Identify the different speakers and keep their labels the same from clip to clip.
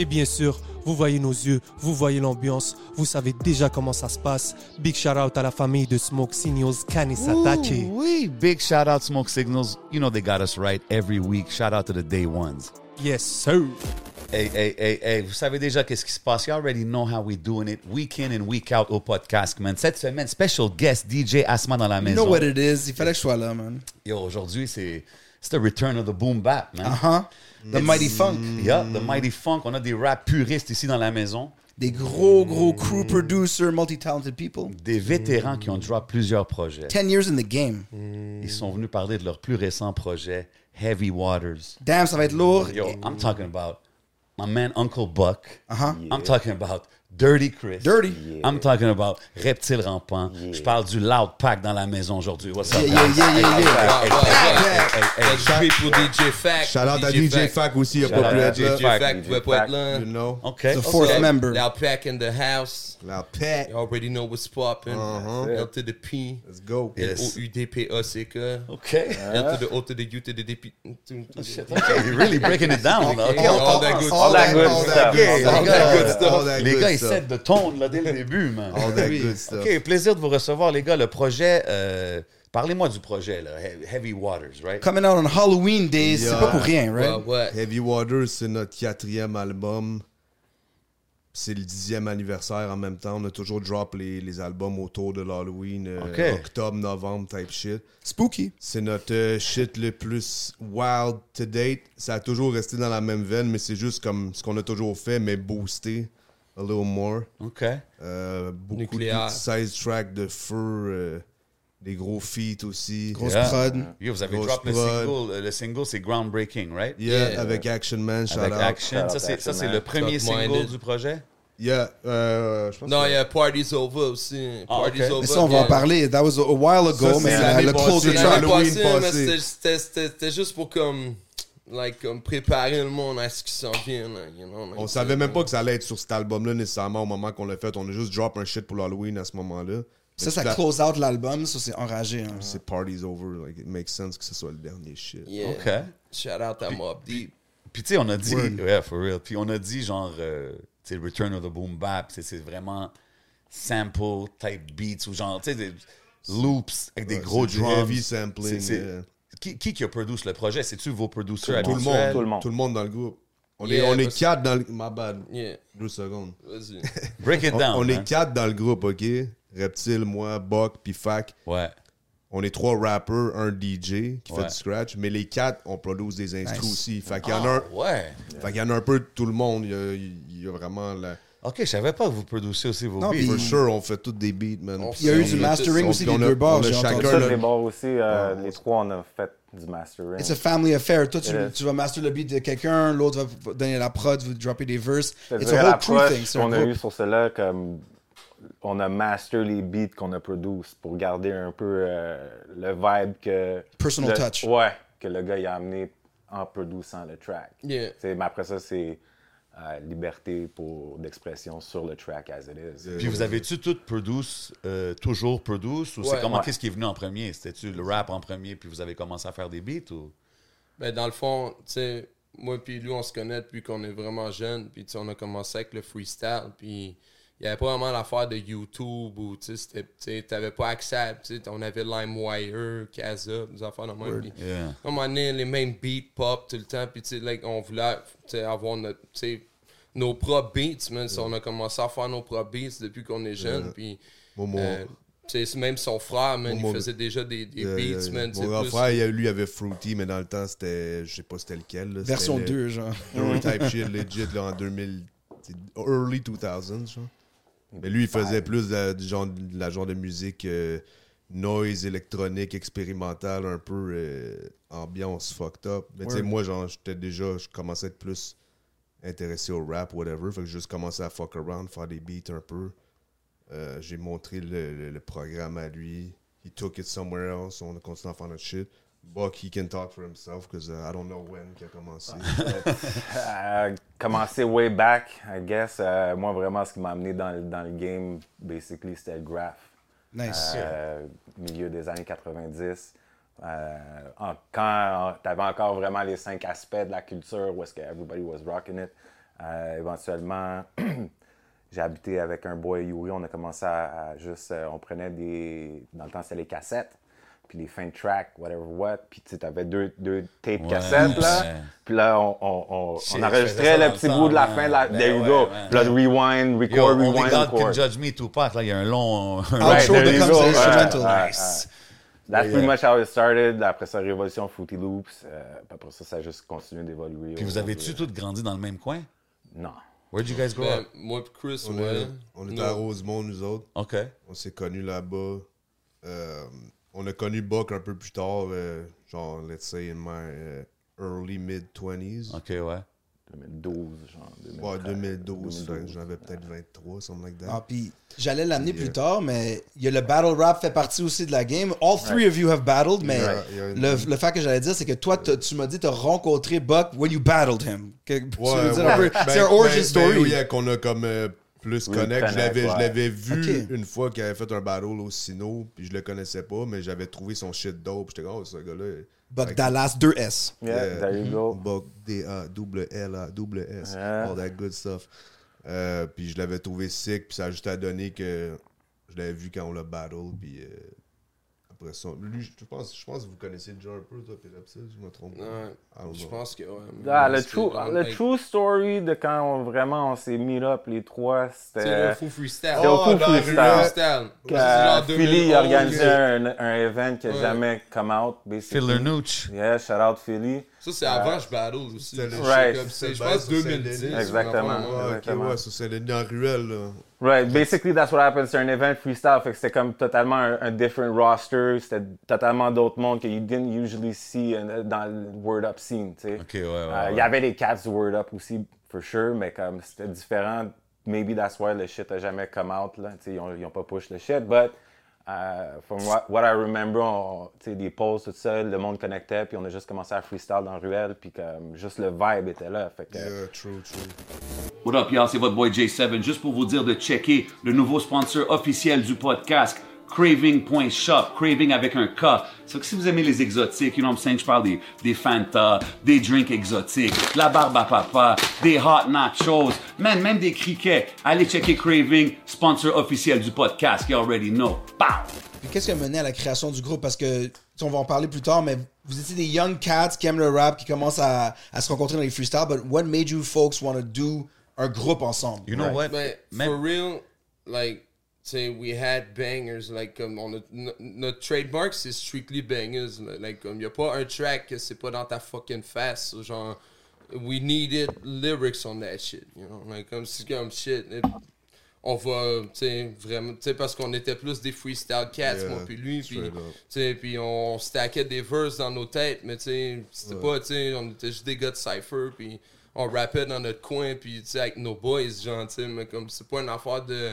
Speaker 1: Et bien sûr, vous voyez nos yeux, vous voyez l'ambiance, vous savez déjà comment ça se passe. Big shout out à la famille de Smoke Signals Kanisatake.
Speaker 2: Ooh, wee. Big shout out Smoke Signals. You know they got us right every week. Shout out to the day ones.
Speaker 1: Yes, sir.
Speaker 2: Hey, hey, hey, hey. Vous savez déjà qu'est-ce qui se passe. You already know how we doing it. Week in and week out au podcast, man. Cette semaine, special guest DJ Asma dans la
Speaker 3: You
Speaker 2: maison.
Speaker 3: know what it is. Il fallait que je sois là, man.
Speaker 2: Yo, aujourd'hui, c'est c'est the return of the boom bap, man.
Speaker 3: Uh-huh. The Mighty Funk.
Speaker 2: Yeah, the mighty funk. On a des rap puristes ici dans la maison.
Speaker 3: Des gros, gros crew producers, multi-talented people.
Speaker 2: Des vétérans qui ont drop plusieurs projets.
Speaker 3: 10 years in the game.
Speaker 2: Ils sont venus parler de leur plus récent projet, Heavy Waters.
Speaker 3: Damn, ça va être lourd.
Speaker 2: Yo, I'm talking about my man Uncle Buck.
Speaker 3: Uh-huh.
Speaker 2: I'm talking about Dirty Chris.
Speaker 3: Dirty.
Speaker 2: I'm talking about Reptile Rampant. Je parle du Loud Pack dans la maison aujourd'hui. What's up?
Speaker 3: Yeah, yeah, yeah, yeah, yeah.
Speaker 4: Ah,
Speaker 2: Hey, hey, hey, hey, hey, hey,
Speaker 4: T'as joué pour DJ Fact.
Speaker 5: Shout-out à DJ Fac aussi, il a pas pu être
Speaker 4: DJ
Speaker 5: là.
Speaker 4: Fact pouvait pas être là.
Speaker 5: You know.
Speaker 2: OK.
Speaker 3: The fourth
Speaker 4: Yeah,
Speaker 3: member.
Speaker 4: Now Pack in the house.
Speaker 5: La paix.
Speaker 4: You already know what's poppin'.
Speaker 5: Uh-huh.
Speaker 4: L to the P.
Speaker 5: Let's go.
Speaker 2: Yes.
Speaker 4: O-U-D-P-A-C-K.
Speaker 2: OK.
Speaker 4: L to the O to the U to the D-P.
Speaker 2: Okay, You're really breaking it down. là. OK, on-
Speaker 4: All that good
Speaker 5: All
Speaker 4: stuff.
Speaker 5: that good
Speaker 6: All
Speaker 5: stuff.
Speaker 6: that
Speaker 5: Yeah,
Speaker 2: All that good
Speaker 5: yeah, all that
Speaker 2: Les
Speaker 5: good
Speaker 2: gars, ils
Speaker 5: stuff.
Speaker 2: set de tone là, dès le début, man.
Speaker 5: All that good stuff.
Speaker 2: OK, plaisir de vous recevoir, les gars. Le projet, euh, parlez-moi du projet, là. He- Heavy Waters, right?
Speaker 3: Coming out on Halloween days. C'est
Speaker 5: Yeah.
Speaker 3: pas pour rien,
Speaker 4: Ouais,
Speaker 3: right?
Speaker 4: ouais.
Speaker 5: Heavy Waters, c'est notre quatrième album. C'est le dixième anniversaire en même temps. On a toujours drop les, les albums autour de l'Halloween. euh,
Speaker 2: Ok.
Speaker 5: Octobre, novembre, type shit.
Speaker 3: Spooky.
Speaker 5: C'est notre euh, shit le plus wild to date. Ça a toujours resté dans la même veine, mais c'est juste comme ce qu'on a toujours fait, mais boosté. A little more.
Speaker 2: OK.
Speaker 5: Euh, beaucoup
Speaker 4: Nucléaire.
Speaker 5: de 16 tracks de feu, euh, des gros feats aussi.
Speaker 3: Grosse
Speaker 2: Yeah.
Speaker 3: prod.
Speaker 2: Yo, vous avez
Speaker 5: Grosse
Speaker 2: drop le
Speaker 5: prod.
Speaker 2: single. Euh, Le single, c'est Groundbreaking, right?
Speaker 5: Yeah,
Speaker 4: Yeah.
Speaker 5: avec Action Man, shout
Speaker 2: Avec
Speaker 5: out.
Speaker 2: Action. Ça, c'est, ça, c'est le premier
Speaker 4: Top-minded.
Speaker 2: single du projet?
Speaker 5: Yeah, euh, je pense
Speaker 4: Non,
Speaker 5: que
Speaker 4: il y a Party's Over aussi.
Speaker 2: Ah,
Speaker 4: Party's
Speaker 2: ok.
Speaker 4: Over.
Speaker 3: Mais ça, on va en
Speaker 4: yeah.
Speaker 3: parler. That was a while
Speaker 5: Ça,
Speaker 3: ago,
Speaker 5: c'est
Speaker 3: mais la-
Speaker 5: l'année
Speaker 3: le
Speaker 5: passée,
Speaker 3: closer
Speaker 5: l'année
Speaker 3: track.
Speaker 4: L'année
Speaker 5: Halloween
Speaker 4: passée, Ah, mais
Speaker 5: passé.
Speaker 4: c'était- c'était- C'était c'était juste pour comme, like, comme préparer le monde à ce qui s'en vient. là, you know, like,
Speaker 5: On savait même pas que ça allait être sur cet album-là nécessairement au moment qu'on l'a fait. On a juste drop un shit pour l'Halloween à ce moment-là.
Speaker 3: Ça,
Speaker 5: Mais
Speaker 3: ça
Speaker 5: toute la-
Speaker 3: close out l'album. Ça, c'est enragé. hein.
Speaker 5: C'est Party's Over. Like, it makes sense que ce soit le dernier shit.
Speaker 4: Yeah.
Speaker 2: OK.
Speaker 4: Shout out à Mob Deep.
Speaker 2: Puis, tu sais, on a dit...
Speaker 5: Word.
Speaker 2: Yeah, for real. Puis, on a dit, genre, euh, tu sais, Return of the Boom Bap, c'est, c'est vraiment sample, type beats, ou genre, tu sais, des loops avec des
Speaker 5: Ouais,
Speaker 2: gros
Speaker 5: c'est du
Speaker 2: drums.
Speaker 5: heavy sampling,
Speaker 2: C'est- c'est-
Speaker 5: yeah.
Speaker 2: Qui, qui qui a produit le projet? C'est-tu vos producteurs
Speaker 5: Tout le
Speaker 2: habituels?
Speaker 5: monde, tout le monde. dans le groupe. On
Speaker 4: Yeah,
Speaker 5: est, on est
Speaker 4: parce-
Speaker 5: quatre dans le... My bad.
Speaker 4: Yeah,
Speaker 5: Deux secondes.
Speaker 4: vas-y. hein.
Speaker 2: Break it
Speaker 5: On,
Speaker 2: down,
Speaker 5: on
Speaker 2: man.
Speaker 5: est quatre dans le groupe, OK? Reptile, moi, Buck, puis Fac.
Speaker 2: Ouais.
Speaker 5: On est trois rappers, un DJ qui
Speaker 2: Ouais.
Speaker 5: fait du scratch, mais les quatre, on produit des instrus
Speaker 3: Nice.
Speaker 5: aussi. Fait qu'il y en
Speaker 4: Ah.
Speaker 5: a un,
Speaker 2: Ouais.
Speaker 5: Fait qu'il y en a un peu de tout le monde. Il y a, il y a vraiment la.
Speaker 2: OK, je savais pas que vous produisiez aussi vos
Speaker 3: Non,
Speaker 2: beats.
Speaker 3: puis-
Speaker 5: For sure, on fait tous des beats, man.
Speaker 4: On
Speaker 3: Il y a
Speaker 4: fait-
Speaker 3: eu du
Speaker 4: on-
Speaker 3: mastering
Speaker 5: on-
Speaker 3: aussi
Speaker 5: on
Speaker 3: des
Speaker 5: a-
Speaker 3: deux
Speaker 5: on
Speaker 3: bars.
Speaker 5: a
Speaker 3: j'ai entendu
Speaker 5: chacun
Speaker 3: ça.
Speaker 7: Ça,
Speaker 5: le-
Speaker 7: les bars aussi, euh, les trois, on a fait du mastering.
Speaker 3: It's a family affair. Toi, tu,
Speaker 7: Yeah.
Speaker 3: tu vas master le beat de quelqu'un, l'autre va- va donner la prod, vous dropper des verses.
Speaker 7: Je te
Speaker 3: It's
Speaker 7: dirais
Speaker 3: a whole crew
Speaker 7: l'approche
Speaker 3: thing. C'est un
Speaker 7: qu'on a
Speaker 3: groupe.
Speaker 7: eu sur cela, comme on a master les beats qu'on a produits pour garder un peu euh, le vibe que.
Speaker 3: Personal
Speaker 7: le-
Speaker 3: touch.
Speaker 7: Ouais, que le gars il a amené en producant le track.
Speaker 4: Yeah.
Speaker 7: Tu sais, Mais après ça, c'est euh, liberté pour d'expression sur le track as it is.
Speaker 2: Puis vous avez-tu tout produce, euh, toujours produce, ou c'est
Speaker 4: Ouais.
Speaker 2: comment,
Speaker 7: Euh, Ouais.
Speaker 2: qu'est-ce qui est venu en premier? C'était-tu le rap en premier, puis vous avez commencé à faire des beats, ou?
Speaker 4: Ben, dans le fond, tu sais, moi puis lui, on se connaît depuis qu'on est vraiment jeune. Puis, tu sais, on a commencé avec le freestyle. Puis, il n'y avait pas vraiment l'affaire de YouTube ou, tu sais, c'était- tu sais, t'avais pas accès à, tu sais, on avait LimeWire, Casa, des affaires de même. Puis,
Speaker 2: Yeah.
Speaker 4: à un moment donné, les mêmes beats pop tout le temps. Puis, tu sais, like, on voulait, tu sais, avoir notre, tu sais, nos propres beats, man. On a commencé à faire nos propres beats depuis qu'on est jeune. Puis,
Speaker 5: Momo.
Speaker 4: euh, tu sais, même son frère, man,
Speaker 5: Momo-
Speaker 4: il faisait déjà des, des
Speaker 5: Le-
Speaker 4: beats,
Speaker 5: le-
Speaker 4: man.
Speaker 5: Mon
Speaker 4: c'est
Speaker 5: grand
Speaker 4: plus-
Speaker 5: frère, il y a- lui, il avait Fruity, mais dans le temps, c'était. Je sais pas c'était lequel. là, c'était
Speaker 3: Version
Speaker 5: le-
Speaker 3: 2, genre.
Speaker 5: le Type shit, legit, là, en 2000. c'est Early 2000, genre. Mais lui, il faisait plus de, du genre, de la genre de musique euh, noise, électronique, expérimentale, un peu euh, ambiance fucked up. Mais tu sais,
Speaker 3: Ouais.
Speaker 5: moi, genre, j'étais déjà. Je commençais à être plus intéressé au rap, whatever. Fait que j'ai juste commencé à fuck around, faire des beats un peu. Euh, j'ai montré le, le- le programme à lui. He took it somewhere else. On a continué à faire notre shit. Buck, he can talk for himself, because I don't know when qu'il a commencé.
Speaker 7: Euh, commencer way back, I guess. Euh, moi, vraiment, ce qui m'a amené dans, le- dans le game, basically, c'était le graph.
Speaker 3: Nice.
Speaker 7: Euh, milieu des années 90. Euh, en- quand tu avais encore vraiment les cinq aspects de la culture où est-ce que everybody was rocking it, euh, éventuellement, j'ai habité avec un boy Yuri, on a commencé à, à juste, euh, on prenait des, dans le temps c'était les cassettes, puis les fin tracks, whatever what, puis tu avais deux, deux tapes
Speaker 2: Ouais,
Speaker 7: cassettes là,
Speaker 2: ouais.
Speaker 7: puis là on, on, on- on
Speaker 2: Shit, je faisais ça
Speaker 7: enregistrait
Speaker 2: dans
Speaker 7: le
Speaker 2: le
Speaker 7: petit
Speaker 2: temps,
Speaker 7: bout de la
Speaker 2: man.
Speaker 7: fin, de la,
Speaker 2: Ben
Speaker 7: there you
Speaker 2: ouais,
Speaker 7: go,
Speaker 2: man.
Speaker 7: puis là rewind,
Speaker 2: Yo,
Speaker 7: record,
Speaker 2: only
Speaker 7: rewind,
Speaker 2: God
Speaker 7: record.
Speaker 2: can judge me, Tupac. Là, il y a un long. un
Speaker 3: Outro
Speaker 7: there you
Speaker 3: becomes
Speaker 7: go.
Speaker 3: an instrumental.
Speaker 7: Ouais, ouais,
Speaker 3: Nice.
Speaker 7: ouais. That's pretty much how it started. Après ça, Révolution Fruity Loops. Euh, puis après ça, ça a juste continué d'évoluer.
Speaker 2: Puis vous avez-tu tous grandi dans le même coin?
Speaker 7: Non.
Speaker 2: Where'd you guys grow
Speaker 4: Ben,
Speaker 2: up?
Speaker 4: moi pis Chris,
Speaker 5: on,
Speaker 4: ouais.
Speaker 5: est- on était à Rosemont, nous autres.
Speaker 2: OK.
Speaker 5: On s'est connus là-bas. Euh, on a connu Buck un peu plus tard, euh, genre, let's say, in my euh, early mid-20s.
Speaker 2: OK, ouais.
Speaker 7: 2012, genre.
Speaker 5: Ouais,
Speaker 7: 2013,
Speaker 5: 2012, fait que j'avais peut-être 23, something like that.
Speaker 3: Ah, puis j'allais l'amener
Speaker 4: euh,
Speaker 3: plus tard, mais il y a le battle rap fait partie aussi de la game. All three of you have battled, mais
Speaker 5: Yeah, yeah.
Speaker 3: le, le fait que j'allais dire, c'est que toi, t'as- tu m'as dit, tu as rencontré Buck when you battled him. Que- tu veux dire un peu-
Speaker 5: Ben,
Speaker 3: c'est un origin
Speaker 5: ben, ben,
Speaker 3: story.
Speaker 5: oui, yeah, qu'on a comme euh, plus
Speaker 7: Oui,
Speaker 5: connect. Je
Speaker 7: connect,
Speaker 5: l'avais, je
Speaker 7: ouais.
Speaker 5: l'avais vu
Speaker 3: Ok.
Speaker 5: une fois qu'il avait fait un battle au Sino, puis je le connaissais pas, mais j'avais trouvé son shit dope. J'étais comme, oh, ce gars-là.
Speaker 3: Buck Dallas 2S.
Speaker 7: Yeah,
Speaker 2: euh,
Speaker 7: there you go.
Speaker 5: Buck, D-A, double L, A, double S,
Speaker 7: Ah.
Speaker 5: all that good stuff. Euh, puis je l'avais trouvé sick, puis ça a juste à donner que je l'avais vu quand on l'a battle, puis euh, après ça. Lui, je pense, je pense que vous connaissez déjà un peu, toi, Pérapsis, je me trompe.
Speaker 4: Ouais.
Speaker 5: I don't
Speaker 4: Je
Speaker 5: know.
Speaker 4: pense que, ouais. mais
Speaker 7: Ah, le
Speaker 4: c'était
Speaker 7: true,
Speaker 4: vraiment-
Speaker 7: le
Speaker 4: Hey,
Speaker 7: true story de quand on, vraiment on s'est meet up les trois,
Speaker 4: Tu sais,
Speaker 7: c'était.
Speaker 4: le fou freestyle.
Speaker 7: C'était au
Speaker 5: Oh,
Speaker 7: euh, Fou
Speaker 5: dans la
Speaker 7: Freestyle.
Speaker 4: freestyle.
Speaker 7: que
Speaker 4: C'est genre
Speaker 7: Philly
Speaker 4: 2011,
Speaker 7: a organisé un, un event qui n'a
Speaker 4: Ouais.
Speaker 7: jamais come out, basically.
Speaker 2: Fiddler Nooch.
Speaker 7: Yeah, shout out Philly.
Speaker 4: Ça, c'est avant je battle aussi.
Speaker 5: C'était
Speaker 4: Je
Speaker 5: le
Speaker 4: sais
Speaker 7: Right.
Speaker 4: comme c'est- Je
Speaker 5: C'était
Speaker 4: pense
Speaker 5: le bail sur
Speaker 4: 2010.
Speaker 5: Saint-Denis.
Speaker 7: Exactement.
Speaker 4: vraiment, ouais.
Speaker 5: Ah, ok,
Speaker 7: Exactement.
Speaker 5: ouais, ça c'est le dans la ruelle, là.
Speaker 7: Right, basically that's what happened. C'est un event freestyle, fait que c'était comme totalement un, un different roster, c'était totalement d'autres mondes que you didn't usually see in- uh, dans le word up scene, tu sais.
Speaker 2: OK, ouais, ouais,
Speaker 7: Euh,
Speaker 2: ouais.
Speaker 7: Il y avait des cats du word up aussi, for sure, mais comme c'était différent. Maybe that's why le shit a jamais come out, là. Tu sais, ils ont, ils ont pas push le shit, but euh, from what, what I remember, on- tu sais, des posts, tout ça, le monde connectait, puis on a juste commencé à freestyle dans Ruelle, puis comme juste le vibe était là, fait que...
Speaker 5: Yeah, true, true.
Speaker 8: What up, y'all? C'est votre boy J7. Juste pour vous dire de checker le nouveau sponsor officiel du podcast, Craving.shop. Craving avec un K. C'est que si vous aimez les exotiques, you know what I'm saying? Je parle des, des Fanta, des drinks exotiques, la barbe à papa, des hot nachos, man, même des criquets. Allez checker Craving, sponsor officiel du podcast. You already know. Pow!
Speaker 3: Puis qu'est-ce qui a mené à la création du groupe? Parce que, tu sais, on va en parler plus tard, mais vous étiez des young cats qui aiment le rap, qui commencent à, à se rencontrer dans les freestyles, but what made you folks want to do un groupe ensemble?
Speaker 2: You know what?
Speaker 4: But
Speaker 2: Man,
Speaker 4: for real, like, say we had bangers, like, comme on a, no- notre trademark, c'est strictly bangers. là. Like, comme, y a pas un track que c'est pas dans ta fucking face. so genre, we needed lyrics on that shit, you know? Like, comme, c'est comme shit. it- on va, tu sais, vraiment, tu sais, parce qu'on était plus des freestyle cats,
Speaker 5: Yeah,
Speaker 4: moi puis lui, puis,
Speaker 5: straight
Speaker 4: tu
Speaker 5: up.
Speaker 4: sais, puis on stackait des verses dans nos têtes, mais tu sais, c'était pas, tu sais, on était juste des gars de cypher, puis on rappait dans notre coin, puis tu sais, avec nos boys, genre, tu sais, mais comme, c'est pas une affaire de,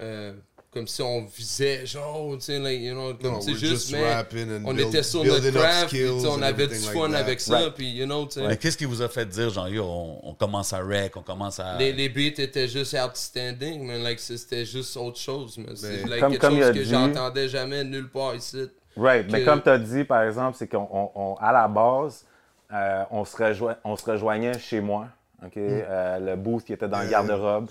Speaker 4: euh, comme si on visait, genre, tu sais, like, you know, comme,
Speaker 5: No,
Speaker 4: c'est
Speaker 5: we're
Speaker 4: juste,
Speaker 5: just
Speaker 4: mais
Speaker 5: rapping and
Speaker 4: on
Speaker 5: build-
Speaker 4: était sur
Speaker 5: building
Speaker 4: notre
Speaker 5: up
Speaker 4: craft, puis, tu sais,
Speaker 5: skills
Speaker 4: on
Speaker 5: and
Speaker 4: avait du
Speaker 5: everything
Speaker 4: fun
Speaker 5: like that.
Speaker 4: avec ça, puis, you know, tu sais.
Speaker 2: mais qu'est-ce qui vous a fait dire, genre, yo, on, on commence à rec, on commence à.
Speaker 4: Les, les beats étaient juste outstanding, mais like, c'était juste autre chose. Mais
Speaker 2: Ben,
Speaker 4: c'est like,
Speaker 7: Comme-
Speaker 4: quelque
Speaker 7: comme il
Speaker 4: chose
Speaker 7: a
Speaker 4: que
Speaker 7: dit-
Speaker 4: j'entendais jamais nulle part ici.
Speaker 7: Right, mais
Speaker 4: Que-
Speaker 7: comme tu as dit, par exemple, c'est qu'on on- on- à la base, euh, on, se rejoint- on se rejoignait chez moi. ok? Euh, le booth qui était dans le garde-robe.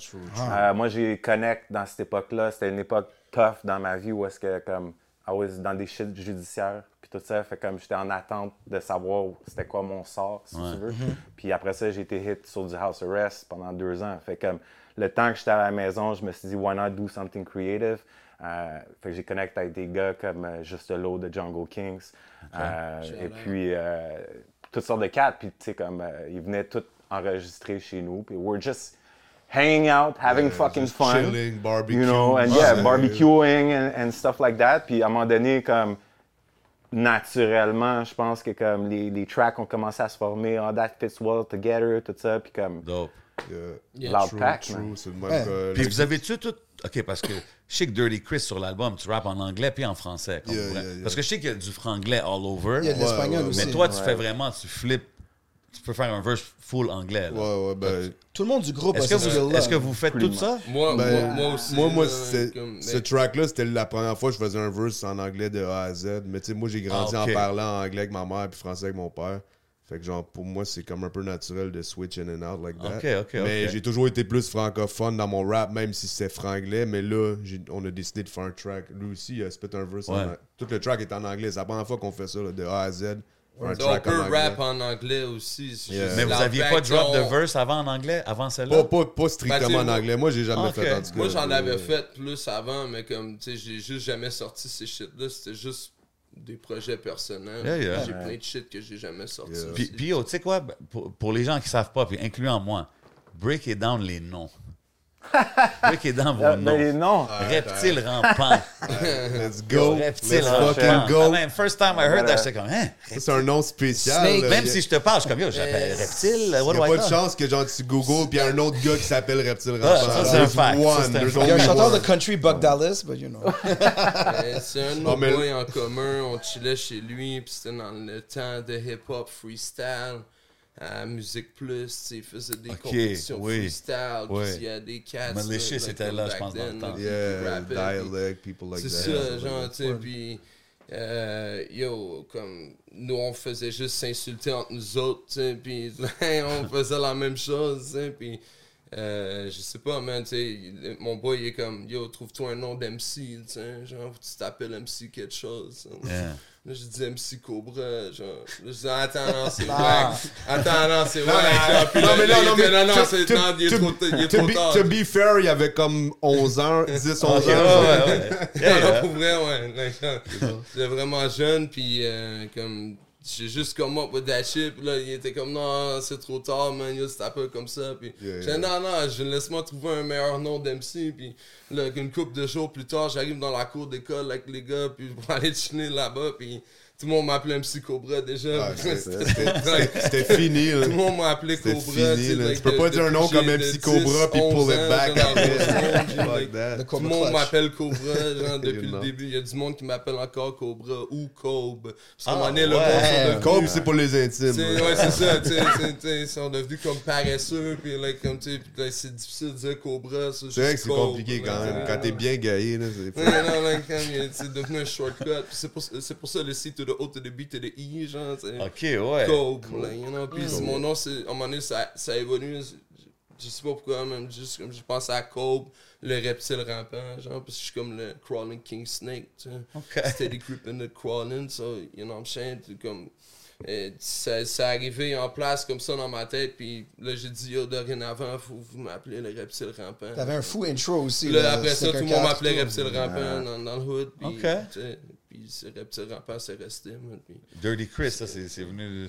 Speaker 7: Euh, moi, j'ai connect dans cette époque-là. C'était une époque tough dans ma vie où est-ce que comme I was dans des shit judiciaires, puis tout ça. Fait comme j'étais en attente de savoir c'était quoi mon sort, si
Speaker 2: Ouais.
Speaker 7: tu veux.
Speaker 2: Mhm.
Speaker 7: Puis après ça, j'ai été hit sur du house arrest pendant deux ans. Fait comme le temps que j'étais à la maison, je me suis dit, why not do something creative? Euh, fait que j'ai connecté avec des gars comme euh, Juste l'eau de Django Kings. Euh,
Speaker 4: Shout
Speaker 7: et
Speaker 4: out.
Speaker 7: puis, euh, toutes sortes de cats. Puis, tu sais, comme, euh, ils venaient tous enregistrer chez nous. Puis, we're just hanging out, having fucking
Speaker 5: just
Speaker 7: fun.
Speaker 5: Euh, chilling, barbecue.
Speaker 7: You know, and
Speaker 5: Ah,
Speaker 7: yeah,
Speaker 5: ouais.
Speaker 7: barbecuing and, and stuff like that. Puis, à un moment donné, comme, naturellement, je pense que comme les, les tracks ont commencé à se former, oh, that fits well together, tout ça, puis comme...
Speaker 2: Dope.
Speaker 7: Yeah. Loud
Speaker 5: True,
Speaker 7: Pack,
Speaker 5: true,
Speaker 7: man.
Speaker 5: c'est le même gars,
Speaker 2: Puis
Speaker 5: le-
Speaker 2: vous avez-tu tout. OK, parce que je sais que Dirty Chris sur l'album, tu rappes en anglais puis en français.
Speaker 5: Yeah,
Speaker 2: comprends?
Speaker 5: yeah, yeah.
Speaker 2: Parce que je sais qu'il y a du franglais all over.
Speaker 3: Il y a de
Speaker 5: Ouais,
Speaker 3: l'espagnol
Speaker 5: ouais,
Speaker 3: aussi.
Speaker 2: Mais toi, tu
Speaker 7: Ouais.
Speaker 2: fais vraiment, tu flippes. Tu peux faire un verse full anglais. là.
Speaker 5: Ouais, ouais, ben,
Speaker 3: Tout le monde du groupe a
Speaker 2: Est-ce que,
Speaker 3: ce
Speaker 2: vous,
Speaker 3: skill-là.
Speaker 2: est-ce que vous faites tout ça?
Speaker 4: Moi, moi,
Speaker 5: Ben,
Speaker 4: moi aussi.
Speaker 5: Moi, moi,
Speaker 4: là,
Speaker 5: c'est-
Speaker 4: comme-
Speaker 5: ce track-là, c'était la première fois que je faisais un verse en anglais de A à Z. Mais tu sais, moi, j'ai grandi
Speaker 2: Ah, ok.
Speaker 5: en parlant anglais avec ma mère puis français avec mon père. Fait que, genre, pour moi, c'est comme un peu naturel de switch in and out like that.
Speaker 2: Ok, ok,
Speaker 5: mais
Speaker 2: ok.
Speaker 5: j'ai toujours été plus francophone dans mon rap, même si c'était franglais. Mais là, j'ai- on a décidé de faire un track. Lui aussi, il a spit un verse. en
Speaker 2: Ouais.
Speaker 5: anglais. Tout le track est en anglais. C'est la première fois qu'on fait ça, là, de A à Z. faire un
Speaker 4: Donc, on
Speaker 5: track en
Speaker 4: peut
Speaker 5: anglais.
Speaker 4: rap en anglais aussi. c'est
Speaker 5: Yeah.
Speaker 4: juste
Speaker 2: Mais vous
Speaker 4: la
Speaker 2: aviez
Speaker 4: fact
Speaker 2: pas drop
Speaker 4: qu'on-
Speaker 2: de verse avant en anglais, avant celle-là? Ah,
Speaker 5: Pas, pas, pas strictement
Speaker 4: Ben,
Speaker 5: en
Speaker 4: c'est-
Speaker 5: anglais. Moi, j'ai jamais
Speaker 2: Ok.
Speaker 5: fait en tout cas.
Speaker 4: Moi, j'en
Speaker 5: Euh,
Speaker 4: avais fait plus avant, mais comme, tu sais, j'ai juste jamais sorti ces shit-là. C'était juste des projets personnels.
Speaker 2: Yeah, yeah.
Speaker 4: J'ai plein de shit que j'ai jamais sorti.
Speaker 5: Yeah.
Speaker 2: Puis,
Speaker 4: aussi.
Speaker 2: puis, yo, tu sais quoi, ben, pour, pour les gens qui savent pas, puis incluant moi, break it down les noms. break it down vos
Speaker 7: Euh, mais
Speaker 2: noms.
Speaker 7: non!
Speaker 4: Ah,
Speaker 2: Reptile rampant.
Speaker 5: Let's go.
Speaker 2: Reptile
Speaker 5: Let's
Speaker 2: rampant.
Speaker 5: fucking
Speaker 2: Ah,
Speaker 5: go.
Speaker 2: man, first time I heard that, j'étais comme, hein?
Speaker 5: Ça, c'est un nom spécial.
Speaker 3: Snake.
Speaker 5: là.
Speaker 2: Même
Speaker 5: Y a-
Speaker 2: si je te parle, je suis comme, yo, j'appelle reptile, what
Speaker 5: Il
Speaker 2: do
Speaker 5: a
Speaker 2: I
Speaker 5: pas de
Speaker 2: know?
Speaker 5: chance que genre tu Google puis il y a un autre gars qui s'appelle Reptile
Speaker 2: Ah,
Speaker 5: Rampant.
Speaker 2: ça, c'est
Speaker 5: There's
Speaker 2: un fact. Ça,
Speaker 5: one.
Speaker 2: c'est un
Speaker 5: There's
Speaker 2: fact.
Speaker 3: Il y a un
Speaker 5: only
Speaker 3: chanteur de
Speaker 5: one.
Speaker 3: country, Buck Dallas, but you know.
Speaker 4: Euh, C'est un de
Speaker 5: Non,
Speaker 4: nos
Speaker 5: mais-
Speaker 4: boys en commun. On chillait chez lui, puis c'était dans le temps de hip-hop freestyle. À Musique Plus, tu sais, il faisait des
Speaker 2: Ok,
Speaker 4: compétitions
Speaker 2: oui.
Speaker 4: freestyle,
Speaker 2: Oui.
Speaker 4: puis il y a des cats.
Speaker 2: Mais les
Speaker 4: là,
Speaker 2: shit,
Speaker 4: like,
Speaker 2: c'était là, je
Speaker 4: back
Speaker 2: pense, dans le
Speaker 4: then,
Speaker 2: temps.
Speaker 4: puis ils
Speaker 5: Yeah,
Speaker 4: rappaient, puis-
Speaker 5: dialect, people like
Speaker 4: C'est
Speaker 5: that.
Speaker 4: ça, genre, tu sais, puis... euh, yo, comme nous on faisait juste s'insulter entre nous autres, tu sais, puis on faisait la même chose, tu sais, puis euh, je sais pas, man, tu sais, il- mon boy il est comme yo, trouve-toi un nom d'MC, tu sais, genre, tu t'appelles MC quelque chose. tu sais.
Speaker 2: Yeah.
Speaker 4: Là, je dis MC Cobra, genre. Là, je dis, attends, non, c'est wack. Attends, Ah. non, c'est wack. genre, puis là, il était, non, non, c'est- non, il est trop t- il est trop tard.
Speaker 5: To be fair, il y avait comme 11 ans, 10, 11
Speaker 2: Ouais,
Speaker 5: ans.
Speaker 2: ouais, ouais.
Speaker 4: Non, non, pour vrai, ouais. Like, genre, J'étais vraiment jeune, puis euh, comme. J'ai juste comme up with that shit, puis là, il était comme non, c'est trop tard, man, yo, c'est un peu comme ça, puis
Speaker 5: Yeah,
Speaker 4: j'ai dit, non, non, je laisse-moi trouver un meilleur nom d'MC, puis là, une couple de jours plus tard, j'arrive dans la cour d'école avec les gars, puis pour aller chiner là-bas, puis tout le monde m'appelait MC Cobra déjà.
Speaker 5: Ah,
Speaker 4: puis
Speaker 5: c'est-
Speaker 4: c'était-
Speaker 5: C'était c'était fini. hein. là.
Speaker 4: tout le monde m'a appelé
Speaker 5: C'était
Speaker 4: Cobra.
Speaker 5: fini,
Speaker 4: sais,
Speaker 5: là.
Speaker 4: like,
Speaker 5: Tu peux
Speaker 4: de-
Speaker 5: pas dire un
Speaker 4: depuis
Speaker 5: nom
Speaker 4: que
Speaker 5: comme
Speaker 4: j'ai
Speaker 5: MC
Speaker 4: de
Speaker 5: Cobra, puis
Speaker 4: 11
Speaker 5: pull it
Speaker 4: ans,
Speaker 5: back
Speaker 4: genre,
Speaker 5: après.
Speaker 4: j'ai, like,
Speaker 5: Fuck that.
Speaker 3: The
Speaker 4: tout le
Speaker 3: Cobra
Speaker 4: monde
Speaker 3: Clutch.
Speaker 4: m'appelle Cobra, genre, depuis
Speaker 5: Non.
Speaker 4: le début. Il y a du monde qui m'appelle encore Cobra ou Cobe. Parce qu'à un
Speaker 2: Ah,
Speaker 4: moment donné, le
Speaker 2: ouais.
Speaker 4: monde sont
Speaker 5: Cope,
Speaker 4: devenus-
Speaker 5: c'est pour les intimes.
Speaker 4: T'sais,
Speaker 5: là.
Speaker 4: ouais, hein. c'est ça, tu sais, ils sont devenus comme paresseux, puis like, comme, tu sais, puis, like, c'est difficile de dire Cobra, ça,
Speaker 5: C'est vrai
Speaker 4: juste
Speaker 5: que c'est
Speaker 4: Cobe,
Speaker 5: compliqué
Speaker 4: là,
Speaker 5: quand même.
Speaker 4: t'sais.
Speaker 5: Quand t'es bien gaillé, là,
Speaker 4: Non,
Speaker 5: c'est
Speaker 4: non, like, comme, il- c'est devenu un shortcut, puis c'est pour, c'est pour ça le C to the O to the B to the I, genre, tu sais.
Speaker 2: OK, ouais.
Speaker 4: Coke, là, you know. Puis mon nom, c'est, à un moment donné, ça, ça évolue. Je sais pas pourquoi, même juste comme je pense à Cobe, le reptile rampant, genre, parce que je suis comme le crawling king snake, tu sais.
Speaker 2: Ok.
Speaker 4: Steady creeping the crawling, so, you know, I'm saying, tu- comme. euh, ça, ça arrivait en place comme ça dans ma tête, puis là j'ai dit yo, dorénavant, faut vous m'appeler le reptile rampant.
Speaker 3: T'avais un fou intro aussi.
Speaker 4: Là,
Speaker 3: là,
Speaker 4: après ça,
Speaker 3: Sticker
Speaker 4: tout le monde
Speaker 3: Cat,
Speaker 4: m'appelait
Speaker 3: tout.
Speaker 4: reptile rampant dans, dans le hood, puis
Speaker 2: Ok.
Speaker 4: tu sais, puis ce reptile rampant, c'est resté, man, puis-
Speaker 2: Dirty Chris, ça, c'est c'est venu...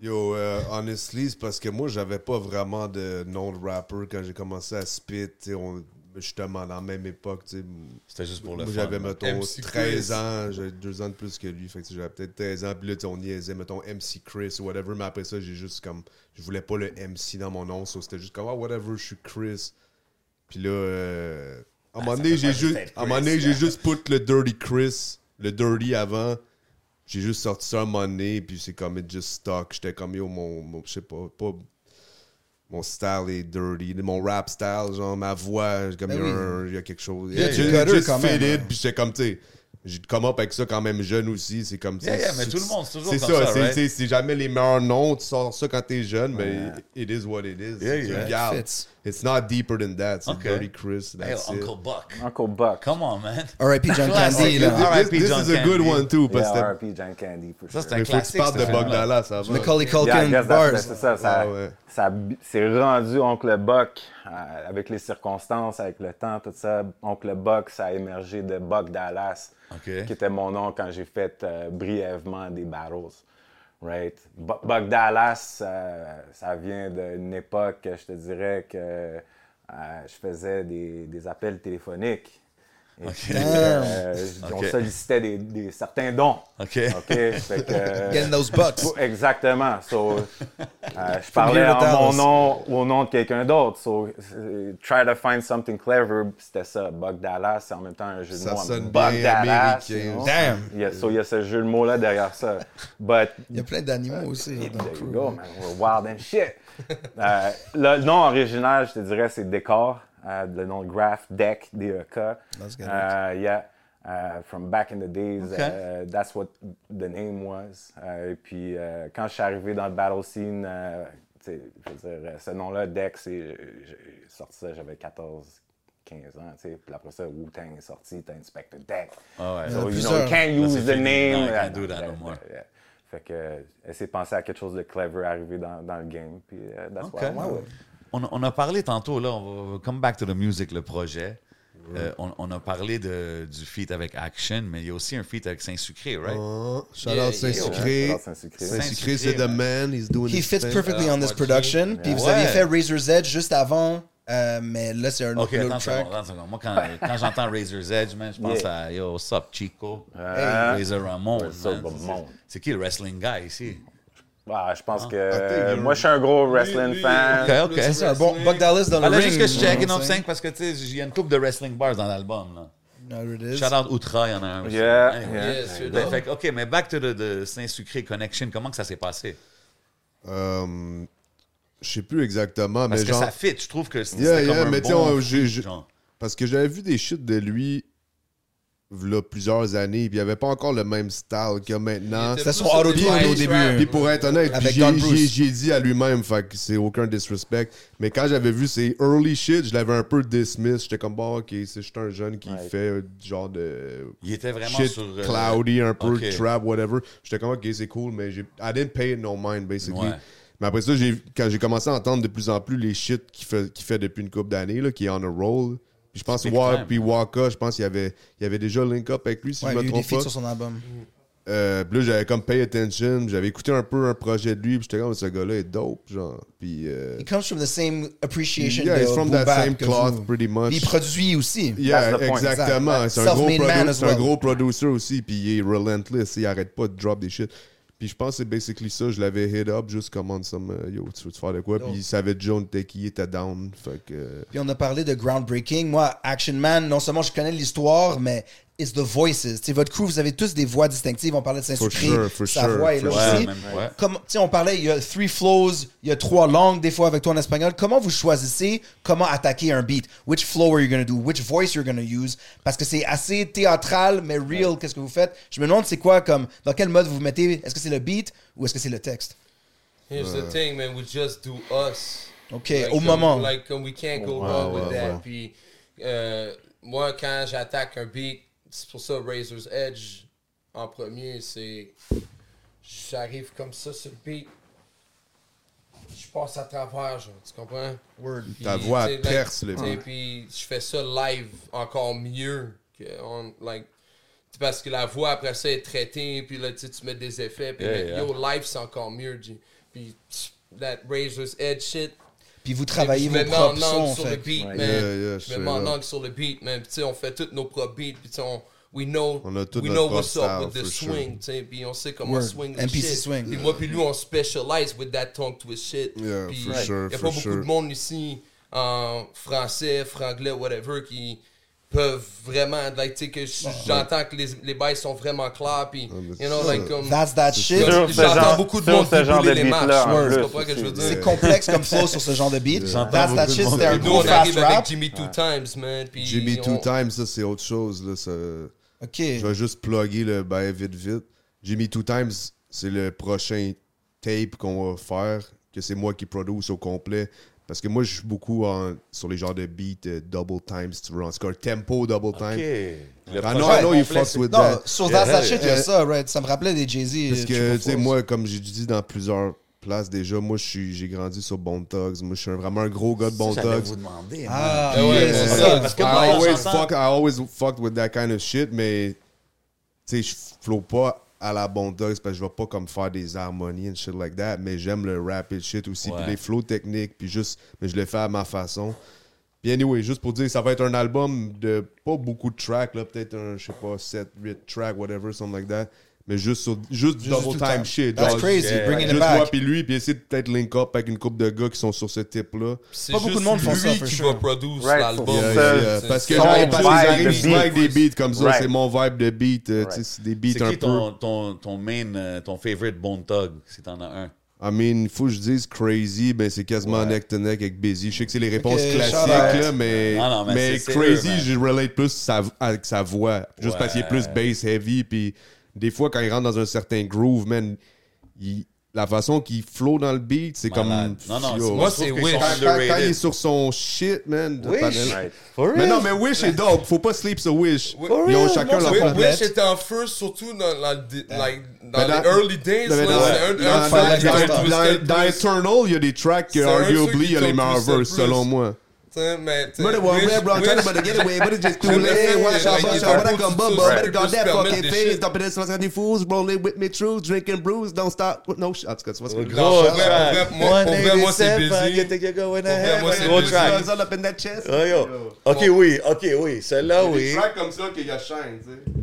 Speaker 5: Yo, euh, honestly, c'est parce que moi, j'avais pas vraiment de nom de rapper quand j'ai commencé à spit. tu sais, on- justement, dans la même époque, tu sais,
Speaker 2: C'était juste pour le
Speaker 5: moi,
Speaker 2: fun.
Speaker 5: j'avais, mettons,
Speaker 4: MC
Speaker 5: 13
Speaker 4: Chris.
Speaker 5: ans. J'avais deux ans de plus que lui. Fait que tu sais, j'avais peut-être 13 ans. Puis là, tu sais, on niaisait, mettons, MC Chris ou whatever. Mais après ça, j'ai juste comme... Je voulais pas le MC dans mon nom. So, c'était juste comme, ah, whatever, je suis Chris. Puis là, euh,
Speaker 2: Ah,
Speaker 5: à un moment donné, j'ai juste... À un moment donné, j'ai juste put le Dirty Chris, le Dirty avant j'ai juste sorti ça un moment donné, puis c'est comme it just stuck. J'étais comme yo, mon, mon- je sais pas, pas. Mon style est dirty, mon rap style, genre ma voix, comme
Speaker 3: Ben
Speaker 5: il y a
Speaker 3: oui.
Speaker 5: un- il y, a quelque chose.
Speaker 3: y a
Speaker 5: It
Speaker 3: du
Speaker 5: just-
Speaker 3: gutter
Speaker 5: just
Speaker 3: quand même,
Speaker 5: fitted,
Speaker 3: hein.
Speaker 5: puis j'étais comme, tu sais, j'ai come up avec ça quand même jeune aussi. C'est comme
Speaker 2: Yeah,
Speaker 5: c'est-
Speaker 2: yeah, mais
Speaker 5: c'est-
Speaker 2: tout le monde, c'est toujours
Speaker 5: C'est
Speaker 2: comme
Speaker 5: ça.
Speaker 2: ça,
Speaker 5: c'est-
Speaker 2: right?
Speaker 5: c'est- C'est jamais les meilleurs noms. Tu sors ça quand t'es jeune, mais it is what it is.
Speaker 2: Yeah,
Speaker 5: tu
Speaker 2: yeah.
Speaker 5: regardes.
Speaker 3: Fits.
Speaker 5: It's not deeper than that. C'est
Speaker 2: Ok.
Speaker 5: Dirty Chris.
Speaker 2: Hey,
Speaker 5: That's it.
Speaker 2: Uncle Buck.
Speaker 7: Uncle Buck.
Speaker 2: Come on, man.
Speaker 3: R.I.P. John Candy, là.
Speaker 5: This,
Speaker 2: R.I.P.
Speaker 5: this
Speaker 2: John
Speaker 5: is a good
Speaker 2: Candy.
Speaker 5: one too. Parce que
Speaker 7: Yeah, R.I.P. John Candy, for
Speaker 2: Ça, c'est
Speaker 7: sure.
Speaker 2: un
Speaker 5: il faut que tu
Speaker 2: classique.
Speaker 5: parles de
Speaker 2: ce film-là.
Speaker 5: Bogdala, ça va.
Speaker 3: Macaulay
Speaker 7: Yeah, I
Speaker 3: Culkin,
Speaker 7: guess that's-
Speaker 3: bars.
Speaker 7: that's- c'est ça,
Speaker 2: Ah
Speaker 7: ça,
Speaker 5: Ouais, ouais.
Speaker 7: ça- c'est rendu Oncle Buck euh, avec les circonstances, avec le temps, tout ça. Oncle Buck, ça a émergé de Buck Dallas,
Speaker 2: Ok.
Speaker 7: qui était mon nom quand j'ai fait euh, brièvement des battles. Right? Bu- Buck Dallas, euh, ça vient d'une époque, je te dirais, que euh, je faisais des, des appels téléphoniques. Et puis, euh, On
Speaker 2: Ok.
Speaker 7: sollicitait des- des, certains dons.
Speaker 2: Ok.
Speaker 7: OK? Fait que-
Speaker 3: Getting those bucks.
Speaker 7: Oh, Exactement. So, euh, je parlais
Speaker 3: From here to
Speaker 7: en mon
Speaker 3: Dallas.
Speaker 7: nom ou au nom de quelqu'un d'autre. So, euh, try to find something clever, c'était ça. Bug Dallas, c'est en même temps un jeu de
Speaker 5: Ça
Speaker 7: mots.
Speaker 5: sonne
Speaker 7: Bug
Speaker 5: bien
Speaker 7: Dallas,
Speaker 5: américain.
Speaker 7: you know?
Speaker 3: Damn!
Speaker 7: Il y a, so, il y a ce jeu de mots-là derrière ça. But
Speaker 3: Il y a plein d'animaux aussi. là, dans le
Speaker 7: There you
Speaker 3: crew.
Speaker 7: go, man. We're wild and shit. Euh, le nom original, je te dirais, c'est Décor. Euh, le nom de Graph, Deck, D-E-K.
Speaker 3: Let's get it.
Speaker 7: Euh, yeah. Euh, from back in the days,
Speaker 2: Okay.
Speaker 7: euh, that's what the name was. Euh, et puis, euh, quand je suis arrivé dans le battle scene, euh, tu sais, je veux dire, euh, ce nom-là, Deck, c'est, j'ai sorti ça, j'avais 14, 15 ans, tu sais. Puis après ça, Wu-Tang est sorti, t'as Inspector Deck.
Speaker 2: Ah ouais.
Speaker 7: So, you know,
Speaker 3: plusieurs.
Speaker 7: you can't
Speaker 2: Là,
Speaker 7: use
Speaker 2: c'est
Speaker 7: the
Speaker 2: fini.
Speaker 7: name. Euh,
Speaker 2: Non, I can't
Speaker 7: Yeah,
Speaker 2: do that
Speaker 7: yeah,
Speaker 2: no more.
Speaker 7: yeah. Fait que, euh, essayer de penser à quelque chose de clever arrivé dans, dans le game. Puis, euh, that's what I
Speaker 2: Ok.
Speaker 7: wanted.
Speaker 2: On, on a parlé tantôt, là, on va come back to the music, le projet. Euh, on, on a parlé de, du feat avec Action, mais il y a aussi un feat avec Saint-Sucré, right?
Speaker 5: Oh, Shout
Speaker 2: Yeah,
Speaker 5: out
Speaker 2: yeah,
Speaker 5: Saint-Sucré.
Speaker 7: Shout out Saint-Sucré.
Speaker 5: Saint-Sucré,
Speaker 2: Saint-Sucré,
Speaker 5: c'est the
Speaker 2: man.
Speaker 5: man. He's doing
Speaker 3: He
Speaker 5: his
Speaker 3: fits
Speaker 5: thing.
Speaker 3: perfectly on this
Speaker 2: Ouais.
Speaker 3: production. Puis vous
Speaker 2: Ouais.
Speaker 3: aviez fait Razor Z juste avant, euh, mais là, c'est un autre
Speaker 2: Ok,
Speaker 3: autre
Speaker 2: attends une
Speaker 3: track.
Speaker 2: seconde, attends une seconde. Moi, quand, quand j'entends Razor's Edge, man, je pense
Speaker 7: Yeah.
Speaker 2: à Yo, what's up, Chico?
Speaker 7: Euh,
Speaker 2: Razor Ramon.
Speaker 7: What's up,
Speaker 2: man.
Speaker 7: Ramon?
Speaker 2: C'est- C'est qui le wrestling guy ici?
Speaker 7: Ah, je pense que
Speaker 5: Ah, t'es-
Speaker 7: moi, je suis un gros wrestling fan.
Speaker 2: Ok, ok.
Speaker 3: C'est un bon Buck Dallas dans le
Speaker 2: Fallait
Speaker 3: ring.
Speaker 2: Ah, juste que je check,
Speaker 3: you
Speaker 2: you
Speaker 3: know
Speaker 2: know
Speaker 3: what I'm saying?
Speaker 2: parce que, tu sais, il y a une couple de wrestling bars dans l'album, là.
Speaker 3: There it is.
Speaker 2: Shout out Outra, il y en a un aussi.
Speaker 7: Yeah,
Speaker 2: Anyway.
Speaker 7: yeah.
Speaker 4: Yes, you
Speaker 2: Ben,
Speaker 4: know.
Speaker 2: fait que, OK, mais back to the, the Saint-Sucré Connection, comment que ça s'est passé?
Speaker 5: Euh, Je sais plus exactement,
Speaker 2: Parce
Speaker 5: mais
Speaker 2: que
Speaker 5: genre.
Speaker 2: ça fit, je trouve que c'est
Speaker 5: Yeah,
Speaker 2: c'est
Speaker 5: yeah,
Speaker 2: comme un
Speaker 5: mais tu sais,
Speaker 2: bon
Speaker 5: on- j'ai- j'ai-
Speaker 2: genre.
Speaker 5: Parce que j'avais vu des shit de lui là, plusieurs années, puis il avait pas encore le même style qu'il y a maintenant.
Speaker 3: C'était son auto-tune au
Speaker 5: Puis
Speaker 3: début.
Speaker 5: pour être honnête,
Speaker 3: Avec
Speaker 5: puis
Speaker 3: Don
Speaker 5: j'ai
Speaker 3: Bruce.
Speaker 5: j'ai- j'ai dit à lui-même, fait que c'est aucun disrespect. Mais quand j'avais vu ses early shit, je l'avais un peu dismiss. J'étais comme, bon, ok, c'est juste un jeune qui fait euh, du genre de
Speaker 2: Il était vraiment
Speaker 5: shit
Speaker 2: sur... euh,
Speaker 5: cloudy, un peu
Speaker 2: ok.
Speaker 5: trap, whatever. J'étais comme, ok, c'est cool, mais j'ai- I didn't pay it no mind, basically.
Speaker 2: Ouais.
Speaker 5: Mais après ça, j'ai- quand j'ai commencé à entendre de plus en plus les shit qu'il fait, qu'il fait depuis une couple d'années, là, qui est on a roll. Puis je pense
Speaker 2: big
Speaker 5: Wa-
Speaker 2: time.
Speaker 5: puis Waka, je pense qu'il y avait, il y avait déjà link up avec lui, si
Speaker 3: Ouais,
Speaker 5: je
Speaker 3: il y a
Speaker 5: me
Speaker 3: eu des
Speaker 5: trompe pas.
Speaker 3: feats sur son album.
Speaker 5: Euh, puis là, j'avais comme pay attention, j'avais écouté un peu un projet de lui, puis j'étais comme, ce gars-là est dope, genre. Puis. euh,
Speaker 3: It comes from the same appreciation
Speaker 5: yeah,
Speaker 3: de
Speaker 5: it's from that
Speaker 3: Booba
Speaker 5: same
Speaker 3: que
Speaker 5: cloth,
Speaker 3: vous.
Speaker 5: pretty much.
Speaker 3: Puis Il produit aussi.
Speaker 5: Yeah,
Speaker 7: That's the point.
Speaker 5: exactement.
Speaker 3: Exact.
Speaker 5: C'est un, gros
Speaker 3: Self-made man
Speaker 5: produ-
Speaker 3: as
Speaker 5: c'est un
Speaker 3: well.
Speaker 5: gros producer aussi, puis il est relentless, il arrête pas de drop des shit. Puis je pense que c'est basically ça, je l'avais hit up, juste commande some, euh, yo, tu veux te faire de quoi? Puis il savait déjà où on était qui était down, fait que... euh,
Speaker 3: Puis on a parlé de groundbreaking. Moi, Action Man, non seulement je connais l'histoire, mais it's the voices. T'sais, votre crew, vous avez tous des voix distinctives. On parlait de Saint-Sucré,
Speaker 5: For sure, for
Speaker 3: sa
Speaker 5: sure,
Speaker 3: voix est là
Speaker 5: for
Speaker 2: sure.
Speaker 3: aussi.
Speaker 2: Ouais, même, ouais.
Speaker 3: Comme, t'sais, on parlait, il y a three flows, il y a trois langues des fois avec toi en espagnol. Comment vous choisissez comment attaquer un beat? Which flow are you going to do? Which voice you're going to use? Parce que c'est assez théâtral, mais real, qu'est-ce que vous faites? Je me demande c'est quoi, comme, dans quel mode vous vous mettez? Est-ce que c'est le beat ou est-ce que c'est le texte?
Speaker 4: Here's the thing, man. We just do us.
Speaker 3: Okay,
Speaker 4: Like,
Speaker 3: au
Speaker 4: um,
Speaker 3: moment.
Speaker 4: Like um, we can't go wrong with that. Puis euh, moi, quand j'attaque un beat, c'est pour ça Razor's Edge en premier, c'est j'arrive comme ça sur le beat. Je passe à travers, genre, tu comprends? Puis,
Speaker 5: Ta voix
Speaker 4: tu sais,
Speaker 5: perce
Speaker 4: like,
Speaker 5: le
Speaker 4: tu sais,
Speaker 5: beat.
Speaker 4: Puis je fais ça live encore mieux que on, like, c'est parce que la voix après ça est traitée, puis là tu sais, tu mets des effets, puis
Speaker 2: Yeah,
Speaker 4: là,
Speaker 2: yeah.
Speaker 4: yo, live c'est encore mieux. G. Puis tch, that Razor's Edge shit.
Speaker 3: Puis vous
Speaker 4: puis
Speaker 3: travaillez
Speaker 4: je me
Speaker 3: vos
Speaker 4: mets en
Speaker 3: propres
Speaker 4: langue
Speaker 3: sons,
Speaker 4: sur
Speaker 3: fait
Speaker 4: le
Speaker 3: que-
Speaker 4: beat, man.
Speaker 5: Yeah, yeah,
Speaker 4: je me mets en
Speaker 5: straight
Speaker 4: langue sur le beat, man. Puis tu sais, on fait tous nos propres beats, puis tu sais, on. We know,
Speaker 5: On a tout
Speaker 4: we know
Speaker 5: notre propre
Speaker 4: what's up with
Speaker 5: style,
Speaker 4: the
Speaker 5: for sure.
Speaker 4: swing, tu sais, puis on sait comment
Speaker 3: Word.
Speaker 4: swing the
Speaker 3: MPC
Speaker 4: shit.
Speaker 3: swing.
Speaker 4: Puis moi puis lui, on specialize with that tongue twist shit.
Speaker 5: Yeah,
Speaker 4: Puis
Speaker 5: for sure,
Speaker 4: y a pas
Speaker 5: for
Speaker 4: beaucoup
Speaker 5: sure.
Speaker 4: de monde ici en français, franglais, whatever, qui peuvent vraiment, like, tu sais, que j- j'entends que les, les bails sont vraiment clairs,
Speaker 5: Ah,
Speaker 4: puis, you know, like, comme...
Speaker 3: That's that shit.
Speaker 7: Sur ce
Speaker 4: J'entends
Speaker 7: genre-
Speaker 4: beaucoup de
Speaker 7: sur
Speaker 4: monde
Speaker 7: ce
Speaker 4: qui
Speaker 7: genre
Speaker 4: brûler
Speaker 7: de
Speaker 4: les
Speaker 7: beat-là,
Speaker 4: matchs,
Speaker 7: en plus,
Speaker 4: tu comprends ce que je veux
Speaker 7: aussi,
Speaker 4: dire?
Speaker 3: C'est complexe comme flow sur ce genre de beat. That's that shit, c'était un
Speaker 4: Nous,
Speaker 3: gros
Speaker 4: on
Speaker 3: fast
Speaker 4: arrive avec
Speaker 3: rap.
Speaker 4: Jimmy Two Times, man, puis...
Speaker 5: Jimmy
Speaker 4: on-
Speaker 5: Two Times, ça c'est autre chose, là, ça...
Speaker 3: OK.
Speaker 5: Je vais juste plugger le bail vite, vite. Jimmy Two Times, c'est le prochain tape qu'on va faire, que c'est moi qui produce au complet. Parce que moi, je suis beaucoup en- sur les genres de beats euh, double times to run. Score tempo double time.
Speaker 2: Le
Speaker 5: Ah
Speaker 2: prochain
Speaker 5: non, non, il
Speaker 2: complet,
Speaker 5: fucks
Speaker 2: c'est-
Speaker 5: with
Speaker 3: Non,
Speaker 5: that.
Speaker 3: sur That
Speaker 5: Yeah.
Speaker 3: Sachet, il y a
Speaker 5: Euh,
Speaker 3: ça, right? Ça me rappelait des Jay-Z.
Speaker 5: Parce
Speaker 3: euh,
Speaker 5: que,
Speaker 3: Triple
Speaker 5: tu sais,
Speaker 3: Fours.
Speaker 5: moi, comme j'ai dit dans plusieurs places déjà, moi, je suis- j'ai grandi sur Bon Tugs. Moi, je suis un- vraiment un gros gars de Bon
Speaker 2: Ça, J'allais vous
Speaker 5: Tugs.
Speaker 2: demander.
Speaker 3: Ah,
Speaker 2: man.
Speaker 3: ouais,
Speaker 2: Puis,
Speaker 3: c'est
Speaker 2: euh,
Speaker 3: ça.
Speaker 2: Parce que
Speaker 5: I
Speaker 2: moi, on
Speaker 5: always,
Speaker 2: s'entend-
Speaker 5: fuck, I always fucked with that kind of shit, mais, tu sais, je flow pas à la Bon Tugs parce que je vais pas comme faire des harmonies and shit like that, mais j'aime le rapid shit aussi, puis les flows techniques, puis juste, mais je le fais à ma façon. Puis anyway, juste pour dire, ça va être un album de pas beaucoup de tracks, là, peut-être un, je sais pas, 7, 8 tracks, whatever, something like that. Mais juste, sur, juste,
Speaker 3: Juste
Speaker 5: double
Speaker 3: tout le
Speaker 5: time
Speaker 3: temps.
Speaker 5: shit.
Speaker 3: That's
Speaker 5: genre,
Speaker 3: crazy,
Speaker 5: yeah.
Speaker 3: bringing it
Speaker 5: Juste
Speaker 3: back.
Speaker 5: moi puis lui, puis essayer de peut-être link up avec une couple de gars qui sont sur ce type-là.
Speaker 4: C'est
Speaker 3: Pas beaucoup de
Speaker 4: juste
Speaker 3: monde font
Speaker 4: lui
Speaker 3: ça, for
Speaker 4: qui
Speaker 3: sure.
Speaker 4: va produire
Speaker 7: Right,
Speaker 4: l'album.
Speaker 7: for
Speaker 5: Yeah,
Speaker 7: sure.
Speaker 5: yeah, yeah.
Speaker 4: C'est-
Speaker 5: Euh, Parce que
Speaker 4: c'est-
Speaker 7: son
Speaker 5: j'arrive
Speaker 7: vibe
Speaker 5: pas
Speaker 7: de
Speaker 5: arrivent
Speaker 7: beat.
Speaker 5: avec des beats comme ça,
Speaker 7: Right.
Speaker 5: c'est mon vibe de beat. euh, tu sais, C'est des
Speaker 2: C'est
Speaker 5: beats un
Speaker 2: qui ton,
Speaker 5: peu.
Speaker 2: ton, ton main, euh, ton favorite Bone Tug, si t'en as un?
Speaker 5: I mean, faut que je dise crazy, ben c'est quasiment
Speaker 2: Ouais.
Speaker 5: neck to neck avec Busy. Je sais que c'est les réponses
Speaker 3: shout
Speaker 5: classiques,
Speaker 3: out.
Speaker 5: là, mais,
Speaker 2: Non, non, mais
Speaker 5: mais
Speaker 2: c'est- c'est
Speaker 5: crazy,
Speaker 2: eux, man.
Speaker 5: je relate plus sa- avec sa voix. Juste parce qu'il est plus bass heavy. Puis des fois, quand il rentre dans un certain groove, man, il- la façon qu'il flow dans le beat, c'est comme.
Speaker 2: Malade. Non, non,
Speaker 5: Yo.
Speaker 2: c'est-
Speaker 4: Moi,
Speaker 2: je trouve
Speaker 4: c'est
Speaker 2: qu'ils
Speaker 4: Wish.
Speaker 2: sont
Speaker 5: quand, quand- quand il est
Speaker 2: underrated.
Speaker 5: sur son shit, man. de
Speaker 3: Wish.
Speaker 5: panel-
Speaker 7: Right.
Speaker 5: Mais non, mais Wish est dope. Faut pas sleep sur Wish. Ils ont
Speaker 3: real,
Speaker 5: chacun
Speaker 3: moi,
Speaker 5: leur
Speaker 4: Oui,
Speaker 5: propre-
Speaker 4: oui,
Speaker 3: complète.
Speaker 4: j'étais en first, surtout dans, la- like, dans
Speaker 5: Mais
Speaker 4: les
Speaker 5: dans-
Speaker 4: early days.
Speaker 5: Non, mais
Speaker 4: là,
Speaker 5: dans-
Speaker 4: c'est un-
Speaker 5: dans-
Speaker 4: un
Speaker 5: dans-
Speaker 4: track qui
Speaker 5: dans-
Speaker 4: était
Speaker 5: dans-
Speaker 4: twisted
Speaker 5: dans-
Speaker 4: plus,
Speaker 5: dans Eternal, il y a des tracks que,
Speaker 4: C'est un ceux
Speaker 5: arguably,
Speaker 4: qui
Speaker 5: il y a les
Speaker 4: sont
Speaker 5: meilleurs
Speaker 4: twisted
Speaker 5: verses,
Speaker 4: plus.
Speaker 5: selon moi.
Speaker 4: tu sais, mais, tu sais,
Speaker 5: Murder one,
Speaker 4: Wish-
Speaker 5: red rock,
Speaker 4: Wish-
Speaker 5: China, but the getaway, but it's just too
Speaker 4: Le
Speaker 5: late.
Speaker 4: fait,
Speaker 5: Watch
Speaker 4: like,
Speaker 5: out, watch
Speaker 4: il
Speaker 5: out, what I
Speaker 4: propose
Speaker 5: come
Speaker 4: tout
Speaker 5: bum,
Speaker 4: ça,
Speaker 5: bum, better
Speaker 4: il
Speaker 5: go
Speaker 4: peut se
Speaker 5: that
Speaker 4: permettre
Speaker 5: fucking
Speaker 4: des
Speaker 5: face,
Speaker 4: shit.
Speaker 5: dumping this fucking any fools, rolling with me true, drinking brews, don't stop, no shit. En tout cas, tu vois ce que je veux dire.
Speaker 4: Non, pour vrai, pour vrai, moi, pour vrai, moi, c'est busy. heaven. moi, c'est Gros busy. track.
Speaker 5: All up in that chest.
Speaker 2: Oh, yo. Ok, oui, ok, oui. Celle-là,
Speaker 5: Il y a des
Speaker 2: oui.
Speaker 5: tracks comme ça qu'il y a chaîne, tu sais.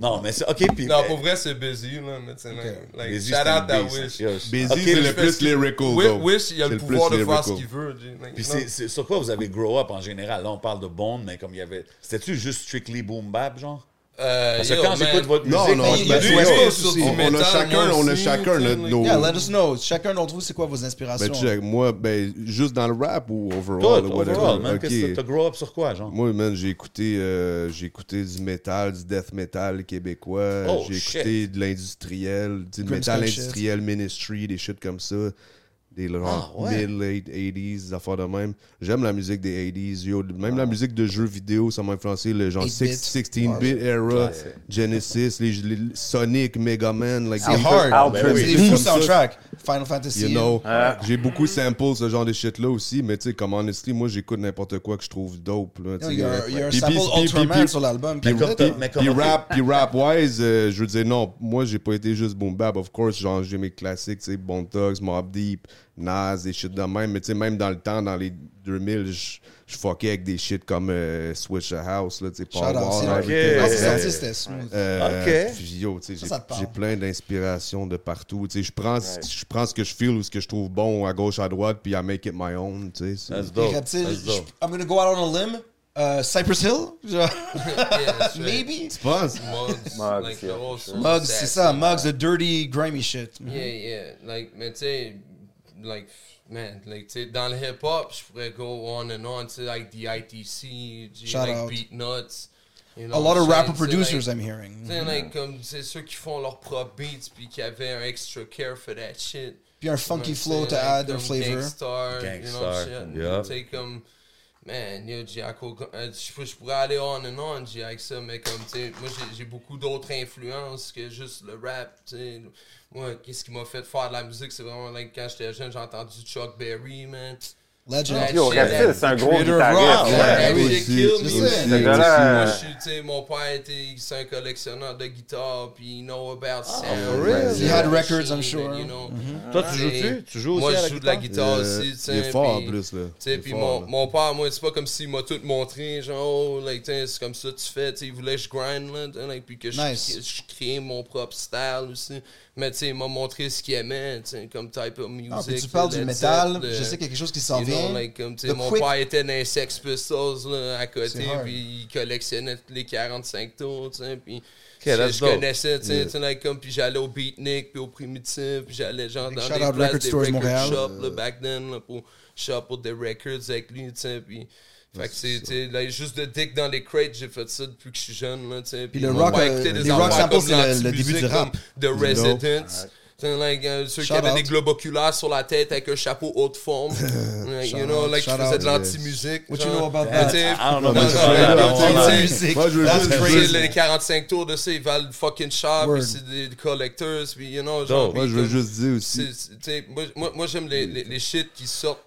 Speaker 2: Non, mais c'est. Ok, puis.
Speaker 4: Non, pour vrai, c'est busy, là, mais tu sais, like,
Speaker 2: Busy,
Speaker 4: shout
Speaker 2: c'est un
Speaker 4: out à
Speaker 2: beast.
Speaker 4: Wish.
Speaker 2: Yo,
Speaker 5: Busy,
Speaker 2: ok,
Speaker 5: c'est
Speaker 2: je
Speaker 5: le
Speaker 2: fais-
Speaker 5: plus lyrical,
Speaker 4: Wi-
Speaker 5: though.
Speaker 4: Wish, il a
Speaker 5: C'est
Speaker 4: le
Speaker 5: plus
Speaker 4: pouvoir de faire ce
Speaker 5: lyrical.
Speaker 4: qu'il veut. tu sais, like,
Speaker 2: Puis
Speaker 4: non.
Speaker 2: c'est c'est- sur quoi vous avez grow up en général? Là, on parle de Bone, mais comme il y avait. C'était-tu juste strictly boom bap, genre?
Speaker 4: Euh,
Speaker 2: Parce
Speaker 4: yo,
Speaker 2: que quand
Speaker 4: man,
Speaker 2: j'écoute votre
Speaker 5: Non,
Speaker 2: musique,
Speaker 5: non,
Speaker 2: moi,
Speaker 5: je
Speaker 2: je
Speaker 4: il y a
Speaker 5: me
Speaker 2: me
Speaker 4: du
Speaker 5: dis,
Speaker 2: dis,
Speaker 4: West
Speaker 2: oh,
Speaker 5: oh,
Speaker 4: Coast aussi.
Speaker 5: on- on
Speaker 4: Metal,
Speaker 5: a chacun,
Speaker 4: moi
Speaker 5: on a
Speaker 4: aussi,
Speaker 5: chacun
Speaker 4: tu sais,
Speaker 5: notre-
Speaker 4: like-
Speaker 5: nos.
Speaker 3: Yeah, let us know. Chacun d'entre vous, c'est quoi vos
Speaker 5: Ben,
Speaker 3: inspirations?
Speaker 5: check, moi, ben, juste dans le rap ou
Speaker 2: tout,
Speaker 5: overall? ou whatever?
Speaker 2: overall, man.
Speaker 5: Ok.
Speaker 2: qu'est-ce que T'as grow up sur quoi, genre?
Speaker 5: Moi, man, j'ai écouté, euh, j'ai écouté du métal, du death metal québécois.
Speaker 2: Oh,
Speaker 5: j'ai
Speaker 2: shit.
Speaker 5: écouté de l'industriel, du
Speaker 3: Grimstone
Speaker 5: métal
Speaker 3: shit.
Speaker 5: industriel, ministry, des shit comme ça. Des genre
Speaker 2: Ah, ouais.
Speaker 5: mid-late 80s, des affaires de même. J'aime la musique des 80s. yo. Même
Speaker 2: Ah.
Speaker 5: la musique de jeux vidéo, ça m'a influencé. Le genre
Speaker 3: 8-bit.
Speaker 5: 16-bit era, Genesis, les, les- Sonic, Mega Man. Like,
Speaker 3: C'est
Speaker 5: des-
Speaker 2: Ah,
Speaker 3: hard.
Speaker 7: ben
Speaker 3: C'est
Speaker 7: oui.
Speaker 3: des fous soundtrack. Final Fantasy.
Speaker 5: You know,
Speaker 2: hein.
Speaker 5: j'ai beaucoup sample ce genre de shit là aussi, mais tu sais, comme honestly, moi j'écoute n'importe quoi que je trouve dope. Là, tu
Speaker 3: Il y
Speaker 5: sais. euh,
Speaker 3: a- il y a un
Speaker 5: Puis-
Speaker 3: sample
Speaker 5: puis- puis-
Speaker 3: Ultraman
Speaker 5: puis-
Speaker 3: sur l'album.
Speaker 5: puis,
Speaker 3: qui est
Speaker 5: rap,
Speaker 3: vrai,
Speaker 5: puis,
Speaker 3: hein.
Speaker 2: mais comment-
Speaker 5: puis rap, puis rap wise, euh, je veux dire, non, moi j'ai pas été juste boom bap, of course, genre j'ai mes classiques, tu sais, Bon Thugs, Mob Deep, Nas, des shit de
Speaker 3: Mm.
Speaker 5: même, mais tu sais, même dans le temps, dans les 2000, je je fuckais avec des shit comme euh, Switch a House, là, tu sais,
Speaker 3: Shout
Speaker 5: Paul
Speaker 3: out.
Speaker 5: Wall,
Speaker 3: c'est-
Speaker 5: everything.
Speaker 3: Quand
Speaker 2: Ok.
Speaker 3: c'est sorti, c'était smooth.
Speaker 5: Euh,
Speaker 2: Ok.
Speaker 5: puis yo, tu sais,
Speaker 3: ça te
Speaker 5: j'ai
Speaker 3: parle.
Speaker 5: j'ai plein d'inspiration de partout. Tu sais, je prends, ce- je prends ce que je feel ou ce que je trouve bon à gauche, à droite, puis I make it my own. Tu sais, c'est-
Speaker 2: That's
Speaker 3: Les
Speaker 2: dope.
Speaker 3: reptiles,
Speaker 2: That's dope.
Speaker 3: je- I'm gonna go out on a limb. Euh, Cypress Hill? Genre,
Speaker 4: Yeah, straight.
Speaker 3: Maybe?
Speaker 5: tu penses?
Speaker 4: Mugs,
Speaker 7: Mugs,
Speaker 4: like,
Speaker 7: yeah,
Speaker 4: the whole
Speaker 7: for sure.
Speaker 4: soul
Speaker 3: Mugs, c'est
Speaker 4: set,
Speaker 3: ça.
Speaker 4: like,
Speaker 3: Mugs, the dirty, grimy shit.
Speaker 4: Yeah, yeah. Like, mais tu sais, like, man, like, tu sais, dans le hip-hop, je pourrais go on and on, tu sais, like, the ITC, G,
Speaker 3: Shout
Speaker 4: like,
Speaker 3: out.
Speaker 4: Beat Nuts. You know,
Speaker 3: A lot of
Speaker 4: shit,
Speaker 3: rapper
Speaker 4: tu sais,
Speaker 3: producers,
Speaker 4: like,
Speaker 3: I'm hearing.
Speaker 4: tu sais, like, comme, c'est ceux qui font leurs propres beats, puis qui avaient un extra care for that shit.
Speaker 3: Puis un funky
Speaker 4: Like,
Speaker 3: flow
Speaker 4: tu
Speaker 3: to
Speaker 4: sais,
Speaker 3: add their
Speaker 4: comme
Speaker 3: flavor.
Speaker 4: Gangstar, you know,
Speaker 2: Gangstar,
Speaker 4: shit.
Speaker 2: yeah.
Speaker 4: Tu sais, comme, man, yo, j'ai encore- euh, je, je pourrais aller on and on, j'ai avec ça, mais comme, tu sais, moi, j'ai- j'ai beaucoup d'autres influences que juste le rap, tu sais. Moi, qu'est-ce qui m'a fait faire de la musique, c'est vraiment, like, quand j'étais jeune, j'ai entendu Chuck Berry, man.
Speaker 3: Legend.
Speaker 4: Yo,
Speaker 7: Yo, Reptile, c'est un gros
Speaker 3: Creator of Rock,
Speaker 7: guitariste. ouais.
Speaker 3: ouais.
Speaker 4: That
Speaker 3: oui,
Speaker 4: shit
Speaker 5: aussi,
Speaker 4: killed
Speaker 3: c'est
Speaker 4: me,
Speaker 3: ça.
Speaker 4: man.
Speaker 3: Ce
Speaker 4: Tu sais,
Speaker 7: gars-là,
Speaker 4: moi,
Speaker 7: euh,
Speaker 4: je suis- tu sais, mon père était c'est un collectionneur de guitare, puis il know about sound.
Speaker 3: Ah, real? He had
Speaker 4: and
Speaker 3: records, I'm
Speaker 4: machine, and,
Speaker 3: sure. Mm-hmm.
Speaker 4: you know.
Speaker 2: Toi, tu
Speaker 4: Ouais.
Speaker 2: joues-tu? Tu joues aussi
Speaker 4: Moi,
Speaker 2: à la
Speaker 4: je joue de la
Speaker 2: guitare?
Speaker 4: guitare
Speaker 5: Euh,
Speaker 4: aussi, tu sais.
Speaker 5: il est fort,
Speaker 4: puis-
Speaker 5: en plus, là.
Speaker 4: Tu sais,
Speaker 5: Il est
Speaker 4: puis
Speaker 5: fort,
Speaker 4: mon,
Speaker 5: là.
Speaker 4: mon père, moi, c'est pas comme s'il m'a tout montré, genre, oh, like, tu sais, c'est comme ça que tu fais, tu sais, il voulait que je grind, là, tu sais, like, puis que je,
Speaker 3: Nice.
Speaker 4: que je crée mon propre style aussi. Mais, tu sais, il m'a montré ce qu'il aimait, tu sais, comme type of music.
Speaker 3: Ah, puis tu
Speaker 4: le
Speaker 3: parles du
Speaker 4: Led
Speaker 3: métal,
Speaker 4: Zepp, le-
Speaker 3: je sais qu'il y a quelque chose qui s'en
Speaker 4: You know,
Speaker 3: vient.
Speaker 4: like, comme, tu sais,
Speaker 3: The
Speaker 4: mon
Speaker 3: quick-
Speaker 4: père était dans les Sex Pistols là, à
Speaker 3: C'est
Speaker 4: côté,
Speaker 3: hard.
Speaker 4: puis il collectionnait tous les 45 tours, tu sais, puis je,
Speaker 2: that's
Speaker 4: je
Speaker 2: dope.
Speaker 4: connaissais, tu sais, tu sais, like, comme, puis j'allais au Beatnik, puis au Primitif, puis j'allais genre
Speaker 3: Big
Speaker 4: dans
Speaker 3: shout
Speaker 4: des
Speaker 3: out
Speaker 4: places,
Speaker 3: Record
Speaker 4: des
Speaker 3: Stores
Speaker 4: record
Speaker 3: Montréal.
Speaker 4: shops, là, back then, là, pour shop pour des records avec lui, tu sais, puis Fait que c'est, tu sais, là, juste de dick dans les crates, j'ai fait ça depuis que je suis jeune, là, tu sais.
Speaker 3: Puis le rock,
Speaker 4: ouais,
Speaker 3: euh,
Speaker 4: écouter des
Speaker 3: les rock
Speaker 4: affaires
Speaker 3: samples,
Speaker 4: comme
Speaker 3: c'est le- le
Speaker 4: l'anti-musique,
Speaker 3: début du rap.
Speaker 4: comme The
Speaker 3: You know.
Speaker 4: Residents. Tu sais, like, euh, ceux qui
Speaker 3: Shout
Speaker 4: avaient
Speaker 3: out.
Speaker 4: des globes oculaires sur la tête avec un chapeau haute forme. Like, you
Speaker 3: Shout
Speaker 4: know,
Speaker 3: out,
Speaker 4: like, qui
Speaker 3: shout
Speaker 4: faisaient
Speaker 3: out,
Speaker 4: de
Speaker 3: yes.
Speaker 4: l'anti-musique.
Speaker 3: What you
Speaker 4: genre.
Speaker 3: know about
Speaker 4: Euh,
Speaker 3: that?
Speaker 4: tu sais,
Speaker 3: I don't know
Speaker 4: dans-
Speaker 3: much
Speaker 4: dans-
Speaker 3: about
Speaker 4: dans-
Speaker 3: that.
Speaker 4: dans-
Speaker 3: I don't know.
Speaker 4: tu sais,
Speaker 3: Moi, je veux
Speaker 4: that's
Speaker 3: juste-
Speaker 4: crazy,
Speaker 3: je veux juste-
Speaker 4: Les 45 tours de ça, ils valent fucking cher,
Speaker 3: Word.
Speaker 4: puis c'est des collectors, puis, you know, genre,
Speaker 5: Moi,
Speaker 4: puis
Speaker 5: je veux
Speaker 4: comme-
Speaker 5: juste dire aussi.
Speaker 4: c'est- c'est- t'sais, moi, moi, moi, j'aime les, les, les shit qui sortent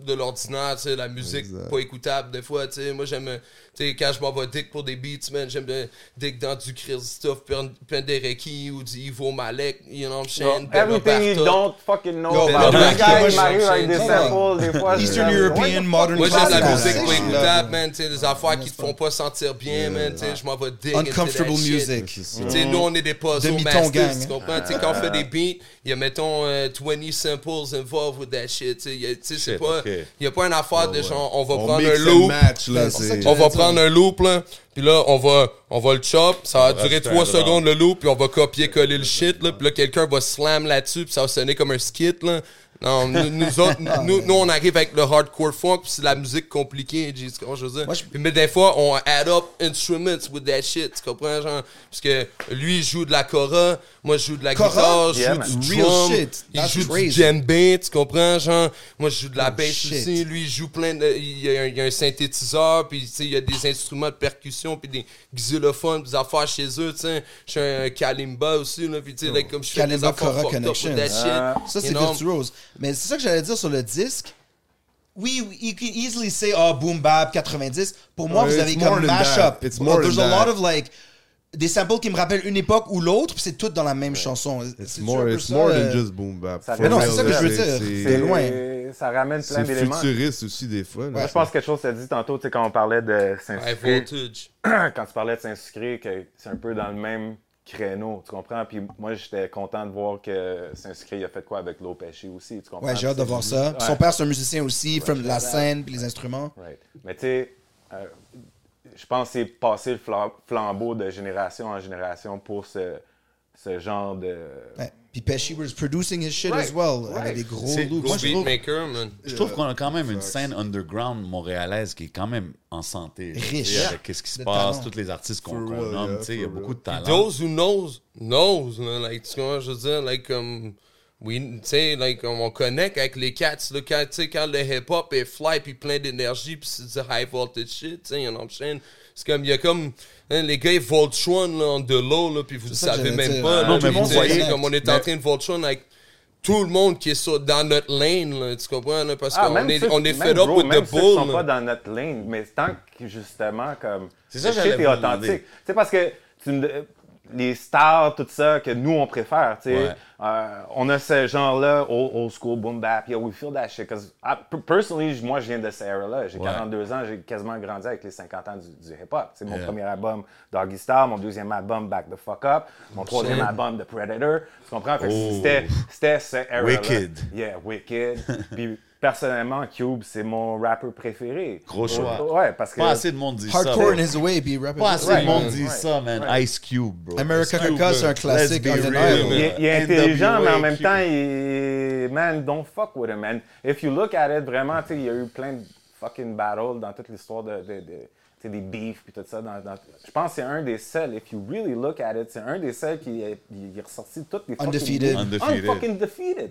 Speaker 4: de l'ordinaire, t'sais, la musique
Speaker 5: Exact.
Speaker 4: pas écoutable des fois, t'sais, moi j'aime, euh, t'sais, quand je m'en vais dick pour des beats, man, j'aime bien dick dans du Christophe Pen- Penderecki E ou du Ivo Malek, you know Ben what I'm saying, Bella
Speaker 7: Everything you
Speaker 4: Bartok.
Speaker 7: don't fucking know
Speaker 4: Yo,
Speaker 7: about.
Speaker 4: Bella
Speaker 7: Le gars,
Speaker 4: Bartok,
Speaker 7: il m'arrive avec des
Speaker 4: shit.
Speaker 7: samples, des fois. je suis
Speaker 3: Eastern
Speaker 7: comme,
Speaker 3: European modern
Speaker 4: Moi j'aime la musique
Speaker 3: classic.
Speaker 4: pas écoutable, man, t'sais, des affaires qui te font pas sentir bien, man, t'sais, je m'en vais dick into that
Speaker 3: Uncomfortable
Speaker 4: shit.
Speaker 3: music.
Speaker 4: Tu sais, nous, on est des puzzle
Speaker 3: Demi-ton
Speaker 4: masters,
Speaker 3: gang.
Speaker 4: tu comprends? Tu sais, quand on fait des beats, il y a, mettons, euh, 20 samples involved with that shit. Tu sais, il y a- tu sais, c'est
Speaker 2: Shit,
Speaker 4: pas...
Speaker 2: ok.
Speaker 4: Il y a pas une affaire de genre, on va
Speaker 5: On
Speaker 4: prendre
Speaker 5: mixe
Speaker 4: un
Speaker 5: and
Speaker 4: loop,
Speaker 5: match, là,
Speaker 3: C'est ça que
Speaker 5: c'est-
Speaker 4: on va
Speaker 3: J'allais
Speaker 4: prendre un loop, là, puis là, on va, on va le chop, ça va durer
Speaker 2: rajouter
Speaker 4: 3
Speaker 2: un drum.
Speaker 4: secondes le loop, puis on va copier-coller le shit, là, puis là, quelqu'un va slam là-dessus, puis ça va sonner comme un skit, là. Non, nous, nous autres, nous, nous, on arrive avec le hardcore funk, puis c'est la musique compliquée, tu sais, tu comprends ce que je veux dire?
Speaker 3: Moi, je-
Speaker 4: Puis, mais des fois, on add up instruments with that shit, tu comprends, genre? Parce que lui, il joue de la cora, moi, je joue de la
Speaker 3: Cora?
Speaker 4: guitare, je
Speaker 7: Yeah,
Speaker 4: joue
Speaker 3: man.
Speaker 4: du
Speaker 3: Real
Speaker 4: drum,
Speaker 3: shit.
Speaker 4: il
Speaker 3: That's
Speaker 4: joue du
Speaker 3: crazy.
Speaker 4: djembé, tu comprends, genre? Moi, je joue de la
Speaker 3: Oh,
Speaker 4: bass
Speaker 3: shit.
Speaker 4: aussi, lui, il joue plein de. Il y a un, il y a un synthétiseur, puis tu sais, il y a des instruments de percussion, puis des xylophones, des affaires chez eux, tu sais. Je suis un kalimba aussi, là, puis tu sais, like, comme je fais des
Speaker 3: Oh. Kalimba
Speaker 4: affaires
Speaker 3: Kora
Speaker 4: fucked up
Speaker 3: Connection.
Speaker 4: with that shit.
Speaker 3: Ça, c'est
Speaker 4: you know?
Speaker 3: virtuose. Mais c'est ça que j'allais dire sur le disque. Oui, oui, you can easily say, oh, boom bap 90. Pour moi,
Speaker 5: Ouais,
Speaker 3: vous
Speaker 5: it's
Speaker 3: avez
Speaker 5: more
Speaker 3: comme
Speaker 5: than
Speaker 3: mashup.
Speaker 5: that. It's more
Speaker 3: There's
Speaker 5: than
Speaker 3: a lot
Speaker 5: that.
Speaker 3: of like des samples qui me rappellent une époque ou l'autre, puis c'est tout dans la même chanson.
Speaker 5: It's
Speaker 3: C'est-tu un
Speaker 5: more,
Speaker 3: peu
Speaker 5: it's
Speaker 3: ça,
Speaker 5: more
Speaker 3: euh,
Speaker 5: than just boom bap.
Speaker 7: Ça
Speaker 5: For
Speaker 7: fait-
Speaker 3: Mais non, c'est
Speaker 5: real,
Speaker 3: ça que je veux
Speaker 5: c'est-
Speaker 3: dire.
Speaker 5: c'est-
Speaker 3: C'est loin.
Speaker 7: Ça ramène plein
Speaker 5: C'est
Speaker 7: d'éléments.
Speaker 5: futuriste aussi, des fois. là.
Speaker 7: Moi, je pense que quelque chose t'a dit tantôt, tu sais, quand on parlait de
Speaker 4: High
Speaker 7: Saint-Sucré,
Speaker 4: voltage.
Speaker 7: quand tu parlais de Saint-Sucré, que c'est un peu dans le même créneau, tu comprends? Puis moi, j'étais content de voir que Saint-Sucré, il a fait quoi avec l'eau pêchée aussi, tu comprends?
Speaker 3: Ouais, j'ai hâte de voir ça. Son
Speaker 7: Ouais.
Speaker 3: père, c'est un musicien aussi, from la scène, puis les instruments.
Speaker 7: Right. Mais tu sais, euh, je pense que c'est passer le fla- flambeau de génération en génération pour ce, ce genre de...
Speaker 3: Ouais. Puis Pesci was producing his shit
Speaker 7: Right,
Speaker 3: as well.
Speaker 7: right.
Speaker 3: Avec des gros
Speaker 2: C'est-
Speaker 3: loops.
Speaker 4: Go
Speaker 2: Moi, je trouve-
Speaker 4: beatmaker, man.
Speaker 2: Je
Speaker 5: Euh,
Speaker 2: trouve qu'on a quand même une scène underground montréalaise qui est quand même en santé. là,
Speaker 3: Riche.
Speaker 2: tu sais, Avec ce qui se
Speaker 3: De
Speaker 2: passe,
Speaker 3: talent.
Speaker 2: tous les artistes qu'on
Speaker 5: For
Speaker 2: qu'on
Speaker 5: real,
Speaker 2: nomme,
Speaker 5: yeah,
Speaker 2: tu sais, il y a
Speaker 5: for
Speaker 2: beaucoup de talent.
Speaker 4: Those who knows, knows, là, like, tu comprends, je veux dire, like, comme. Oui, tu sais, like, on on connecte avec les cats, là, quand, tu sais, quand le hip-hop est fly, puis plein d'énergie, puis c'est du high voltage shit, tu sais, you know what I'm saying? C'est comme, il y a comme, hein, les gars, ils Voltron, là, en de l'eau, là, puis vous le
Speaker 3: C'est ça que
Speaker 4: savez
Speaker 3: j'allais
Speaker 4: même
Speaker 3: dire.
Speaker 4: pas,
Speaker 3: Ah,
Speaker 4: là,
Speaker 2: non,
Speaker 4: puis
Speaker 2: mais vous
Speaker 4: tu sais,
Speaker 2: voyez,
Speaker 4: comme on est en train de Voltron avec tout le monde qui est sur, dans notre lane, là, tu comprends, là, parce qu'on est,
Speaker 7: ceux-
Speaker 4: on est
Speaker 7: Ah, même,
Speaker 4: fed up
Speaker 7: bro,
Speaker 4: with
Speaker 7: même
Speaker 4: the
Speaker 7: ceux qui
Speaker 4: bull,
Speaker 7: sont
Speaker 4: là.
Speaker 7: pas dans notre ligne, mais tant que justement comme
Speaker 2: C'est ça
Speaker 7: le
Speaker 2: que j'allais
Speaker 7: shit est
Speaker 2: vous
Speaker 7: authentique.
Speaker 2: demander.
Speaker 7: Tu sais parce que tu me- les stars, tout ça que nous on préfère, tu sais,
Speaker 2: Ouais.
Speaker 7: euh, on a ce genre-là, old, old school, boom bap, yeah, we feel that shit. 'Cause I- per- personally, j- moi je viens de cette era-là, j'ai
Speaker 2: Ouais.
Speaker 7: 42 ans, j'ai quasiment grandi avec les 50 ans du, du hip-hop. C'est mon
Speaker 2: Yeah.
Speaker 7: premier album Doggy Star, mon deuxième album Back the Fuck Up, mon troisième album The Predator. Tu comprends? Fait que
Speaker 2: Oh.
Speaker 7: C'était c'était cette era-là.
Speaker 2: Wicked.
Speaker 7: Yeah, Wicked. Puis personnellement, Cube, c'est mon rappeur préféré.
Speaker 2: Gros choix.
Speaker 7: Ouais, ouais, parce que.
Speaker 2: Pas assez de monde dit ça.
Speaker 3: Hardcore in
Speaker 2: bro.
Speaker 3: his way, puis rapping.
Speaker 2: Pas assez
Speaker 7: Right,
Speaker 2: de monde
Speaker 7: right,
Speaker 2: dit
Speaker 7: right,
Speaker 2: ça, man.
Speaker 7: right.
Speaker 2: Ice Cube, bro.
Speaker 3: America
Speaker 2: Ice Cube,
Speaker 3: Kaka, c'est un
Speaker 2: let's
Speaker 3: classique
Speaker 2: be
Speaker 3: undeniable.
Speaker 2: real, man.
Speaker 7: Il, est- il est intelligent, mais en même
Speaker 2: NWAQ.
Speaker 7: temps, il, man, don't fuck with him, man. If you look at it, vraiment, tu sais, il y a eu plein de fucking battles dans toute l'histoire de, de- de- tu sais, des beefs puis tout ça. dans- dans- je pense que c'est un des seuls, if you really look at it, c'est un des seuls qui est, il est ressorti de toutes les fucking
Speaker 3: Undefeated.
Speaker 7: beefs.
Speaker 2: Undefeated.
Speaker 7: Unfucking defeated.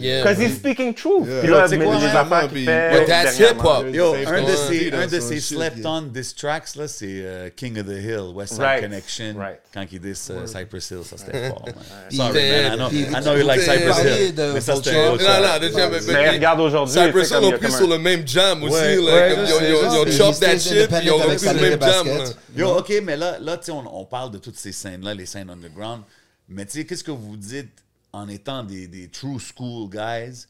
Speaker 4: Yeah,
Speaker 7: Because
Speaker 4: man.
Speaker 7: he's speaking truth.
Speaker 5: Yeah.
Speaker 7: Puis là,
Speaker 2: Yo, tu sais
Speaker 7: mais
Speaker 2: quoi,
Speaker 7: les
Speaker 2: man?
Speaker 7: affaires qu'il
Speaker 5: Puis-
Speaker 7: fait.
Speaker 4: But that's
Speaker 7: dernièrement,
Speaker 4: hip-hop.
Speaker 7: là,
Speaker 2: Yo,
Speaker 4: Same
Speaker 2: un de
Speaker 4: thing.
Speaker 2: ces,
Speaker 5: Yeah,
Speaker 2: un de
Speaker 5: so
Speaker 2: ces
Speaker 5: shit,
Speaker 2: slept
Speaker 5: yeah.
Speaker 2: on diss tracks, là, c'est euh, King of the Hill, West Side
Speaker 7: Right.
Speaker 2: Connection.
Speaker 7: Right.
Speaker 2: Quand il diss euh, Cypress Hill, ça c'était fort, man.
Speaker 3: Puis-
Speaker 2: Sorry, man, I know,
Speaker 3: puis-
Speaker 2: I know you like
Speaker 4: puis-
Speaker 2: Cypress
Speaker 3: parler
Speaker 2: Hill.
Speaker 3: de
Speaker 2: Mais ça c'était
Speaker 3: Vulture.
Speaker 2: un
Speaker 4: Non,
Speaker 2: autre choix.
Speaker 4: non, déjà, mais-
Speaker 7: Mais regarde aujourd'hui,
Speaker 4: Ça,
Speaker 7: c'est
Speaker 4: Pressure
Speaker 7: comme il y
Speaker 4: l'ont
Speaker 7: a
Speaker 4: pris
Speaker 7: comme
Speaker 4: sur
Speaker 7: un-
Speaker 4: le même jam aussi.
Speaker 2: Ouais,
Speaker 4: là,
Speaker 2: ouais,
Speaker 4: comme
Speaker 2: je
Speaker 4: ils ont-
Speaker 2: sais,
Speaker 4: ils ont-
Speaker 3: ça,
Speaker 4: ils ont
Speaker 3: c'est
Speaker 4: chop
Speaker 3: juste
Speaker 4: that
Speaker 3: les
Speaker 4: shit, puis ils ont
Speaker 3: independent
Speaker 4: repris
Speaker 3: avec
Speaker 4: sur le
Speaker 3: Salut
Speaker 4: même
Speaker 3: les
Speaker 4: jam.
Speaker 3: baskets.
Speaker 4: là.
Speaker 2: Yo, OK, mais là, là tu sais, on, on parle de toutes ces scènes-là, les scènes underground. Mais tu sais, qu'est-ce que vous dites en étant des, des true school guys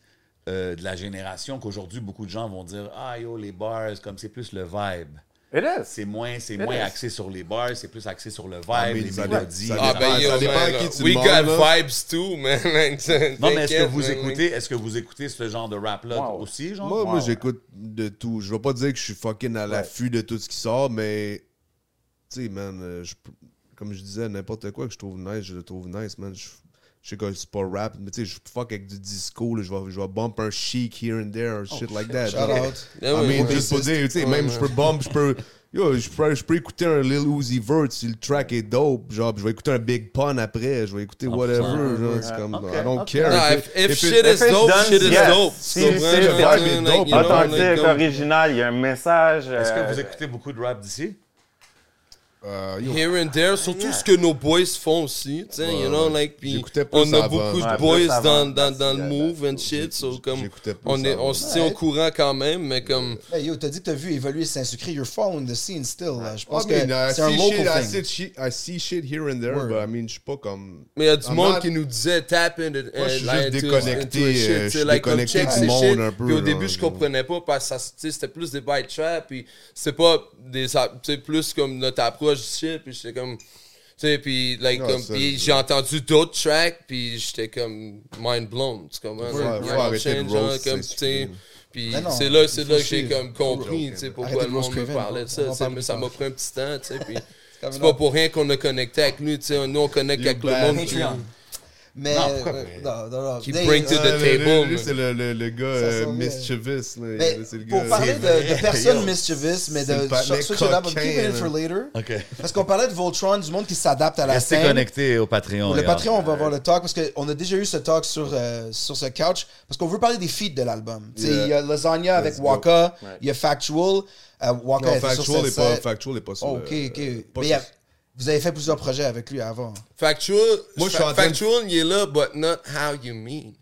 Speaker 2: euh, de la génération qu'aujourd'hui, beaucoup de gens vont dire Ah, yo, les bars, comme c'est plus le vibe.
Speaker 7: It is.
Speaker 2: C'est moins, c'est
Speaker 7: It
Speaker 2: moins
Speaker 7: is.
Speaker 2: axé sur les bars, c'est plus axé sur le vibe,
Speaker 5: mais
Speaker 2: les
Speaker 5: ça
Speaker 2: mélodies.
Speaker 5: dépend-
Speaker 2: les
Speaker 5: ça
Speaker 4: Ah,
Speaker 5: dépend-
Speaker 4: ben,
Speaker 2: affaires.
Speaker 4: yo,
Speaker 5: ça dépend
Speaker 4: man,
Speaker 5: à
Speaker 4: là,
Speaker 5: qui tu
Speaker 4: We
Speaker 5: demandes,
Speaker 4: got
Speaker 5: là.
Speaker 4: vibes too, man.
Speaker 2: Non, mais est-ce que vous écoutez, est-ce que vous écoutez ce genre de rap-là
Speaker 7: Wow.
Speaker 2: aussi, genre?
Speaker 5: Moi, moi
Speaker 7: Wow.
Speaker 5: j'écoute de tout. Je vais pas dire que je suis fucking à l'affût de tout ce qui sort, mais. Tu sais, man, euh, je- comme je disais, n'importe quoi que je trouve nice, je le trouve nice, man. Je, Je sais que c'est pas rap, mais tu sais, je fuck avec du disco, là, je vais, je vais bump un chic here and there, shit like that.
Speaker 3: Shout out.
Speaker 4: Ah
Speaker 5: I mean, juste pour dire, tu sais, même je peux bump, je peux. Yo, je peux, je peux écouter un Lil Uzi Vert si le track est dope. Genre, puis je vais écouter un Big Pun après, je vais écouter whatever. genre, c'est comme, I don't care.
Speaker 4: Nah, if,
Speaker 5: If it-
Speaker 4: if,
Speaker 5: if it-
Speaker 4: shit is
Speaker 7: if it's
Speaker 4: dope,
Speaker 7: done,
Speaker 4: shit is
Speaker 7: yes.
Speaker 4: dope.
Speaker 7: Si-
Speaker 4: Tu comprends?
Speaker 7: si le
Speaker 4: Genre,
Speaker 7: vibe
Speaker 4: like,
Speaker 5: est
Speaker 4: you
Speaker 5: dope,
Speaker 4: know, like,
Speaker 7: Authentique,
Speaker 4: don't-
Speaker 7: original, il y a un message.
Speaker 2: Est-ce que vous
Speaker 7: euh,
Speaker 2: écoutez beaucoup de rap d'ici?
Speaker 5: Euh, yo,
Speaker 4: Here and there, surtout ce que nos boys font aussi, tu sais, you know, like, puis
Speaker 5: J'écoutais plus
Speaker 4: on a
Speaker 5: avant.
Speaker 4: beaucoup
Speaker 7: Ouais,
Speaker 4: de
Speaker 7: plus
Speaker 4: boys
Speaker 7: avant,
Speaker 4: dans, dans,
Speaker 7: parce
Speaker 4: dans
Speaker 7: que,
Speaker 4: le
Speaker 7: euh,
Speaker 4: move and shit, so comme,
Speaker 5: j'écoutais plus
Speaker 4: on, est,
Speaker 5: avant.
Speaker 4: on se tient au courant quand même, mais comme,
Speaker 3: Hey, yo, t'as dit que t'as vu évoluer Saint-Sucré. You're following the scene still. là. Je pense
Speaker 5: I
Speaker 3: que
Speaker 5: mean, I
Speaker 2: uh,
Speaker 3: c'est un
Speaker 5: see
Speaker 3: local
Speaker 5: shit,
Speaker 3: thing.
Speaker 5: I
Speaker 3: bah.
Speaker 5: see shit, I see shit here and there,
Speaker 3: Word.
Speaker 5: but I mean, je suis pas comme.
Speaker 4: mais il y a du
Speaker 5: I'm
Speaker 4: monde
Speaker 5: not-
Speaker 4: qui nous disait tap into it.
Speaker 5: Moi, je suis juste déconnecté, euh, je suis déconnecté
Speaker 4: check
Speaker 5: du
Speaker 4: ces
Speaker 5: monde
Speaker 4: shit.
Speaker 5: un peu,
Speaker 4: Puis au
Speaker 5: genre,
Speaker 4: début, je
Speaker 5: genre.
Speaker 4: comprenais pas parce que ça, tu sais, c'était plus des bite trap, puis c'est pas des, tu sais, plus comme notre approche du shit, puis j'étais comme, tu sais, puis like,
Speaker 5: Non,
Speaker 4: comme,
Speaker 5: ça,
Speaker 4: puis
Speaker 5: je-
Speaker 4: j'ai entendu d'autres tracks, puis j'étais comme mind blown, tu comprends?
Speaker 5: Faut-
Speaker 4: Like,
Speaker 5: faut
Speaker 4: you know,
Speaker 5: arrêter de
Speaker 4: change,
Speaker 5: roast,
Speaker 4: genre, comme,
Speaker 5: c'est
Speaker 4: tu sais,
Speaker 5: stupide.
Speaker 4: puis
Speaker 3: Mais Ben non,
Speaker 4: c'est là, c'est
Speaker 3: faut
Speaker 4: là que j'ai
Speaker 3: suivre.
Speaker 4: comme compris, tu sais, pourquoi
Speaker 3: Arrêtez
Speaker 4: le
Speaker 3: de roast
Speaker 4: monde me
Speaker 3: Craven,
Speaker 4: parlait de ça,
Speaker 3: on en
Speaker 4: tu sais,
Speaker 3: parle
Speaker 4: mais
Speaker 3: plus
Speaker 4: ça
Speaker 3: tard.
Speaker 4: m'a pris un petit temps, tu sais, puis
Speaker 3: comme
Speaker 4: c'est
Speaker 3: là.
Speaker 4: pas pour rien qu'on a connecté avec lui, tu sais, nous on connecte
Speaker 5: You
Speaker 4: avec le
Speaker 5: bad
Speaker 4: monde qui-
Speaker 5: Patreon.
Speaker 3: Mais.
Speaker 2: Non, pourquoi,
Speaker 3: euh,
Speaker 2: mais-
Speaker 3: Non, non, non.
Speaker 4: Qui
Speaker 3: Dave,
Speaker 4: bring to
Speaker 3: euh,
Speaker 4: the
Speaker 5: Ah, le- le-
Speaker 4: table,
Speaker 5: lui,
Speaker 4: mais-
Speaker 5: c'est le, le, le gars
Speaker 3: Ça
Speaker 5: euh,
Speaker 3: sent bien.
Speaker 5: mischievous. Là,
Speaker 3: Mais
Speaker 5: c'est le gars.
Speaker 3: pour parler
Speaker 5: C'est
Speaker 3: de, de
Speaker 5: vrai.
Speaker 3: personnes
Speaker 5: Yo.
Speaker 3: mischievous, mais
Speaker 5: C'est
Speaker 3: de
Speaker 5: le patinet
Speaker 3: sur ceux-là, but
Speaker 5: coquin,
Speaker 3: keep it in for
Speaker 5: là.
Speaker 3: later.
Speaker 2: OK.
Speaker 3: Parce qu'on parlait de Voltron, du monde qui s'adapte à la
Speaker 2: Restez
Speaker 3: scène.
Speaker 2: connectés au Patreon.
Speaker 3: Le
Speaker 2: regarde.
Speaker 3: Patreon, on va avoir le talk parce qu'on a déjà eu ce talk sur, euh, sur ce couch parce qu'on veut parler des feats de l'album. Tu sais,
Speaker 5: Yeah.
Speaker 3: Il y a Lasagna avec
Speaker 5: go.
Speaker 3: Waka, il y a Factual. euh, Waka
Speaker 5: Non,
Speaker 3: était sur
Speaker 5: Factual
Speaker 3: cette
Speaker 5: est pas,
Speaker 3: scène.
Speaker 5: Factual est pas sur
Speaker 3: Oh,
Speaker 5: le-
Speaker 3: ok, ok.
Speaker 5: euh, pas
Speaker 3: Mais il y
Speaker 5: sur-
Speaker 3: a- vous avez fait plusieurs projets avec lui avant.
Speaker 4: Factual,
Speaker 5: Moi, je suis
Speaker 4: fa-
Speaker 5: en train de-
Speaker 4: factual, il est là, but not how you mean.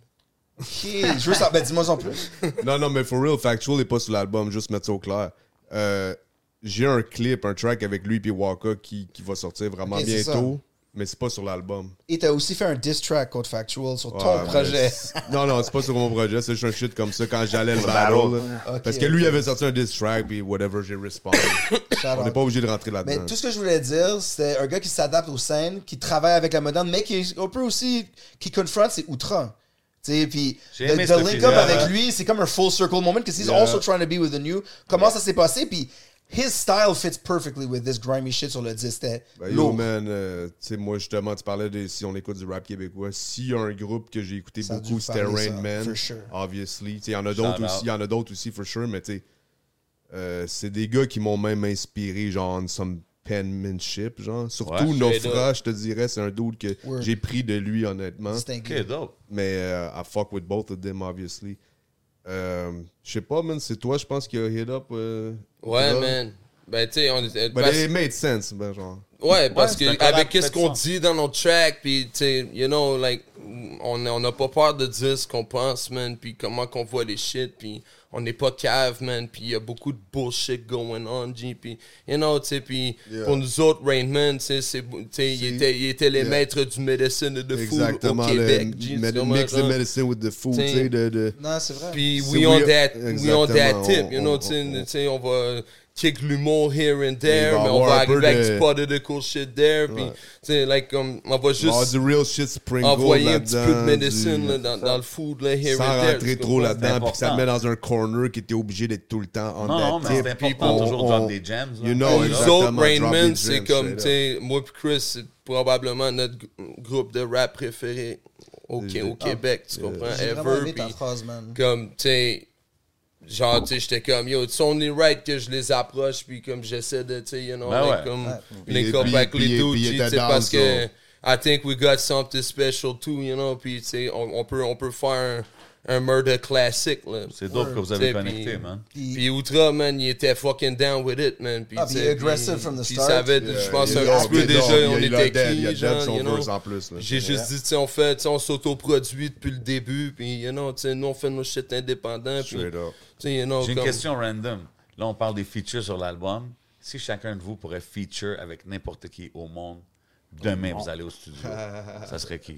Speaker 3: Ok, je veux savoir. Ben, dis-moi en plus.
Speaker 5: Non, non, mais for real, Factual est pas sur l'album, juste mettre ça au clair. Euh, J'ai un clip, un track avec lui puis Waka qui, qui va sortir vraiment
Speaker 3: Ok, c'est
Speaker 5: bientôt, mais c'est pas sur l'album.
Speaker 3: Et t'as aussi fait un diss track contre Factual sur
Speaker 5: Ouais,
Speaker 3: ton
Speaker 5: Ah, mais
Speaker 3: projet.
Speaker 5: c'est- Non, non, c'est pas sur mon projet, c'est juste un shit comme ça quand j'allais le battle.
Speaker 7: battle.
Speaker 5: là.
Speaker 3: Ah, Ok,
Speaker 5: Parce que lui, il avait sorti un diss track puis whatever, j'ai respondu.
Speaker 3: Shout
Speaker 5: On
Speaker 3: out.
Speaker 5: n'est pas obligé de rentrer
Speaker 3: Mais
Speaker 4: Hmm.
Speaker 5: là-dedans.
Speaker 3: tout ce que je voulais dire, c'est un gars qui s'adapte aux scènes, qui travaille avec la moderne, mais qui est un peu aussi, qui confronte ses outrants. Tu sais, puis
Speaker 2: J'ai
Speaker 3: le,
Speaker 2: aimé
Speaker 3: the
Speaker 2: ce
Speaker 3: link-up
Speaker 2: feeling.
Speaker 4: hein.
Speaker 3: avec lui, c'est comme un full circle moment, because he's also trying to be with the new. Comment ça s'est passé, puis his style fits perfectly with this grimy shit sur le 10. C'était
Speaker 5: Ben, yo,
Speaker 3: lourd.
Speaker 5: man, euh, tu sais, moi, justement, tu parlais de si on écoute du rap québécois. S'il y a un groupe que j'ai écouté
Speaker 3: Ça a
Speaker 5: beaucoup,
Speaker 3: dû
Speaker 5: c'était
Speaker 3: parler,
Speaker 5: Rain
Speaker 3: ça,
Speaker 5: Man,
Speaker 3: for sure.
Speaker 5: obviously. Tu sais, il y en a d'autres
Speaker 2: Shout out.
Speaker 5: aussi, il y en a d'autres aussi, for sure, mais tu sais, euh, c'est des gars qui m'ont même inspiré, genre, en some penmanship, genre. Surtout
Speaker 2: Ouais,
Speaker 5: Nofra, je te dirais, c'est un dude que
Speaker 3: Word.
Speaker 5: j'ai pris de lui,
Speaker 4: Hein?
Speaker 5: honnêtement.
Speaker 3: C'était un gars.
Speaker 2: OK, dope.
Speaker 5: Mais euh, I fuck with both of them, obviously. Euh, je sais pas, man, c'est toi, je pense, qui a hit up. euh,
Speaker 4: Ouais,
Speaker 5: Dog.
Speaker 4: man. Ben, tu sais, on était.
Speaker 5: But
Speaker 4: parce-
Speaker 5: it made sense, ben, genre.
Speaker 4: Ouais, parce
Speaker 2: c'est un
Speaker 4: que
Speaker 2: collab
Speaker 4: avec
Speaker 2: qui
Speaker 4: qu'est-ce
Speaker 2: fait
Speaker 4: qu'on
Speaker 2: ça.
Speaker 4: dit dans nos tracks, puis tu sais, you know, like, on n'a on a pas peur de dire ce qu'on pense, man, puis comment qu'on voit les shit, puis on n'est pas cave, man, puis il y a beaucoup de bullshit going on, G, puis, you know, tu sais, puis pour nous autres, Rainman, tu sais, c'est- tu sais, il était, il était les
Speaker 5: Yeah.
Speaker 4: maîtres du medicine et de food
Speaker 5: Exactement,
Speaker 4: au
Speaker 5: le
Speaker 4: Québec, G,
Speaker 5: med-
Speaker 4: tu comprends,
Speaker 5: mix the
Speaker 4: genre?
Speaker 5: medicine with the food,
Speaker 4: T'sais.
Speaker 5: tu sais, de, de-
Speaker 3: Non, c'est vrai.
Speaker 4: Puis
Speaker 5: C'est
Speaker 4: we on
Speaker 5: we-
Speaker 4: that, we on that
Speaker 5: Exactement,
Speaker 4: tip,
Speaker 5: on-
Speaker 4: you know,
Speaker 5: on-
Speaker 4: tu sais,
Speaker 5: on-
Speaker 4: tu sais, on va kick l'humour here and there,
Speaker 5: va
Speaker 4: mais on
Speaker 5: avoir
Speaker 4: va
Speaker 5: un peu
Speaker 4: arriver avec
Speaker 5: de-
Speaker 4: du potted cool shit there, puis tu sais, like, comme, on va juste
Speaker 5: Ah, du real shit sprinkle
Speaker 4: envoyer un petit peu de
Speaker 5: là-dedans,
Speaker 4: médecine
Speaker 5: du-
Speaker 4: là, dans, dans le food, là, here
Speaker 5: sans
Speaker 4: and there.
Speaker 5: rentrer
Speaker 4: tu
Speaker 5: trop
Speaker 4: comprends?
Speaker 5: là-dedans, puis que ça te
Speaker 2: important.
Speaker 5: met dans un corner qui était obligé d'être tout le temps on
Speaker 2: Non, non,
Speaker 5: that
Speaker 2: mais
Speaker 5: tip.
Speaker 2: c'est important
Speaker 5: On-
Speaker 2: toujours de
Speaker 5: on-
Speaker 2: drop des gems. là.
Speaker 5: You know,
Speaker 4: Nous
Speaker 5: exactement,
Speaker 4: autres, Rain
Speaker 5: drop
Speaker 4: Man,
Speaker 5: des
Speaker 4: c'est
Speaker 5: gems,
Speaker 4: comme,
Speaker 5: straight
Speaker 4: tu
Speaker 5: up.
Speaker 4: sais, moi et Chris, c'est probablement notre g- groupe de rap préféré au, Qué- au
Speaker 5: ah.
Speaker 4: Québec, tu comprends?
Speaker 3: J'ai vraiment
Speaker 4: Ever,
Speaker 3: aimé ta
Speaker 4: puis-
Speaker 3: phrase, man.
Speaker 4: comme tu sais genre tu sais j'étais comme yo it's only right que je les approche puis comme j'essaie de tu sais you know
Speaker 2: Ben
Speaker 4: like,
Speaker 2: ouais.
Speaker 4: comme
Speaker 5: Puis
Speaker 4: les
Speaker 5: il-
Speaker 4: copains
Speaker 5: puis-
Speaker 4: avec
Speaker 5: puis
Speaker 4: les
Speaker 5: il-
Speaker 4: dudes
Speaker 5: puis il
Speaker 4: tu
Speaker 5: était
Speaker 4: sais
Speaker 5: down,
Speaker 4: parce
Speaker 5: ça.
Speaker 4: que I think we got something special too you know puis tu sais on, on peut on peut faire un, un murder classique là
Speaker 2: C'est dope que vous
Speaker 4: Tu
Speaker 2: avez
Speaker 4: sais,
Speaker 2: connecté,
Speaker 4: puis-
Speaker 2: man.
Speaker 4: puis Outra, man, il était fucking down with it, man. Puis,
Speaker 3: Ah,
Speaker 4: tu
Speaker 3: puis
Speaker 4: sais,
Speaker 3: aggressive
Speaker 4: puis-
Speaker 3: from the
Speaker 4: puis
Speaker 3: start.
Speaker 4: il savait,
Speaker 5: Yeah,
Speaker 4: je pense,
Speaker 5: il
Speaker 4: un
Speaker 5: est
Speaker 4: petit peu
Speaker 5: down, il est
Speaker 4: déjà, on
Speaker 5: down, il a
Speaker 4: était
Speaker 5: dead, il
Speaker 4: qui,
Speaker 5: a dead
Speaker 4: genre,
Speaker 5: son
Speaker 4: you know.
Speaker 5: verse en plus, là.
Speaker 4: J'ai juste dit, tu sais, on fait, tu sais, on s'autoproduit depuis le début, puis, you know, tu sais, nous, on fait nos shit indépendants, puis,
Speaker 5: Straight up.
Speaker 4: tu sais, you know,
Speaker 2: J'ai une
Speaker 4: oh, comme-
Speaker 2: question random. Là, on parle des features sur l'album. Si chacun de vous pourrait feature avec n'importe qui au monde, demain, vous allez au studio, ça serait qui?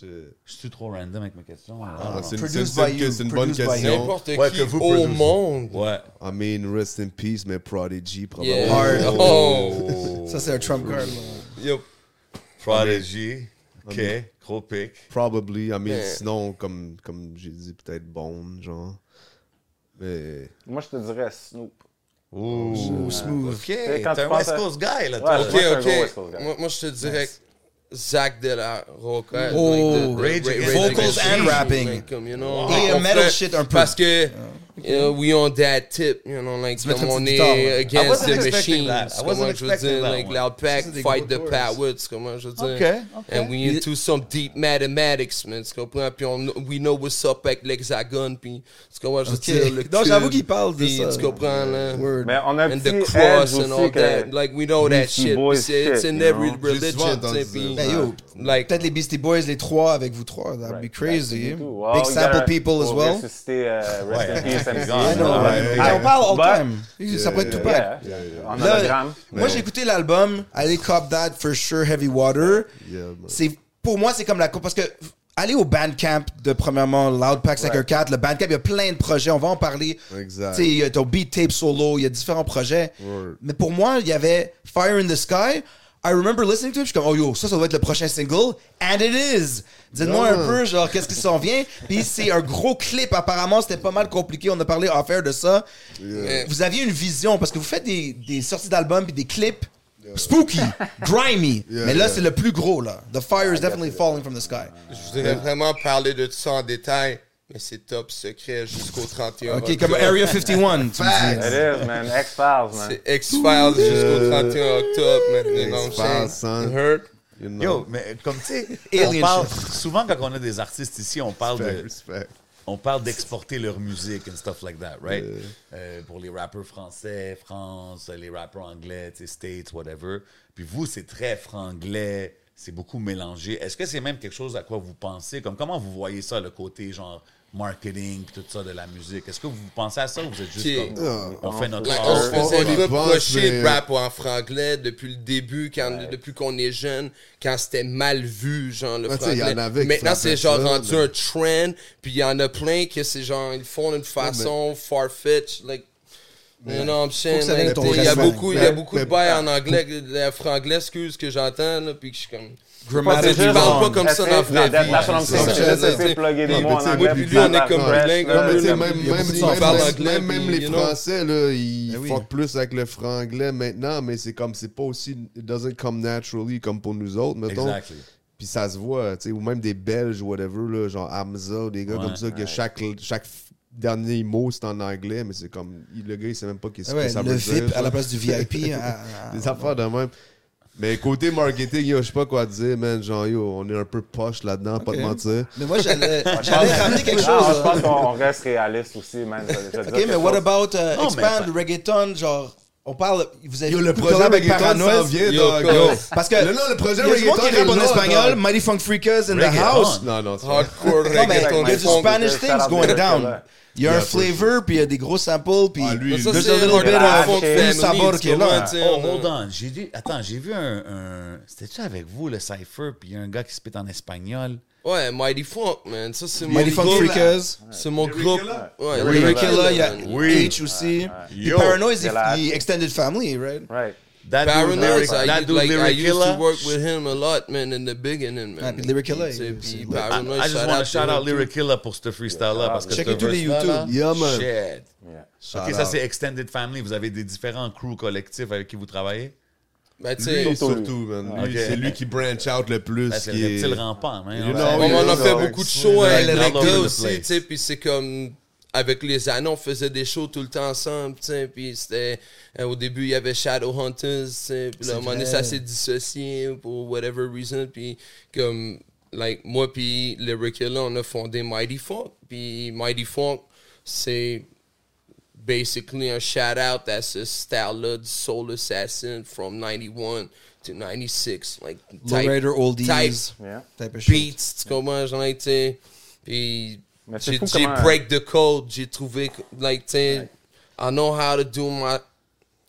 Speaker 2: Je suis trop random avec mes questions. hein, là?
Speaker 5: Ah, C'est une- c'est une-
Speaker 3: Produced by you,
Speaker 5: c'est une bonne
Speaker 3: produced by you.
Speaker 5: question.
Speaker 4: N'importe
Speaker 2: Ouais,
Speaker 4: qui
Speaker 2: que vous
Speaker 4: au
Speaker 2: produisez.
Speaker 4: monde.
Speaker 2: Ouais.
Speaker 5: I mean, rest in peace, mais Prodigy,
Speaker 4: Yeah.
Speaker 5: probablement.
Speaker 4: Oh.
Speaker 3: Ça, c'est un Trump card. là.
Speaker 4: Yup.
Speaker 2: Prodigy. OK. Gros pic.
Speaker 5: Probably. I mean,
Speaker 4: Mais-
Speaker 5: sinon, comme, comme j'ai dit, peut-être Bone, genre. Mais.
Speaker 7: Moi, je te dirais Snoop.
Speaker 2: Ouh.
Speaker 3: Smooth.
Speaker 2: OK. T'es
Speaker 7: quand tu
Speaker 2: un
Speaker 7: penses
Speaker 2: West
Speaker 7: à-
Speaker 2: Coast guy, là,
Speaker 7: Ouais,
Speaker 2: toi.
Speaker 7: je
Speaker 4: Ok,
Speaker 7: Moi, c'est un gros West
Speaker 4: ok.
Speaker 7: Coast guy.
Speaker 4: Moi, moi, je te dirais Zach de la Roca.
Speaker 3: Oh,
Speaker 4: like
Speaker 3: Rage
Speaker 4: the- the-
Speaker 3: Against the
Speaker 4: Ra- Against
Speaker 3: Vocals and
Speaker 4: the Machine,
Speaker 3: rapping.
Speaker 4: like, comme, you know,
Speaker 3: Et
Speaker 4: on
Speaker 3: un metal
Speaker 4: fait-
Speaker 3: shit un peu.
Speaker 4: Parce que, you know, we on that tip, you know, like,
Speaker 3: mets ta
Speaker 4: comme on
Speaker 3: petite guitare,
Speaker 4: est
Speaker 3: là. I
Speaker 4: against
Speaker 3: wasn't
Speaker 4: the
Speaker 3: expecting
Speaker 4: machines.
Speaker 3: that. I wasn't
Speaker 4: Comment je veux
Speaker 3: expecting
Speaker 4: dire,
Speaker 3: that
Speaker 4: like,
Speaker 3: one.
Speaker 4: l'alpac
Speaker 3: Ça, c'est des
Speaker 4: fight the
Speaker 3: gros tours.
Speaker 4: powers, comment je veux dire.
Speaker 3: Ok, ok.
Speaker 4: And we into some deep mathematics, man, tu comprends? Puis on, we know what's up avec l'hexagone, puis tu comprends, je veux
Speaker 3: Ok.
Speaker 4: dire, le
Speaker 3: Non, j'avoue
Speaker 4: cube,
Speaker 3: qu'il parle de
Speaker 4: puis
Speaker 3: ça.
Speaker 4: Tu comprends, là?
Speaker 3: Word.
Speaker 7: Mais on a un
Speaker 4: And
Speaker 7: petit
Speaker 4: the cross
Speaker 7: edge
Speaker 4: and
Speaker 7: aussi
Speaker 4: all
Speaker 7: que
Speaker 4: that. Like, we know that
Speaker 7: Beastie
Speaker 4: shit.
Speaker 7: Boys
Speaker 4: It's, it's
Speaker 7: shit,
Speaker 4: in
Speaker 7: you
Speaker 4: every
Speaker 7: know?
Speaker 2: J'ai souvent
Speaker 4: religion, tu
Speaker 2: entendu
Speaker 4: sais,
Speaker 2: ça.
Speaker 4: puis-
Speaker 3: Ben yo,
Speaker 4: Like,
Speaker 3: peut-être les Beastie Boys, les trois avec vous trois. That'd be crazy.
Speaker 7: Big
Speaker 3: Big sample people as well.
Speaker 7: Ressusciter, euh, Rest in Peace, MC.
Speaker 2: I know, right?
Speaker 7: Ah,
Speaker 3: Et on parle all
Speaker 7: but-
Speaker 3: time. Ça pourrait être tout
Speaker 7: Yeah, En
Speaker 3: Là,
Speaker 7: hologramme.
Speaker 3: Moi, j'ai écouté l'album Allez Cop That for Sure Heavy Water.
Speaker 5: Yeah, man.
Speaker 3: C'est pour moi, c'est comme la parce que aller au Bandcamp de premièrement Loud Pack Sacker 4, le Bandcamp, il y a plein de projets, on va en parler.
Speaker 5: Exact.
Speaker 3: Tu sais, il y a ton beat tape solo, il y a différents projets.
Speaker 5: Word.
Speaker 3: Mais pour moi, il y avait Fire in the Sky. I remember listening to it, je suis comme, oh yo, ça, ça doit être le prochain single. And it is! Dites-moi un peu, genre, qu'est-ce qui s'en vient. Puis c'est un gros clip, apparemment, c'était pas mal compliqué. On a parlé en faire de ça. Euh, Vous aviez une vision, parce que vous faites des, des sorties d'albums puis des clips spooky, grimy.
Speaker 5: Yeah,
Speaker 3: Mais là,
Speaker 5: yeah.
Speaker 3: c'est le plus gros, là. The fire is definitely falling from the sky.
Speaker 4: je voudrais vraiment parler de tout ça en détail, mais c'est top secret jusqu'au
Speaker 5: Ah,
Speaker 4: 31
Speaker 3: OK,
Speaker 4: octobre.
Speaker 3: comme Area 51, tu me dis.
Speaker 7: It is, man. X-Files, man.
Speaker 4: C'est X-Files
Speaker 7: Euh,
Speaker 4: jusqu'au 31 octobre, man. You know what I'm
Speaker 5: X-Files,
Speaker 4: saying?
Speaker 5: hein.
Speaker 4: You heard?
Speaker 5: You know.
Speaker 2: Yo, mais comme tu sais, on
Speaker 3: Alien
Speaker 2: parle- souvent quand on a des artistes ici, on parle
Speaker 5: Respect,
Speaker 2: de,
Speaker 5: respect.
Speaker 2: on parle d'exporter leur musique and stuff like that, right? Euh, pour les rappeurs français, France, euh, les rappeurs anglais, tu sais, States, whatever. Puis vous, c'est très franglais, c'est beaucoup mélangé. Est-ce que c'est même quelque chose à quoi vous pensez? Comme comment vous voyez ça, le côté genre marketing, puis tout ça de la musique? Est-ce que vous pensez à ça ou vous êtes juste
Speaker 4: Ok.
Speaker 2: comme, on fait notre
Speaker 4: Like,
Speaker 2: art?
Speaker 4: on se
Speaker 5: on- on y
Speaker 4: faisait
Speaker 5: pense,
Speaker 4: reprocher
Speaker 5: mais-
Speaker 4: de rap en franglais depuis le début, quand, depuis qu'on est jeune, quand c'était mal vu, genre le
Speaker 5: Ouais, tu sais,
Speaker 4: franglais.
Speaker 5: il y en avait qui
Speaker 4: Maintenant,
Speaker 5: frappaient
Speaker 4: c'est genre
Speaker 5: ça,
Speaker 4: rendu
Speaker 5: mais-
Speaker 4: un trend, puis il y en a plein que c'est genre, ils font d'une façon far-fetched, like, you know what I'm saying?
Speaker 3: Faut que ça
Speaker 4: Like,
Speaker 3: vienne
Speaker 4: Il y a
Speaker 3: ton
Speaker 4: beaucoup, il y a
Speaker 3: respect.
Speaker 4: beaucoup de
Speaker 5: Mais- ah.
Speaker 4: bails en anglais, de- en franglais, excuse, que j'entends, là, puis que je suis comme...
Speaker 3: Grammatically
Speaker 4: Je parle pas
Speaker 3: wrong.
Speaker 4: comme ça dans la vraie vie.
Speaker 7: That's what I'm saying.
Speaker 4: Ouais,
Speaker 7: C'est juste
Speaker 4: c'est ça.
Speaker 7: essayer de plugger des
Speaker 5: Non,
Speaker 7: mots
Speaker 5: mais
Speaker 7: en
Speaker 5: tu sais,
Speaker 7: anglais.
Speaker 5: moi,
Speaker 7: puis lui,
Speaker 5: puis lui,
Speaker 7: on est comme
Speaker 4: bilingue,
Speaker 5: Non, mais tu sais,
Speaker 4: là,
Speaker 5: même,
Speaker 4: il y a
Speaker 5: même,
Speaker 4: beaucoup de
Speaker 5: même,
Speaker 4: gens qui parlent
Speaker 5: même-
Speaker 4: anglais,
Speaker 5: même
Speaker 4: puis,
Speaker 5: les
Speaker 4: you know.
Speaker 5: Français, là, ils
Speaker 3: Ben oui.
Speaker 5: fuck plus avec le franglais maintenant, mais c'est comme, c'est pas aussi, it doesn't come naturally comme pour nous autres, mettons.
Speaker 2: Exactly.
Speaker 5: Puis ça se voit, tu sais, ou même des Belges, whatever, là, genre Hamza, des gars
Speaker 2: Ouais,
Speaker 5: comme ça, que chaque, chaque f- dernier mot, c'est en anglais, mais c'est comme, il- le gars, il sait même pas qu'est-ce
Speaker 3: Ah Ouais,
Speaker 5: que ça
Speaker 3: le
Speaker 5: veut dire.
Speaker 3: VIP à la
Speaker 5: ça.
Speaker 3: place du VIP. à- à-
Speaker 5: Des affaires de même. Mais côté marketing, yo, je sais pas quoi dire, man. Genre, yo, on est un peu poche là-dedans, pas de
Speaker 3: Ok.
Speaker 5: mentir.
Speaker 3: Mais moi, j'allais j'allais ramener quelque
Speaker 7: Non,
Speaker 3: chose.
Speaker 7: je
Speaker 3: là.
Speaker 7: pense qu'on Ah, on reste réaliste aussi, man. Ça veut dire
Speaker 3: OK,
Speaker 7: quelque
Speaker 3: mais what
Speaker 7: chose.
Speaker 3: about euh,
Speaker 2: Non, mais-
Speaker 3: expand reggaeton, genre on parle vous avez
Speaker 5: Yo, le
Speaker 3: beaucoup
Speaker 5: projet
Speaker 3: collab avec
Speaker 5: reggaeton s'en
Speaker 3: Paranoise.
Speaker 5: vient,
Speaker 4: Yo,
Speaker 5: dog.
Speaker 4: yo.
Speaker 3: parce que
Speaker 5: Le- non, le projet
Speaker 3: il y a du monde qui
Speaker 5: reggaeton
Speaker 3: rappe en
Speaker 5: est là,
Speaker 3: espagnol,
Speaker 5: dog.
Speaker 3: Mighty Funk Freakers in the
Speaker 2: Reggaeton.
Speaker 3: house.
Speaker 5: Non, non, c'est pas
Speaker 4: Hardcore
Speaker 3: Non, mais
Speaker 4: reggaeton,
Speaker 3: il y a du
Speaker 4: funk.
Speaker 3: Spanish
Speaker 7: Shout
Speaker 3: things
Speaker 7: out
Speaker 3: going
Speaker 7: to
Speaker 3: down.
Speaker 7: Ricard.
Speaker 3: Il y a un
Speaker 5: Yeah, for
Speaker 3: flavor, puis il y a des gros samples, puis
Speaker 2: Ah, lui,
Speaker 4: Mais ça,
Speaker 3: there's
Speaker 4: c'est
Speaker 3: a little bit of
Speaker 7: Funk
Speaker 3: full
Speaker 4: family,
Speaker 3: sabor qui est
Speaker 4: tu vois,
Speaker 3: là.
Speaker 4: tu sais.
Speaker 2: Oh,
Speaker 5: Euh,
Speaker 2: hold on. J'ai vu... Attends, j'ai vu un... un... C'était-tu avec vous, le Cypher, puis il y a un gars qui se pète en espagnol?
Speaker 4: Ouais, Mighty Funk, man. Ça, c'est mon
Speaker 3: Mighty Funk
Speaker 4: groupe.
Speaker 3: Freakers,
Speaker 4: C'est mon groupe. Ouais,
Speaker 3: Ray Killer, il y a
Speaker 4: man.
Speaker 2: Oui.
Speaker 3: H aussi. Puis
Speaker 2: Yo.
Speaker 3: Paranoise, il-
Speaker 7: Yeah,
Speaker 3: il extended family, right?
Speaker 7: Right.
Speaker 2: That dude,
Speaker 4: Paranoid,
Speaker 2: lyric,
Speaker 4: I,
Speaker 2: that
Speaker 4: used-
Speaker 2: dude,
Speaker 4: like, I
Speaker 2: lyric
Speaker 4: used
Speaker 2: killer.
Speaker 4: to work with him a lot, man, in the beginning,
Speaker 3: Ah,
Speaker 4: man.
Speaker 3: puis Lyric Killer,
Speaker 4: Tu sais,
Speaker 3: il-
Speaker 4: puis
Speaker 2: I,
Speaker 4: Paranoid,
Speaker 2: I just
Speaker 4: shout
Speaker 2: want to
Speaker 4: out
Speaker 2: shout
Speaker 4: to
Speaker 2: out
Speaker 4: him,
Speaker 2: Lyric Killer pour ce freestyle-là Ah,
Speaker 5: Ah,
Speaker 2: parce que
Speaker 3: Checkez
Speaker 2: ce
Speaker 3: tous les
Speaker 2: verse-là, là,
Speaker 3: YouTube.
Speaker 5: Yeah, man.
Speaker 2: Shit.
Speaker 7: Yeah.
Speaker 2: Ok, ça c'est Extended Family. Vous avez des différents crews collectifs avec qui vous travaillez.
Speaker 4: Ben, tu sais,
Speaker 5: Lui, surtout, man. Lui,
Speaker 2: Ok.
Speaker 5: C'est lui qui branch out le plus.
Speaker 2: Là, C'est
Speaker 5: qui
Speaker 2: le
Speaker 5: est-
Speaker 2: reptile rampant, man.
Speaker 5: You
Speaker 2: Ouais.
Speaker 5: know,
Speaker 4: bon,
Speaker 5: you
Speaker 4: on a
Speaker 5: know.
Speaker 4: fait beaucoup de shows
Speaker 2: Ouais,
Speaker 4: avec les
Speaker 2: all over
Speaker 4: gars
Speaker 2: the
Speaker 4: aussi,
Speaker 2: place.
Speaker 4: tu sais, puis c'est comme... Avec les années, on faisait des shows tout le temps ensemble, tu sais, puis c'était... euh, au début, il y avait Shadowhunters, tu sais, puis là, à un moment donné, ça s'est dissocié pour whatever reason, puis comme... Like, moi puis Lyric Killer, on a fondé Mighty Funk, puis Mighty Funk, c'est... basically a shout out that's a style of Soul Assassin from 91 to 96 like type,
Speaker 3: Lowrider oldies.
Speaker 4: type
Speaker 7: Yeah.
Speaker 3: Type of shit.
Speaker 4: beats tu comprends genre like, tu sais puis
Speaker 7: Mais c'est
Speaker 4: j'ai
Speaker 7: fou
Speaker 4: j'ai
Speaker 7: comment-
Speaker 4: break the code j'ai trouvé que, like tu sais I know how to do my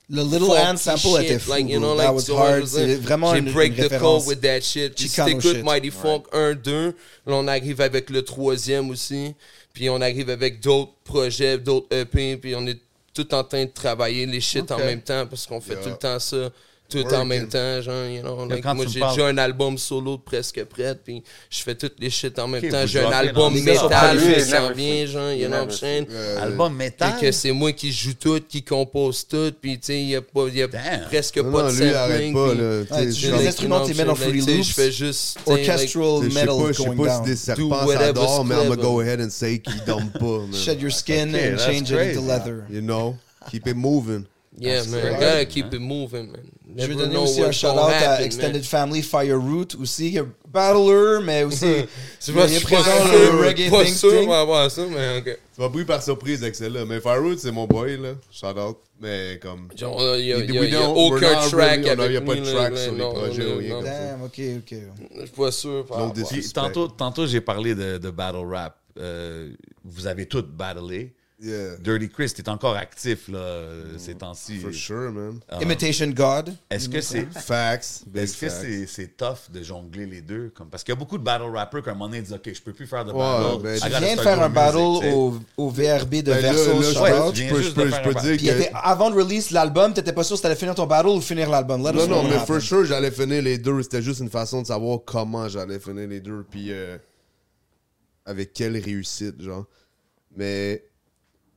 Speaker 3: Le Little
Speaker 4: funky
Speaker 3: Ant sample
Speaker 4: shit,
Speaker 3: était fou.
Speaker 4: like, you know,
Speaker 3: bro.
Speaker 4: like,
Speaker 3: That was
Speaker 4: tu vois,
Speaker 3: hard.
Speaker 4: je veux
Speaker 3: C'est
Speaker 4: dire,
Speaker 3: vraiment
Speaker 4: j'ai
Speaker 3: une,
Speaker 4: break
Speaker 3: une
Speaker 4: the
Speaker 3: référence.
Speaker 4: code with that shit. Puis
Speaker 3: Chicano
Speaker 4: c'était
Speaker 3: shit.
Speaker 4: good Mighty Funk 1, 2. Là, on arrive avec le troisième aussi. Puis on arrive avec d'autres E projets, d'autres EP. Puis on est tout en train de travailler les shit en même temps parce qu'on fait tout le temps ça. tout en même temps, genre, you know, like,
Speaker 2: quand
Speaker 4: moi
Speaker 2: tu me
Speaker 4: j'ai
Speaker 2: parles-
Speaker 4: déjà un album solo de presque prêt, puis je fais toutes les shit en même
Speaker 2: Ok,
Speaker 4: temps,
Speaker 2: vous
Speaker 4: j'ai un
Speaker 2: droppez
Speaker 4: album
Speaker 2: dans-
Speaker 4: métal
Speaker 7: Never
Speaker 4: qui
Speaker 7: sleep.
Speaker 4: s'en vient, genre, you know what I'm saying?
Speaker 2: Album métal?
Speaker 4: Fait que c'est moi qui joue tout, qui compose tout, puis tu sais, il y a, pas- y a
Speaker 2: Damn.
Speaker 4: presque
Speaker 5: Non,
Speaker 4: pas
Speaker 5: non,
Speaker 4: de
Speaker 5: lui, il arrête
Speaker 4: sampling.
Speaker 5: pas,
Speaker 4: puis-
Speaker 5: là.
Speaker 3: Ouais,
Speaker 5: Tu
Speaker 3: tu
Speaker 5: sais,
Speaker 3: les
Speaker 5: genre,
Speaker 3: laisses- instruments, tu les mets dans Free
Speaker 4: Like, tu sais,
Speaker 3: Loops.
Speaker 4: Je fais juste. tu sais, like,
Speaker 3: Orchestral
Speaker 5: Je sais
Speaker 3: metal
Speaker 5: pas, je sais
Speaker 3: going
Speaker 5: pas si
Speaker 3: down.
Speaker 5: des serpents ça
Speaker 4: whatever's
Speaker 5: dort, mais I'm gonna
Speaker 4: clever.
Speaker 5: go ahead and say qu'ils dorment pas, man.
Speaker 3: Shed your skin
Speaker 2: Okay,
Speaker 3: and
Speaker 2: that's
Speaker 3: change it
Speaker 2: crazy.
Speaker 3: into leather.
Speaker 5: You know? Keep it moving.
Speaker 4: Yeah, man, I gotta keep it moving, man.
Speaker 3: Je vais
Speaker 4: Never
Speaker 3: donner
Speaker 4: know
Speaker 3: aussi un
Speaker 4: what's
Speaker 3: shout-out
Speaker 4: gonna happen,
Speaker 3: à
Speaker 4: man.
Speaker 3: Extended Family, Fireroot aussi, qui est battler, mais aussi...
Speaker 4: Tu vois,
Speaker 3: il
Speaker 4: je
Speaker 3: est
Speaker 4: suis pas
Speaker 3: présent dans
Speaker 4: sûr,
Speaker 3: le reggae
Speaker 4: pas
Speaker 3: thing
Speaker 4: sûr,
Speaker 3: thing.
Speaker 4: on va voir ça, mais ok.
Speaker 5: Tu m'as pris par surprise avec celle-là. Mais Firewood, c'est mon boy, là. Shout out. Mais comme.
Speaker 4: Genre, il y a,
Speaker 5: We
Speaker 4: il y a- il y a
Speaker 5: don't- we're
Speaker 4: aucun
Speaker 5: not
Speaker 4: track
Speaker 5: really- on a-
Speaker 4: avec
Speaker 5: il y a pas de
Speaker 4: lui,
Speaker 5: track
Speaker 4: là,
Speaker 5: sur les
Speaker 4: non,
Speaker 5: projets
Speaker 4: non,
Speaker 5: ou rien
Speaker 4: non.
Speaker 5: comme ça.
Speaker 3: Damn, ok, ok.
Speaker 4: Je suis pas sûr. par
Speaker 5: Non,
Speaker 4: rapport à
Speaker 5: défi.
Speaker 4: ça.
Speaker 2: Puis tantôt, tantôt j'ai parlé de, de battle rap. Euh, vous avez tous battlé.
Speaker 5: Yeah.
Speaker 2: Dirty Chris, t'es encore actif là, euh, ces temps-ci.
Speaker 5: For sure, man.
Speaker 3: Imitation God.
Speaker 5: Ah,
Speaker 2: Est-ce que c'est
Speaker 5: Facts. Big
Speaker 2: est-ce que
Speaker 5: facts.
Speaker 2: c'est c'est tough de jongler les deux? Comme, parce qu'il y a beaucoup de battle rappers qui à un moment donné disent Ok, je peux plus faire de
Speaker 5: Ouais,
Speaker 2: battle.
Speaker 5: ben,
Speaker 2: I
Speaker 5: tu
Speaker 3: Tu
Speaker 2: gotta
Speaker 3: Euh, viens de
Speaker 2: start
Speaker 3: faire un
Speaker 2: doing
Speaker 3: battle
Speaker 2: music, tu sais.
Speaker 3: au, au VRB de
Speaker 5: Ben là,
Speaker 3: Verso,
Speaker 5: là, je
Speaker 3: shout
Speaker 5: peux-
Speaker 3: out.
Speaker 5: je
Speaker 2: Viens
Speaker 5: peux-
Speaker 2: juste
Speaker 5: je peux-
Speaker 2: de
Speaker 5: je
Speaker 2: faire un
Speaker 5: peux
Speaker 2: rap.
Speaker 5: dire
Speaker 3: Puis il
Speaker 5: que.
Speaker 3: était- avant de release l'album, t'étais pas sûr si t'allais finir ton battle ou finir l'album. Let us
Speaker 5: Non,
Speaker 3: know
Speaker 5: non,
Speaker 3: what
Speaker 5: mais
Speaker 3: happened.
Speaker 5: for sure, j'allais finir les deux. C'était juste une façon de savoir comment j'allais finir les deux, puis euh, avec quelle réussite, genre. Mais.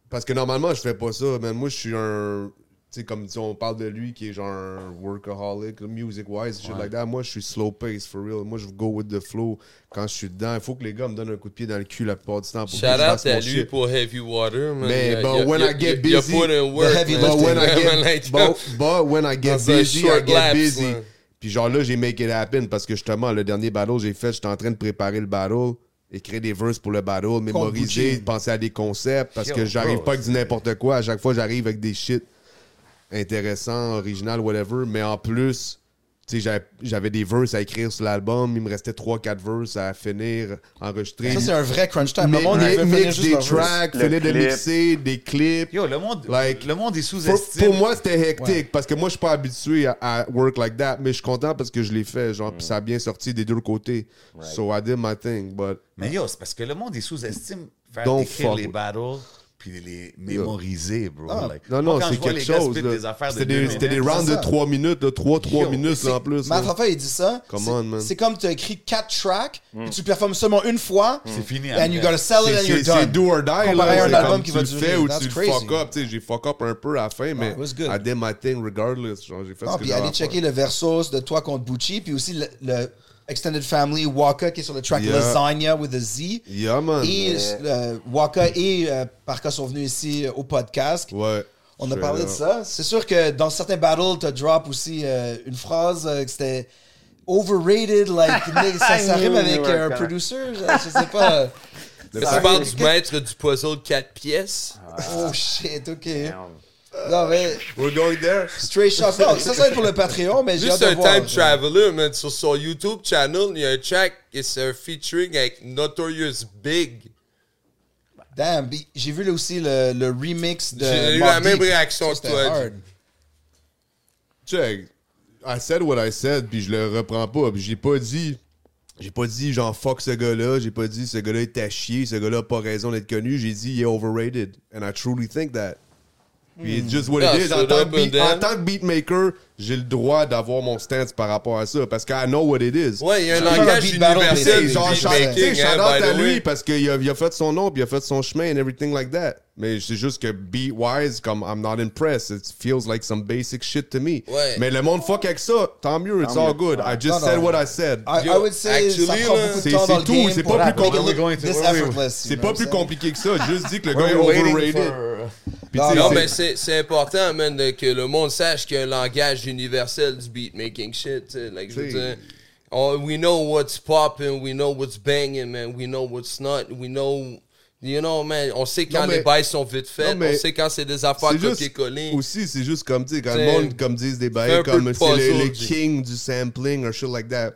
Speaker 5: Parce que normalement, je fais pas ça. Man, moi, je suis un. Tu sais, comme disons, on parle de lui qui est genre un workaholic, music-wise, shit like that. Moi, je suis slow pace, for real. Moi, je go with the flow quand je suis dedans. Il faut que les gars me donnent un coup de pied dans le cul la plupart du temps pour que je
Speaker 4: Shout out
Speaker 5: fasse mon
Speaker 4: à lui
Speaker 5: shit.
Speaker 4: pour Heavy Water, man.
Speaker 5: Mais,
Speaker 4: Il a-
Speaker 5: but
Speaker 4: il a-
Speaker 5: when
Speaker 4: il a-
Speaker 5: I
Speaker 4: il
Speaker 5: get
Speaker 4: a-
Speaker 5: busy,
Speaker 4: Il a put in work,
Speaker 3: the heavy
Speaker 4: man.
Speaker 5: But when I
Speaker 4: Vraiment,
Speaker 5: get,
Speaker 4: like,
Speaker 5: but, but when I get
Speaker 4: That's a
Speaker 5: busy, I
Speaker 4: short
Speaker 5: get
Speaker 4: lapse,
Speaker 5: busy.
Speaker 4: ouais.
Speaker 5: Puis genre là, j'ai make it happen parce que justement, le dernier battle que j'ai fait, j'étais en train de préparer le battle, écrire des verses pour le battle, mémoriser,
Speaker 3: Gucci.
Speaker 5: penser à des concepts parce que
Speaker 2: Yo,
Speaker 5: j'arrive
Speaker 2: bro,
Speaker 5: pas avec du n'importe quoi. À chaque fois, j'arrive avec des shit intéressants, original, whatever. Mais en plus, tu sais, j'avais- j'avais des verses à écrire sur l'album. Il me restait 3-4 verses à finir, enregistrer.
Speaker 3: Ça, c'est un vrai crunch time. Le
Speaker 5: Mi-
Speaker 3: monde, il veut
Speaker 5: mi-
Speaker 3: finir
Speaker 5: mix
Speaker 3: juste
Speaker 5: des
Speaker 3: leur verse.
Speaker 5: tracks,
Speaker 7: Le
Speaker 5: finir de
Speaker 7: clip.
Speaker 5: mixer, des clips.
Speaker 2: Yo, le monde,
Speaker 5: Like-
Speaker 2: le monde est
Speaker 5: Pour,
Speaker 2: sous-estimé.
Speaker 5: pour moi, c'était hectique
Speaker 3: Ouais.
Speaker 5: parce que moi, je suis pas habitué à, à work like that, mais je suis content parce que je l'ai fait, genre,
Speaker 7: Mm.
Speaker 5: puis ça a bien sorti des deux côtés. So I did my thing, but
Speaker 2: Mais yo, c'est parce que le monde est sous-estime faire
Speaker 5: Don't
Speaker 2: écrire
Speaker 5: fuck
Speaker 2: les
Speaker 5: with- Ah,
Speaker 2: battles puis les mémoriser, bro. Like,
Speaker 5: non, non,
Speaker 2: moi, quand
Speaker 5: c'est
Speaker 2: je vois
Speaker 5: quelque
Speaker 2: les gars
Speaker 5: chose.
Speaker 2: spit
Speaker 5: là.
Speaker 2: des affaires de
Speaker 5: C'était des,
Speaker 2: deux
Speaker 5: c'était des
Speaker 2: minutes,
Speaker 5: rounds de
Speaker 3: ça.
Speaker 5: 3 minutes, là, 3-3
Speaker 2: Yo,
Speaker 5: minutes là, en plus.
Speaker 3: Matt
Speaker 5: là.
Speaker 3: Rafa, il dit ça.
Speaker 5: Come
Speaker 3: c'est-
Speaker 5: on, man. Mm.
Speaker 3: C'est comme tu as écrit 4 tracks, puis tu performes seulement une fois,
Speaker 2: C'est fini.
Speaker 3: and you gotta sell it
Speaker 5: hein. C'est-
Speaker 3: and you're
Speaker 5: C'est
Speaker 3: done. Ah,
Speaker 5: c'est do or die. là.
Speaker 3: Comparé à un
Speaker 5: C'est
Speaker 3: album
Speaker 5: comme
Speaker 3: qui
Speaker 5: tu
Speaker 3: va
Speaker 5: le
Speaker 3: durer.
Speaker 5: fais ou
Speaker 3: That's
Speaker 5: tu le
Speaker 3: crazy.
Speaker 5: fuck up. Tu sais, J'ai fuck up un peu à la fin, mais
Speaker 3: it was good.
Speaker 5: I did my thing regardless. genre, J'ai fait
Speaker 3: Ah,
Speaker 5: ce que
Speaker 3: puis allez
Speaker 5: j'avais à
Speaker 3: checker
Speaker 5: faire.
Speaker 3: le Versus de toi contre Bucci, puis aussi le, le Extended Family Waka qui est sur le track
Speaker 5: Yeah.
Speaker 3: Lasagna with a Z.
Speaker 5: Yeah, man.
Speaker 3: Et euh, Waka et euh, Parka sont venus ici euh, au podcast.
Speaker 5: Ouais.
Speaker 3: On a
Speaker 5: Je-
Speaker 3: parlé de ça. C'est sûr que dans certains battles, t'as drop aussi euh, une phrase euh, que c'était overrated, like nigga, ça, ça
Speaker 7: I knew
Speaker 3: rime
Speaker 7: you
Speaker 3: avec
Speaker 7: were
Speaker 3: euh, un
Speaker 7: gonna-
Speaker 3: producer, je, je sais pas.
Speaker 4: Mais tu parles du maître du puzzle de 4 pièces.
Speaker 3: Oh shit, ok. Non mais
Speaker 5: We're going there.
Speaker 3: straight shot. Non, ça ça va être pour le Patreon, mais j'ai hâte
Speaker 4: Juste
Speaker 3: de
Speaker 4: un
Speaker 3: voir.
Speaker 4: time traveler, man. Sur son YouTube channel, il y a un track et c'est un featuring avec Notorious Big.
Speaker 3: Damn, puis j'ai vu là aussi le, le remix de.
Speaker 4: J'ai eu
Speaker 3: Mobb
Speaker 4: la même
Speaker 3: Deep.
Speaker 4: réaction
Speaker 3: Ça,
Speaker 4: que toi,
Speaker 3: c'était hard.
Speaker 5: check. I said what I said, puis je le reprends pas. Puis j'ai pas dit. J'ai pas dit genre fuck ce gars-là, j'ai pas dit ce gars-là est à chier, ce gars-là a pas raison d'être connu, j'ai dit il est overrated. And I truly think that. Puis
Speaker 3: Hmm.
Speaker 5: it's just what
Speaker 4: Yeah,
Speaker 5: it is. En
Speaker 4: straight
Speaker 5: tant,
Speaker 4: up
Speaker 5: que beat-
Speaker 4: and down.
Speaker 5: en tant que beatmaker, j'ai le droit d'avoir mon stance par rapport à ça, parce que I know what it is.
Speaker 4: Ouais, il y a un
Speaker 3: Genre
Speaker 4: langage
Speaker 3: beat battle,
Speaker 5: Tu sais,
Speaker 4: universel.
Speaker 3: mais-
Speaker 5: genre,
Speaker 4: beat
Speaker 5: shout- tu sais,
Speaker 4: making,
Speaker 5: shout out eh,
Speaker 4: hein, by
Speaker 5: à
Speaker 4: the
Speaker 5: lui
Speaker 4: way.
Speaker 5: parce qu'il a, il a fait son nom, puis il a fait son chemin and everything like that. Mais c'est juste que beat-wise, comme I'm not impressed. It feels like some basic shit to me.
Speaker 4: Ouais.
Speaker 5: Mais le monde fuck avec ça. Tant mieux, it's all good. I
Speaker 3: Non,
Speaker 5: just said
Speaker 3: non.
Speaker 5: what I said.
Speaker 3: I, I
Speaker 4: Yo,
Speaker 3: would say ça
Speaker 4: actually,
Speaker 3: prend
Speaker 4: là,
Speaker 3: beaucoup de
Speaker 5: C'est
Speaker 3: temps dans
Speaker 5: c'est
Speaker 3: le
Speaker 5: tout,
Speaker 3: game
Speaker 5: c'est
Speaker 3: pour
Speaker 5: pas plus
Speaker 3: pour
Speaker 5: compliqué.
Speaker 3: look this effortless, you
Speaker 5: C'est
Speaker 3: know
Speaker 5: pas
Speaker 3: what I'm
Speaker 5: plus
Speaker 3: saying?
Speaker 5: compliqué que ça. Juste dit que le
Speaker 2: We're
Speaker 5: gars est
Speaker 2: waiting
Speaker 5: overrated.
Speaker 2: for-
Speaker 5: Puis
Speaker 3: Non,
Speaker 5: tu sais,
Speaker 4: Non,
Speaker 5: c'est-
Speaker 4: mais c'est c'est important, man, de- que le monde sache qu'il y a un langage universel du beatmaking shit. tu sais, Like, je veux
Speaker 5: T'sais.
Speaker 4: dire, on- we know what's popping, we know what's banging, man, we know what's not, we know... You know, man, on sait quand
Speaker 5: Non, mais-
Speaker 4: les bails sont vite faites,
Speaker 5: Non, mais-
Speaker 4: on sait quand c'est des affaires
Speaker 5: C'est juste-
Speaker 4: copier-coller.
Speaker 5: Aussi, c'est juste comme, tu sais, quand le
Speaker 4: C'est-
Speaker 5: monde comme disent des
Speaker 4: Fais
Speaker 5: bails
Speaker 4: un peu
Speaker 5: comme
Speaker 4: de
Speaker 5: c'est le,
Speaker 4: puzzle,
Speaker 5: le
Speaker 4: dis.
Speaker 5: king du sampling or shit like that.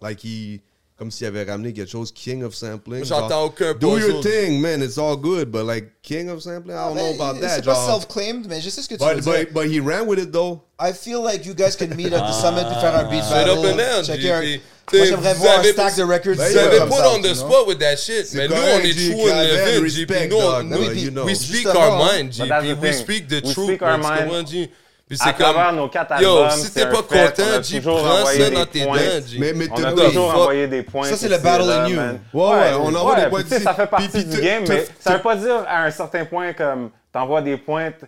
Speaker 5: Like, he, comme s'il avait ramené quelque chose, king of sampling.
Speaker 4: J'entends
Speaker 5: genre,
Speaker 4: aucun
Speaker 5: Do your
Speaker 4: puzzle.
Speaker 5: thing, man, it's all good, but like, king of sampling, I don't
Speaker 3: Mais
Speaker 5: know about that.
Speaker 3: C'est pas
Speaker 5: genre.
Speaker 3: self-claimed, mais je sais ce que tu veux
Speaker 5: But,
Speaker 3: dire.
Speaker 5: but, but he ran with it though.
Speaker 3: I feel like you guys can meet at the summit puis faire un beat
Speaker 4: Straight up and
Speaker 3: battle.
Speaker 4: down,
Speaker 3: Checker. un...
Speaker 4: JP.
Speaker 3: Moi,
Speaker 4: T'sais,
Speaker 3: j'aimerais
Speaker 4: vous
Speaker 3: voir un
Speaker 4: avez-
Speaker 3: stack de records.
Speaker 5: Ben,
Speaker 4: Vous
Speaker 5: Hey,
Speaker 4: avez
Speaker 5: yo,
Speaker 4: pas
Speaker 5: comme
Speaker 4: on the spot with that shit, man. Nous, on est
Speaker 5: G.
Speaker 4: true in
Speaker 5: Clavel,
Speaker 4: the
Speaker 5: respect,
Speaker 4: JP. Nous, on-
Speaker 5: dog,
Speaker 4: nous,
Speaker 5: you know.
Speaker 4: we speak
Speaker 3: Justement,
Speaker 4: our mind,
Speaker 7: But that's
Speaker 4: JP.
Speaker 7: the
Speaker 4: We
Speaker 7: thing.
Speaker 4: speak the
Speaker 7: We
Speaker 4: truth.
Speaker 7: speak our
Speaker 4: man. Tu
Speaker 7: mind.
Speaker 4: comprends, G? Puis
Speaker 7: À
Speaker 4: c'est comme.
Speaker 7: travers nos quatre
Speaker 4: Yo,
Speaker 7: albums,
Speaker 4: si
Speaker 7: c'est
Speaker 4: t'es
Speaker 7: un
Speaker 4: pas
Speaker 7: fait, on
Speaker 4: content,
Speaker 7: a
Speaker 4: G,
Speaker 7: toujours
Speaker 4: prends
Speaker 7: envoyé
Speaker 4: ça
Speaker 7: des
Speaker 4: dans tes
Speaker 7: points.
Speaker 4: dents, G.
Speaker 5: Mais, mais
Speaker 7: On
Speaker 5: t'as-
Speaker 7: a
Speaker 5: oui.
Speaker 7: toujours
Speaker 4: fuck.
Speaker 7: envoyé des points.
Speaker 3: Ça, c'est
Speaker 7: ici
Speaker 3: le battle
Speaker 7: et là,
Speaker 3: in you.
Speaker 7: man.
Speaker 5: Ouais, ouais, on envoie des points
Speaker 7: puis tu sais,
Speaker 5: ici.
Speaker 7: Ça fait
Speaker 5: Puis-
Speaker 7: partie
Speaker 5: puis
Speaker 7: du
Speaker 5: t'as-
Speaker 7: game,
Speaker 5: t'as-
Speaker 7: mais ça
Speaker 5: t'as-
Speaker 7: veut pas dire à un certain point comme t'envoies des points. t-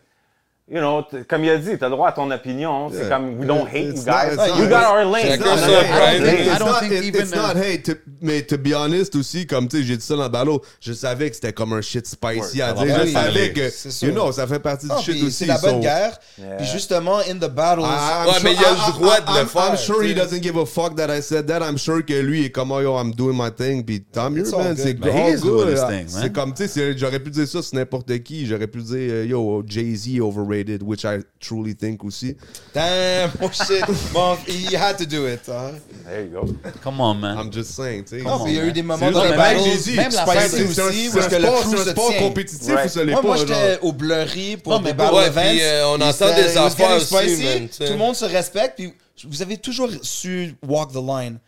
Speaker 7: You know, t- comme il a dit, t'as le droit à ton opinion. C'est
Speaker 5: Yeah.
Speaker 7: comme we don't hate you
Speaker 5: It's
Speaker 7: guys.
Speaker 5: not- it's
Speaker 7: You
Speaker 5: not-
Speaker 7: got our lane.
Speaker 5: It's
Speaker 4: Chacun
Speaker 5: not
Speaker 4: son
Speaker 7: On a
Speaker 5: hate.
Speaker 7: notre
Speaker 4: brand.
Speaker 7: lane.
Speaker 5: It's
Speaker 9: don't
Speaker 5: not-
Speaker 9: think
Speaker 5: it-
Speaker 9: even,
Speaker 5: It's not hate. To- Mais to be honest aussi, comme tu sais, j'ai dit ça dans Ballo, je savais que c'était comme un shit spicy à
Speaker 2: va
Speaker 5: dire.
Speaker 2: pas parler.
Speaker 5: Je savais
Speaker 3: C'est
Speaker 5: que,
Speaker 3: sûr.
Speaker 5: you know, ça fait partie du
Speaker 3: Non,
Speaker 5: shit
Speaker 3: puis
Speaker 5: aussi.
Speaker 3: c'est la bonne
Speaker 5: so-
Speaker 3: guerre. Puis justement, in the battles,
Speaker 5: I- I'm
Speaker 4: Ouais, mais il a le
Speaker 5: I- I-
Speaker 4: droit de le
Speaker 5: I'm- I'm
Speaker 4: faire,
Speaker 5: sure he
Speaker 4: tu sais.
Speaker 5: doesn't give a fuck that I said that. I'm sure que lui est comme, oh, yo, I'm doing my thing. Puis tant mieux,
Speaker 3: It's all
Speaker 5: man.
Speaker 3: good,
Speaker 5: C'est
Speaker 3: man.
Speaker 5: all
Speaker 2: He is doing
Speaker 5: good.
Speaker 2: his thing,
Speaker 5: C'est
Speaker 2: man.
Speaker 5: comme, tu sais, c'est- j'aurais pu dire ça, c'est n'importe qui. J'aurais pu dire, euh, yo, Jay-Z overrated, which I truly think aussi.
Speaker 3: damn, oh shit, bon, he had to do it. hein.
Speaker 7: There you go.
Speaker 2: Come on, man.
Speaker 5: I'm just saying, tu sais.
Speaker 3: Non, puis il y a eu des moments
Speaker 2: juste
Speaker 3: dans
Speaker 2: un
Speaker 3: les
Speaker 2: mec,
Speaker 3: battles,
Speaker 2: j'ai dit,
Speaker 3: même
Speaker 5: C'est
Speaker 3: la
Speaker 5: pas-
Speaker 3: fête
Speaker 5: c'est- c'est un-
Speaker 3: aussi,
Speaker 5: c'est
Speaker 3: parce
Speaker 5: un
Speaker 3: que le
Speaker 5: sport-
Speaker 3: crew
Speaker 5: C'est
Speaker 3: se
Speaker 5: un sport
Speaker 3: tient.
Speaker 5: compétitif
Speaker 7: Right.
Speaker 5: ou ça l'est
Speaker 3: Moi,
Speaker 5: pas,
Speaker 3: moi
Speaker 5: genre.
Speaker 3: j'étais au Blurry pour des battles
Speaker 4: ouais,
Speaker 3: events.
Speaker 4: puis, euh, on
Speaker 3: Puis
Speaker 4: entend
Speaker 3: c'était-
Speaker 4: des
Speaker 3: it was getting
Speaker 4: affaires aussi,
Speaker 3: spicy.
Speaker 4: man, tu sais.
Speaker 3: Tout le monde se respecte, puis vous avez toujours su walk the line.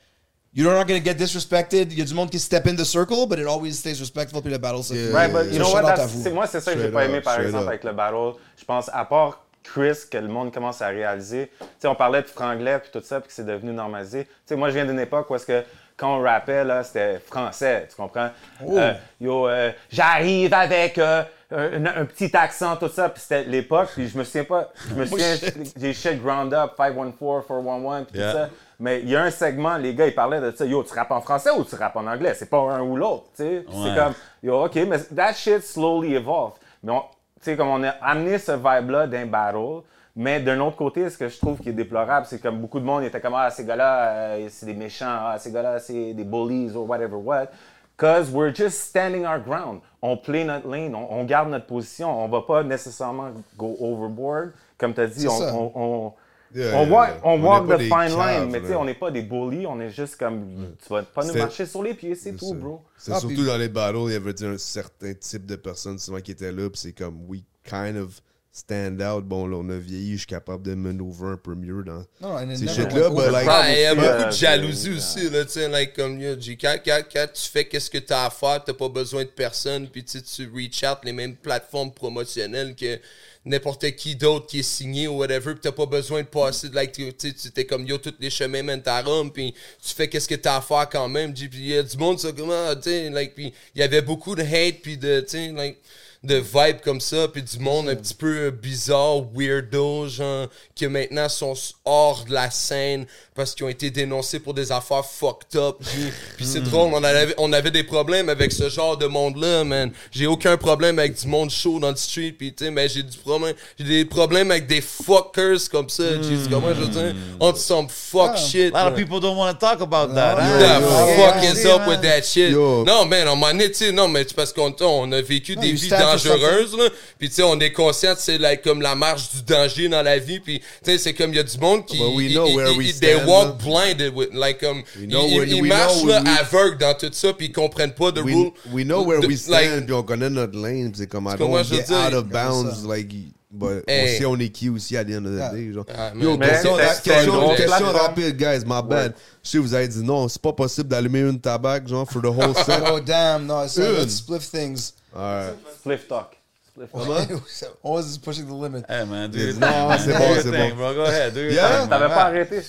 Speaker 3: You're not gonna get disrespected. Il y a du monde qui step in the circle, but it always stays respectful, puis le battle, c'est...
Speaker 7: Right, but you know what?
Speaker 3: Shout-out à
Speaker 7: that's-
Speaker 3: vous.
Speaker 7: c'est- Moi, c'est ça que j'ai
Speaker 5: Straight
Speaker 7: pas
Speaker 5: up,
Speaker 7: aimé, par
Speaker 5: straight
Speaker 7: exemple,
Speaker 5: up.
Speaker 7: avec le battle. Je pense, à part Chris, que le monde commence à réaliser. Tu sais, on parlait de franglais puis tout ça, puis que c'est devenu normalisé. Tu sais, moi, je viens d'une époque où est-ce que quand on rappait, là, c'était français, tu comprends?
Speaker 2: Oh.
Speaker 7: Euh, yo, euh, j'arrive avec euh, un, un petit accent, tout ça, puis c'était l'époque, puis je me souviens pas, je me souviens, j'ai shit ground up, 514, 411, puis
Speaker 2: Yeah.
Speaker 7: tout ça. Mais il y a un segment, les gars, ils parlaient de ça. Yo, tu rappes en français ou tu rappes en anglais? C'est pas un ou l'autre, tu sais. Puis
Speaker 2: Ouais.
Speaker 7: C'est comme, yo, OK, mais that shit slowly evolved. Mais on- tu sais, comme on a amené ce vibe-là d'un battle, mais d'un autre côté, ce que je trouve qui est déplorable, c'est comme beaucoup de monde était comme, ah, ces gars-là, euh, c'est des méchants, ah, ces gars-là, c'est des bullies ou whatever what. Cause we're just standing our ground. On play notre lane, on, on garde notre position, on va pas nécessairement go overboard. Comme tu as dit, on-
Speaker 3: ça.
Speaker 7: on- on
Speaker 5: Yeah,
Speaker 7: on
Speaker 5: yeah,
Speaker 7: walk,
Speaker 5: yeah.
Speaker 7: on
Speaker 5: On
Speaker 7: walk
Speaker 5: est pas
Speaker 7: the
Speaker 5: des
Speaker 7: fine
Speaker 5: caves,
Speaker 7: line, mais tu sais,
Speaker 5: là.
Speaker 7: on n'est pas des bullies, on est juste comme, tu vas pas nous
Speaker 5: C'est-
Speaker 7: marcher sur les pieds, c'est tout,
Speaker 5: C'est-
Speaker 7: bro.
Speaker 5: C'est
Speaker 3: Ah,
Speaker 5: surtout
Speaker 3: puis-
Speaker 5: dans les battles, il y avait dit, un certain type de personnes souvent qui étaient là, puis c'est comme we kind of stand out. Bon, là, on a vieilli, je suis capable de manœuvrer un peu mieux dans
Speaker 3: Non, non, and it
Speaker 5: ces
Speaker 3: never
Speaker 5: shit-là,
Speaker 3: went
Speaker 5: but like,
Speaker 7: Ah,
Speaker 4: Ouais, il y a
Speaker 7: aussi,
Speaker 4: beaucoup
Speaker 7: euh,
Speaker 4: de jalousie
Speaker 7: euh,
Speaker 4: aussi, là, tu sais, like, comme, yo, G, quand, quand- quand tu fais qu'est-ce que t'as à faire, t'as pas besoin de personne, puis tu sais, tu reach out les mêmes plateformes promotionnelles que n'importe qui d'autre qui est signé ou whatever, puis t'as pas besoin de passer, de, like, tu tu sais, tu t'es comme, yo, tous les chemins mènent à Rome, puis tu fais qu'est-ce que t'as à faire quand même, G, puis il y a du monde, ça, comme, ah, tu sais, like, puis il y avait beaucoup de hate, puis de, tu sais, like, de vibe comme ça, puis du monde un petit peu euh, bizarre, weirdo, genre, qui maintenant sont s- hors de la scène parce qu'ils ont été dénoncés pour des affaires fucked up. Puis, puis c'est drôle, on en avait, on avait des problèmes avec ce genre de monde-là, man. J'ai aucun problème avec du monde chaud dans le street, puis tu sais, mais j'ai du problème, j'ai des problèmes avec des fuckers comme ça. J'ai dit, comment je veux dire, on some fuck shit.
Speaker 3: Ah,
Speaker 2: A lot
Speaker 4: man.
Speaker 2: of people don't want to talk about that.
Speaker 4: What
Speaker 2: hein?
Speaker 4: the fuck
Speaker 3: yeah,
Speaker 4: is
Speaker 3: yeah.
Speaker 4: up with that shit?
Speaker 5: Yo.
Speaker 4: Non, man, on m'en est, tu sais, non, mais c'est parce qu'on on a vécu des
Speaker 3: you
Speaker 4: vies
Speaker 3: stand for
Speaker 4: dangereuses, là. Puis, tu sais, on est conscient, c'est like, comme la marche du danger dans la vie. Puis, tu sais, c'est comme, il y a du monde qui.
Speaker 5: But we
Speaker 4: ils-
Speaker 5: know
Speaker 4: ils-
Speaker 5: where
Speaker 4: ils-
Speaker 5: we
Speaker 4: ils- they
Speaker 5: stand,
Speaker 4: walk blinded with, like, comme. Ils,
Speaker 5: know
Speaker 4: ils-
Speaker 5: when-
Speaker 4: ils
Speaker 5: we
Speaker 4: marchent,
Speaker 5: know
Speaker 4: là,
Speaker 5: when we-
Speaker 4: aveugles dans tout ça, puis ils comprennent pas de
Speaker 5: we,
Speaker 4: rule.
Speaker 5: we know where
Speaker 4: de-
Speaker 5: we
Speaker 4: like,
Speaker 5: stand, puis on connaît notre lane, puis c'est comme I
Speaker 4: que moi,
Speaker 5: don't
Speaker 4: je veux
Speaker 5: get
Speaker 4: dire,
Speaker 5: out of
Speaker 3: comme
Speaker 5: bounds, like, but
Speaker 4: Hey.
Speaker 5: on sait on est qui aussi à the end of the day, genre.
Speaker 4: Ah, man.
Speaker 5: Yo,
Speaker 7: Mais
Speaker 5: question,
Speaker 7: c'est-
Speaker 5: ra-
Speaker 7: c'est
Speaker 5: question-
Speaker 7: une grosse
Speaker 5: question
Speaker 7: plateforme.
Speaker 5: rapide, guys, my bad. Je sais, vous avez dit non, c'est pas possible d'allumer une tabac, genre, for the whole set.
Speaker 3: Oh damn, no, it's
Speaker 5: Une.
Speaker 3: let's split things.
Speaker 5: Alright.
Speaker 7: Spliff talk. Spliff talk.
Speaker 3: Always is pushing the limit.
Speaker 2: Hey, man, do your thing,
Speaker 5: Non,
Speaker 2: man.
Speaker 5: c'est
Speaker 2: Do
Speaker 5: bon,
Speaker 2: your
Speaker 5: c'est
Speaker 2: thing,
Speaker 5: bon.
Speaker 2: bro. Go ahead, do your
Speaker 5: Yeah.
Speaker 2: thing, man.
Speaker 7: T'avais pas arrêté.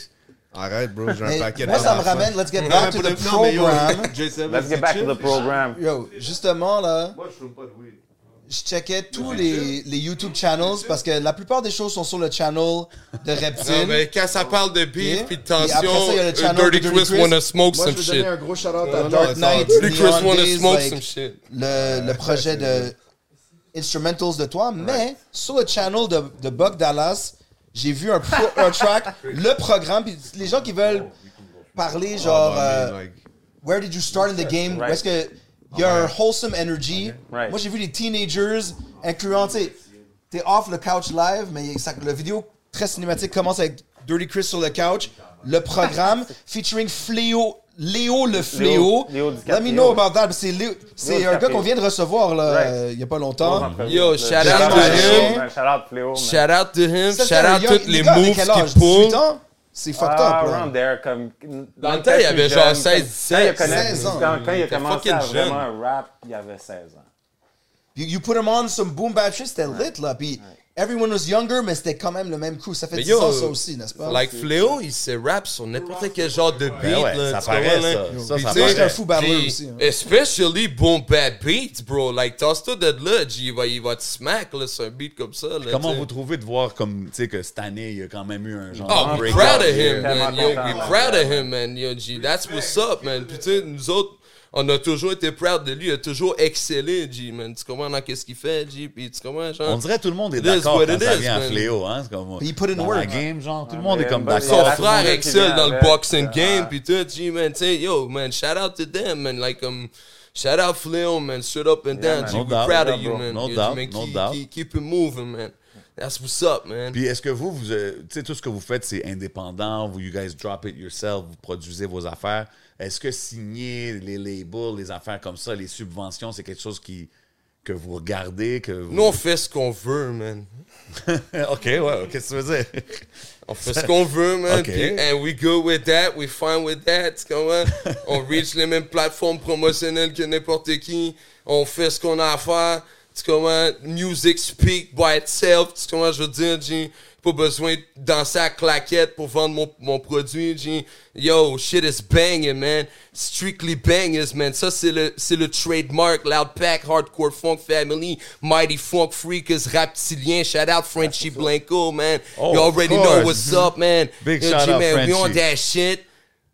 Speaker 5: Arrête, bro, j'ai un
Speaker 3: Mais
Speaker 5: paquet de
Speaker 3: moi, ça me
Speaker 5: tabac,
Speaker 3: ramène, let's get
Speaker 5: Non,
Speaker 3: back to
Speaker 5: mais
Speaker 3: the
Speaker 5: non, mais yo,
Speaker 3: program.
Speaker 5: J7,
Speaker 7: Let's get back to the program.
Speaker 3: Yo, justement, là,
Speaker 5: Moi, je fume pas de weed.
Speaker 3: je checkais tous les, les YouTube channels parce que la plupart des choses sont sur le channel de
Speaker 4: Non,
Speaker 3: Reptile.
Speaker 4: mais quand ça parle de
Speaker 3: Et
Speaker 4: beef, puis de
Speaker 3: après ça,
Speaker 4: tension,
Speaker 3: il y a le
Speaker 4: euh,
Speaker 3: channel
Speaker 4: Dirty
Speaker 3: de Dirty
Speaker 4: Chris
Speaker 3: Chris.
Speaker 4: wanna smoke
Speaker 5: Moi, je
Speaker 4: some
Speaker 5: veux donner
Speaker 4: shit.
Speaker 5: un gros shout-out à
Speaker 3: Euh, Dark
Speaker 5: Dark
Speaker 3: Knight,
Speaker 5: Knight.
Speaker 4: Dirty Chris
Speaker 3: Neon
Speaker 4: wanna
Speaker 3: Days,
Speaker 4: smoke
Speaker 3: like,
Speaker 4: some shit.
Speaker 3: le, le projet de instrumentals de toi, mais sur le channel de, de Buck Dallas, j'ai vu un, pro- un track, le programme, puis les gens qui
Speaker 5: Oh,
Speaker 3: veulent
Speaker 4: Ah,
Speaker 3: parler genre
Speaker 4: bah,
Speaker 3: euh, Where did you start in the game?
Speaker 7: Right. Oh,
Speaker 3: Où est-ce que il y a un wholesome energy?
Speaker 7: Right.
Speaker 3: Moi, j'ai vu des teenagers, incluant, tu sais, t'es off le couch live, mais ça, la vidéo très cinématique commence avec Dirty Chris sur le couch, le programme featuring Fléau, Léo le Fléau.
Speaker 7: Léo
Speaker 3: Let me
Speaker 7: DiCaprio.
Speaker 3: know about that. C'est Léo- c'est
Speaker 7: Léo
Speaker 3: un gars
Speaker 7: DiCaprio.
Speaker 3: qu'on vient de recevoir, là,
Speaker 7: Right.
Speaker 3: euh, il y a pas longtemps.
Speaker 4: Yo, shout out
Speaker 3: Shout-out à
Speaker 4: to him.
Speaker 3: him.
Speaker 7: Man, Shout out Fléau. man.
Speaker 4: Shout out to him.
Speaker 3: Ça,
Speaker 4: Shout
Speaker 3: c'est un
Speaker 4: out
Speaker 3: young-
Speaker 4: toutes les
Speaker 3: gars,
Speaker 4: moves
Speaker 3: quel âge?
Speaker 4: qui pullent.
Speaker 3: 18 ans? C'est fucked
Speaker 7: Ah,
Speaker 3: up, là.
Speaker 7: around there, comme.
Speaker 4: Dans le temps, il y avait genre 16, 17.
Speaker 7: Quand il a
Speaker 3: 16
Speaker 7: connu-
Speaker 3: ans.
Speaker 7: Quand, quand il a commencé à
Speaker 4: fucking jeune.
Speaker 7: vraiment rap, il avait 16 ans.
Speaker 3: You, you put him on some boom bap shit, c'était lit, là. Puis Everyone was younger, mais c'était quand même le même crew. Ça fait
Speaker 4: Mais
Speaker 3: 10
Speaker 4: yo,
Speaker 3: ans, ça aussi, n'est-ce pas?
Speaker 4: Like Fléau, il se rap sur n'importe quel genre de beat.
Speaker 2: Ben ouais,
Speaker 4: là,
Speaker 2: ça
Speaker 4: tu
Speaker 2: paraît,
Speaker 4: comprends,
Speaker 2: ça.
Speaker 4: là?
Speaker 2: Ça,
Speaker 4: Puis
Speaker 2: ça
Speaker 4: tu sais,
Speaker 2: paraît.
Speaker 3: un fou battleur
Speaker 4: puis
Speaker 3: aussi, hein.
Speaker 4: Especially boom bad beats, bro. Like, tasse-toi de là, G, il va, il va te smack là, sur un beat comme ça. Là,
Speaker 2: Comment
Speaker 4: tu sais.
Speaker 2: vous trouvez de voir comme, tu sais, que cette année, il y a quand même eu un genre
Speaker 4: Oh,
Speaker 2: de
Speaker 4: we're
Speaker 2: breakout
Speaker 4: proud of
Speaker 2: year.
Speaker 4: him, man. Yo, we're proud of him, man. Yo, G, that's what's up, man. Puis, tu sais, nous autres, on a toujours été proud de lui. Il a toujours excellé, G, man. Tu comprends dans qu'est-ce qu'il fait, G? Puis, tu comprends, genre...
Speaker 2: On dirait que tout le monde est
Speaker 4: It is
Speaker 2: d'accord
Speaker 4: what
Speaker 2: quand
Speaker 4: it
Speaker 2: ça
Speaker 4: is,
Speaker 2: vient à
Speaker 4: man.
Speaker 2: Fléau, hein? C'est comme,
Speaker 3: Puis il put in
Speaker 2: dans
Speaker 3: work.
Speaker 2: la game, genre,
Speaker 5: Ah,
Speaker 2: tout le
Speaker 7: Ouais,
Speaker 2: monde est
Speaker 7: mais
Speaker 2: comme
Speaker 7: bon,
Speaker 5: Ben,
Speaker 4: Son
Speaker 2: d'accord.
Speaker 7: Yeah, that's
Speaker 4: frère
Speaker 7: the one
Speaker 4: excelle
Speaker 7: qui
Speaker 4: dans le
Speaker 7: vient
Speaker 4: boxing
Speaker 7: avec.
Speaker 4: game,
Speaker 7: Ouais.
Speaker 4: puis tout, G, man, tu sais, yo, man, shout out to them, man, like, um, shout out Fleo, man, straight up and
Speaker 7: Yeah,
Speaker 4: down,
Speaker 7: man.
Speaker 4: G,
Speaker 2: No
Speaker 4: we
Speaker 2: doubt.
Speaker 4: proud
Speaker 2: No
Speaker 4: of you,
Speaker 2: doubt,
Speaker 4: man.
Speaker 2: bro. No
Speaker 4: Yo, G,
Speaker 2: doubt,
Speaker 4: man,
Speaker 2: no
Speaker 4: keep-
Speaker 2: doubt.
Speaker 4: keep- Keep it moving, man. That's what's up, man.
Speaker 2: Puis est-ce que vous, vous euh, tu sais, tout ce que vous faites, c'est indépendant, vous, you guys drop it yourself, vous produisez vos affaires. Est-ce que signer les labels, les affaires comme ça, les subventions, c'est quelque chose qui, que vous regardez, que vous...
Speaker 4: Nous, on fait ce qu'on veut, man.
Speaker 2: OK, ouais, qu'est-ce que tu veux dire?
Speaker 4: On fait ce qu'on veut, man.
Speaker 2: Ok.
Speaker 4: Puis, and we good with that, we fine with that. Tu comprends? on reach les mêmes plateformes promotionnelles que n'importe qui. On fait ce qu'on a à faire. Tu comprends? Music speak by itself. Tu comprends? Je veux dire, j'ai pas besoin de danser à claquette pour vendre mon, mon produit. J'ai, yo, shit is banging, man. Strictly bangers, man. Ça, c'est le, c'est le trademark. Loud Pack, Hardcore Funk Family, Mighty Funk Freakers, Raptilien. Shout out Frenchy Blanco, man.
Speaker 2: Oh,
Speaker 4: you
Speaker 2: of
Speaker 4: already know
Speaker 2: course.
Speaker 4: what's up, man.
Speaker 2: Big
Speaker 4: Yo,
Speaker 2: shout
Speaker 4: G,
Speaker 2: out,
Speaker 4: man, We on
Speaker 2: Frenchie.
Speaker 4: that shit.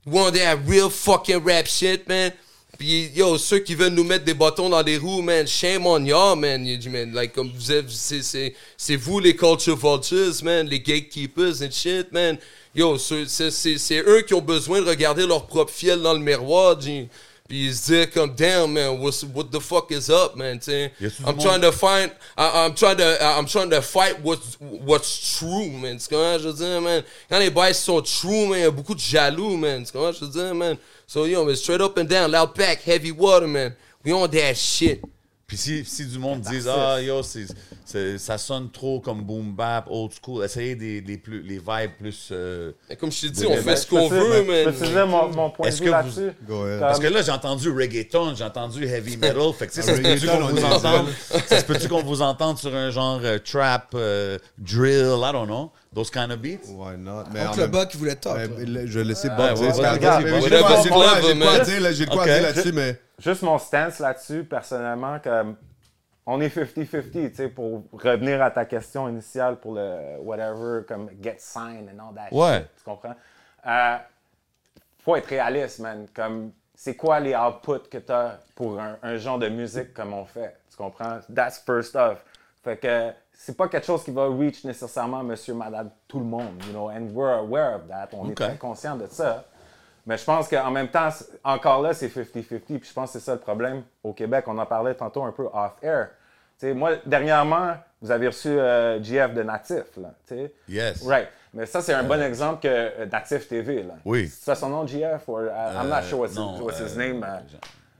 Speaker 4: We on that real fucking rap shit, man. Puis, yo, ceux qui veulent nous mettre des bâtons dans les roues, man, shame on y'all, man. Yo, G, man. Like, comme vous êtes, c'est, c'est, c'est vous les culture vultures, man, les gatekeepers and shit, man. Yo, ceux- c'est, c'est, c'est eux qui ont besoin de regarder leur propre fiel dans le miroir, G. Puis ils se disent comme damn man, what's, what the fuck is up man? tu sais.
Speaker 2: Y a-tu du
Speaker 4: I'm
Speaker 2: monde-
Speaker 4: trying to find, I, I'm trying to, I'm trying to fight what's, what's true man. Tu comprends je veux dire man? Quand les bails sont true man, y a beaucoup de jaloux man. Tu comprends je veux dire man? So yo, man, straight up and down, loud pack, heavy water man. We on that shit.
Speaker 2: Puis si, si du monde dit ah yo c'est, c'est- ça sonne trop comme boom bap old school, essayez des, des plus les vibes plus euh,
Speaker 4: Et comme je te dis,
Speaker 2: Mais
Speaker 4: on
Speaker 2: ben,
Speaker 4: fait ce qu'on veut man.
Speaker 7: Peux-tu dire mon, mon point de
Speaker 2: Est-ce
Speaker 7: vue
Speaker 2: que vous-
Speaker 7: là-dessus?
Speaker 5: Go ahead.
Speaker 2: Euh, parce que là j'ai entendu reggaeton, j'ai entendu heavy metal, fait que tu sais, ça se peut-tu
Speaker 5: Reggaeton,
Speaker 2: qu'on
Speaker 5: on
Speaker 2: vous
Speaker 5: est
Speaker 2: entende, ça se peut-tu qu'on vous entende sur un genre euh, trap, euh, drill, I don't know, those kind of beats.
Speaker 5: Why not? Mais en
Speaker 3: Donc, le
Speaker 5: même-
Speaker 3: bas qui voulait top.
Speaker 5: Mais,
Speaker 3: là.
Speaker 5: mais le- je vais laisser Bob
Speaker 2: Ouais,
Speaker 5: dire
Speaker 2: ouais,
Speaker 5: ce
Speaker 2: ouais,
Speaker 5: qu'il a
Speaker 7: vas-y,
Speaker 5: à dire,
Speaker 7: vas-y,
Speaker 5: mais
Speaker 4: vas-y, vas-y, vas-y,
Speaker 5: j'ai pas- J'ai de quoi
Speaker 4: vas-y.
Speaker 5: à dire là- j'ai de quoi à
Speaker 2: Ok.
Speaker 5: dire là-dessus, mais
Speaker 7: Juste mon stance là-dessus, personnellement, que on est 50-50, tu sais, pour revenir à ta question initiale pour le whatever, comme get signed and all that
Speaker 2: Ouais.
Speaker 7: shit, tu comprends? Euh, faut être réaliste, man. Comme, c'est quoi les outputs que tu as pour un, un genre de musique comme on fait? Tu comprends? That's first off. Fait que c'est pas quelque chose qui va reach nécessairement monsieur, madame, tout le monde, you know, and we're aware of that. On
Speaker 2: Ok.
Speaker 7: est très conscient de ça. Mais je pense qu'en même temps, c'est- encore là, c'est 50-50, puis je pense que c'est ça le problème au Québec. On en parlait tantôt un peu off-air. Tu sais, moi, dernièrement, vous avez reçu euh, GF de Natif, là, tu sais.
Speaker 2: Yes.
Speaker 7: Right. Mais ça, c'est un bon exemple que euh, Natif TV, là.
Speaker 2: Oui.
Speaker 7: C'est ça son nom, GF? Or, uh, I'm not sure what's,
Speaker 2: non,
Speaker 7: what's his
Speaker 2: euh,
Speaker 7: name. uh,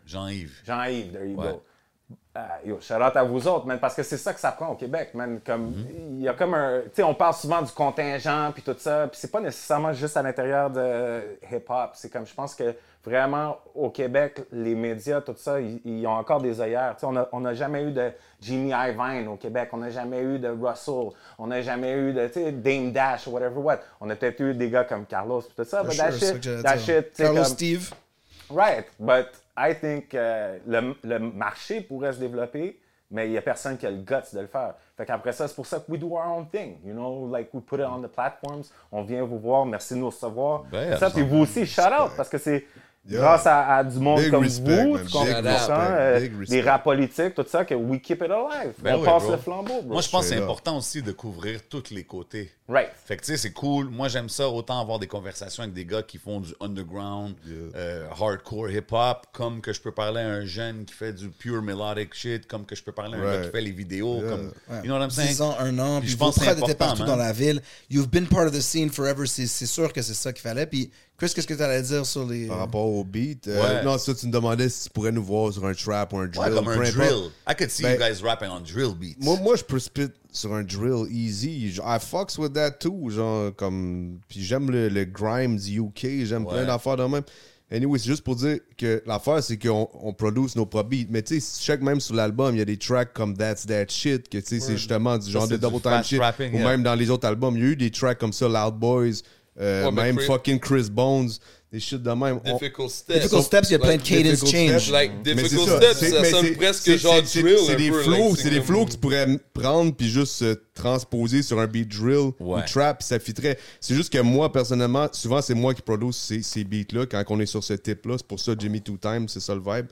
Speaker 2: Jean-Yves.
Speaker 7: Jean-Yves, there you
Speaker 2: Ouais.
Speaker 7: go. Ah, yo, shout out à vous autres, man, parce que c'est ça que ça prend au Québec, man. Comme, il y a comme un. Tu sais, on parle souvent du contingent, puis tout ça, puis c'est pas nécessairement juste à l'intérieur de hip-hop. C'est comme, je pense que vraiment, au Québec, les médias, tout ça, ils ils ont encore des œillères. Tu sais, on a- on n'a jamais eu de Jimmy Ivine au Québec, on n'a jamais eu de Russell, on n'a jamais eu de, tu sais, Dame Dash, whatever what. On a peut-être eu des gars comme Carlos, puis tout ça, mais
Speaker 3: Sure,
Speaker 7: that
Speaker 3: c'est ça que j'allais
Speaker 7: shit, that
Speaker 3: dire.
Speaker 7: shit, tu sais,
Speaker 3: Carlos
Speaker 7: comme-
Speaker 3: Steve.
Speaker 7: Right, but I think euh, le, le marché pourrait se développer, mais il n'y a personne qui a le guts de le faire. Fait qu'après ça, c'est pour ça que we do our own thing, you know, like we put it on the platforms, on vient vous voir, merci de nous recevoir.
Speaker 2: Ben,
Speaker 7: ça, puis vous aussi, shout out, parce que c'est grâce à, à du monde
Speaker 5: Big
Speaker 7: comme
Speaker 5: respect,
Speaker 7: vous,
Speaker 5: man.
Speaker 7: tu
Speaker 5: Big
Speaker 7: comprends,
Speaker 5: respect,
Speaker 7: euh,
Speaker 5: big respect.
Speaker 7: des rap politiques, tout ça, que we keep it alive.
Speaker 2: Ben
Speaker 7: on
Speaker 2: oui,
Speaker 7: passe
Speaker 2: bro.
Speaker 7: le flambeau, bro.
Speaker 2: Moi, je pense que c'est
Speaker 5: là.
Speaker 2: important aussi de couvrir tous les côtés.
Speaker 7: Right.
Speaker 2: Fait que tu sais, c'est cool. Moi, j'aime ça autant avoir des conversations avec des gars qui font du underground, euh, hardcore hip-hop, comme que je peux parler à un jeune qui fait du pure melodic shit, comme que je peux parler à un
Speaker 5: Right.
Speaker 2: gars qui fait les vidéos. Comme,
Speaker 3: Ouais.
Speaker 2: You know what I'm saying?
Speaker 3: 10 ans, un an,
Speaker 2: Puis
Speaker 3: puis
Speaker 2: je
Speaker 3: vos
Speaker 2: pense que c'est
Speaker 3: frères étaient
Speaker 2: important,
Speaker 3: partout
Speaker 2: man.
Speaker 3: dans la ville. You've been part of the scene forever. C'est c'est sûr que c'est ça qu'il fallait. Puis, Chris, qu'est-ce que tu allais dire sur les.
Speaker 5: par rapport au beat, euh,
Speaker 2: Ouais.
Speaker 5: non, ça, tu me demandais si tu pourrais nous voir sur un trap ou un drill.
Speaker 2: Ouais, comme un
Speaker 5: peu
Speaker 2: drill.
Speaker 5: importe.
Speaker 2: I could see you
Speaker 5: Ben,
Speaker 2: guys rapping on drill beats.
Speaker 5: Moi, moi, je peux spit sur un drill easy. Je- I fucks with that too. Genre, comme. Puis j'aime le, le grime du UK. J'aime
Speaker 2: Ouais.
Speaker 5: plein d'affaires de même. Anyway, c'est juste pour dire que l'affaire, c'est qu'on on produce nos propres beats. Mais tu sais, si tu check même sur l'album, il y a des tracks comme That's That Shit, que tu sais, c'est justement du genre
Speaker 2: c'est
Speaker 5: de
Speaker 2: du
Speaker 5: double time
Speaker 2: fast
Speaker 5: shit.
Speaker 2: rapping,
Speaker 5: ou
Speaker 2: yeah.
Speaker 5: même dans les autres albums, il y a eu des tracks comme ça, Loud Boys, euh,
Speaker 4: Ouais, mais
Speaker 5: même
Speaker 4: Chris-
Speaker 5: fucking Chris Bones, des shit de même. On-
Speaker 4: Difficult Steps.
Speaker 3: Difficult Steps, il y a plein de cadence
Speaker 5: Difficult
Speaker 3: change.
Speaker 5: Steps.
Speaker 4: Like,
Speaker 5: Mais
Speaker 4: Difficult
Speaker 5: c'est
Speaker 4: Steps,
Speaker 5: c'est-
Speaker 4: ça
Speaker 5: mais
Speaker 4: sonne
Speaker 5: c'est-
Speaker 4: presque
Speaker 5: c'est-
Speaker 4: genre
Speaker 5: c'est- c'est-
Speaker 4: drill
Speaker 5: C'est
Speaker 4: un
Speaker 5: des
Speaker 4: peu,
Speaker 5: flows,
Speaker 4: like,
Speaker 5: c'est
Speaker 4: c'est
Speaker 5: des
Speaker 4: comme-
Speaker 5: flows que tu pourrais m- prendre puis juste euh, transposer sur un beat drill ou
Speaker 2: Ouais.
Speaker 5: trap, puis ça fitterait. C'est juste que moi, personnellement, souvent, c'est moi qui produce ces, ces beats-là quand on est sur ce type-là. C'est pour ça Jimmy Two Time, c'est ça le vibe.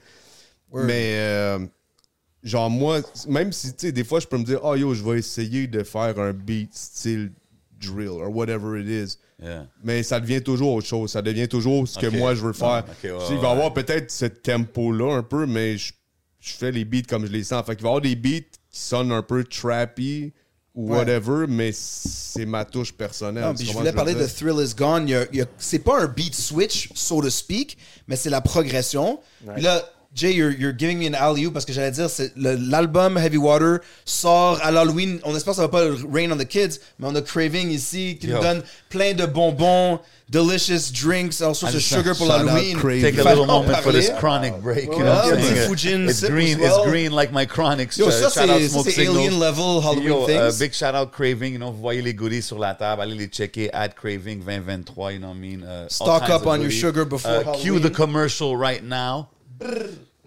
Speaker 5: Mais, euh, genre, moi, même si, tu sais, des fois, je peux me dire, oh yo, je vais essayer de faire un beat style drill or whatever it is.
Speaker 2: Yeah.
Speaker 5: Mais ça devient toujours autre chose. Ça devient toujours ce
Speaker 2: Ok.
Speaker 5: que moi je veux faire.
Speaker 2: Ah, ok, ouais,
Speaker 5: Tu sais,
Speaker 2: ouais,
Speaker 5: il va y avoir peut-être ce tempo-là un peu, mais je, je fais les beats comme je les sens. Fait qu'il va y avoir des beats qui sonnent un peu trappy ou
Speaker 3: Ouais.
Speaker 5: whatever, mais c'est ma touche personnelle.
Speaker 3: Non,
Speaker 5: Ah,
Speaker 3: Ah,
Speaker 5: Tu
Speaker 3: puis je
Speaker 5: comprends
Speaker 3: voulais
Speaker 5: ce que
Speaker 3: parler
Speaker 5: veux
Speaker 3: de
Speaker 5: dire?
Speaker 3: Thrill is Gone. Il y a- il y a- c'est pas un beat switch, so to speak, mais c'est la progression. Puis Là, Jay, you're, you're giving me an alley parce que j'allais dire, c'est le- l'album Heavy Water sort à l'Halloween. On espère que ça va pas rain on the kids, mais on a Craving ici qui nous
Speaker 2: Yo.
Speaker 3: donne plein de bonbons, delicious drinks, all sorts of
Speaker 2: Alexandre,
Speaker 3: sugar pour
Speaker 2: shout out
Speaker 3: l'Halloween.
Speaker 5: Craving.
Speaker 2: Take a
Speaker 3: Fallait
Speaker 2: little
Speaker 3: en
Speaker 2: moment for
Speaker 3: parler.
Speaker 2: this
Speaker 3: ah,
Speaker 2: chronic break. You know
Speaker 3: Well,
Speaker 2: what I'm
Speaker 3: petit
Speaker 2: saying?
Speaker 3: Fujin
Speaker 2: It's
Speaker 3: sip
Speaker 2: green,
Speaker 3: as well.
Speaker 2: it's green like my chronic.
Speaker 3: Yo,
Speaker 2: Uh,
Speaker 3: ça,
Speaker 2: shout out
Speaker 3: c'est ça,
Speaker 2: Smoke
Speaker 3: c'est
Speaker 2: Signals.
Speaker 3: alien level Halloween
Speaker 2: Yo, uh,
Speaker 3: things.
Speaker 2: big shout out Craving. You know, vous voyez les goodies sur la table. Allez les checker. Add Craving 2023. You know what I mean? Uh, all
Speaker 3: Stock
Speaker 2: kinds
Speaker 3: up
Speaker 2: of
Speaker 3: on your
Speaker 2: goodies.
Speaker 3: sugar before
Speaker 2: Uh, Cue
Speaker 3: Halloween.
Speaker 2: the commercial right now. And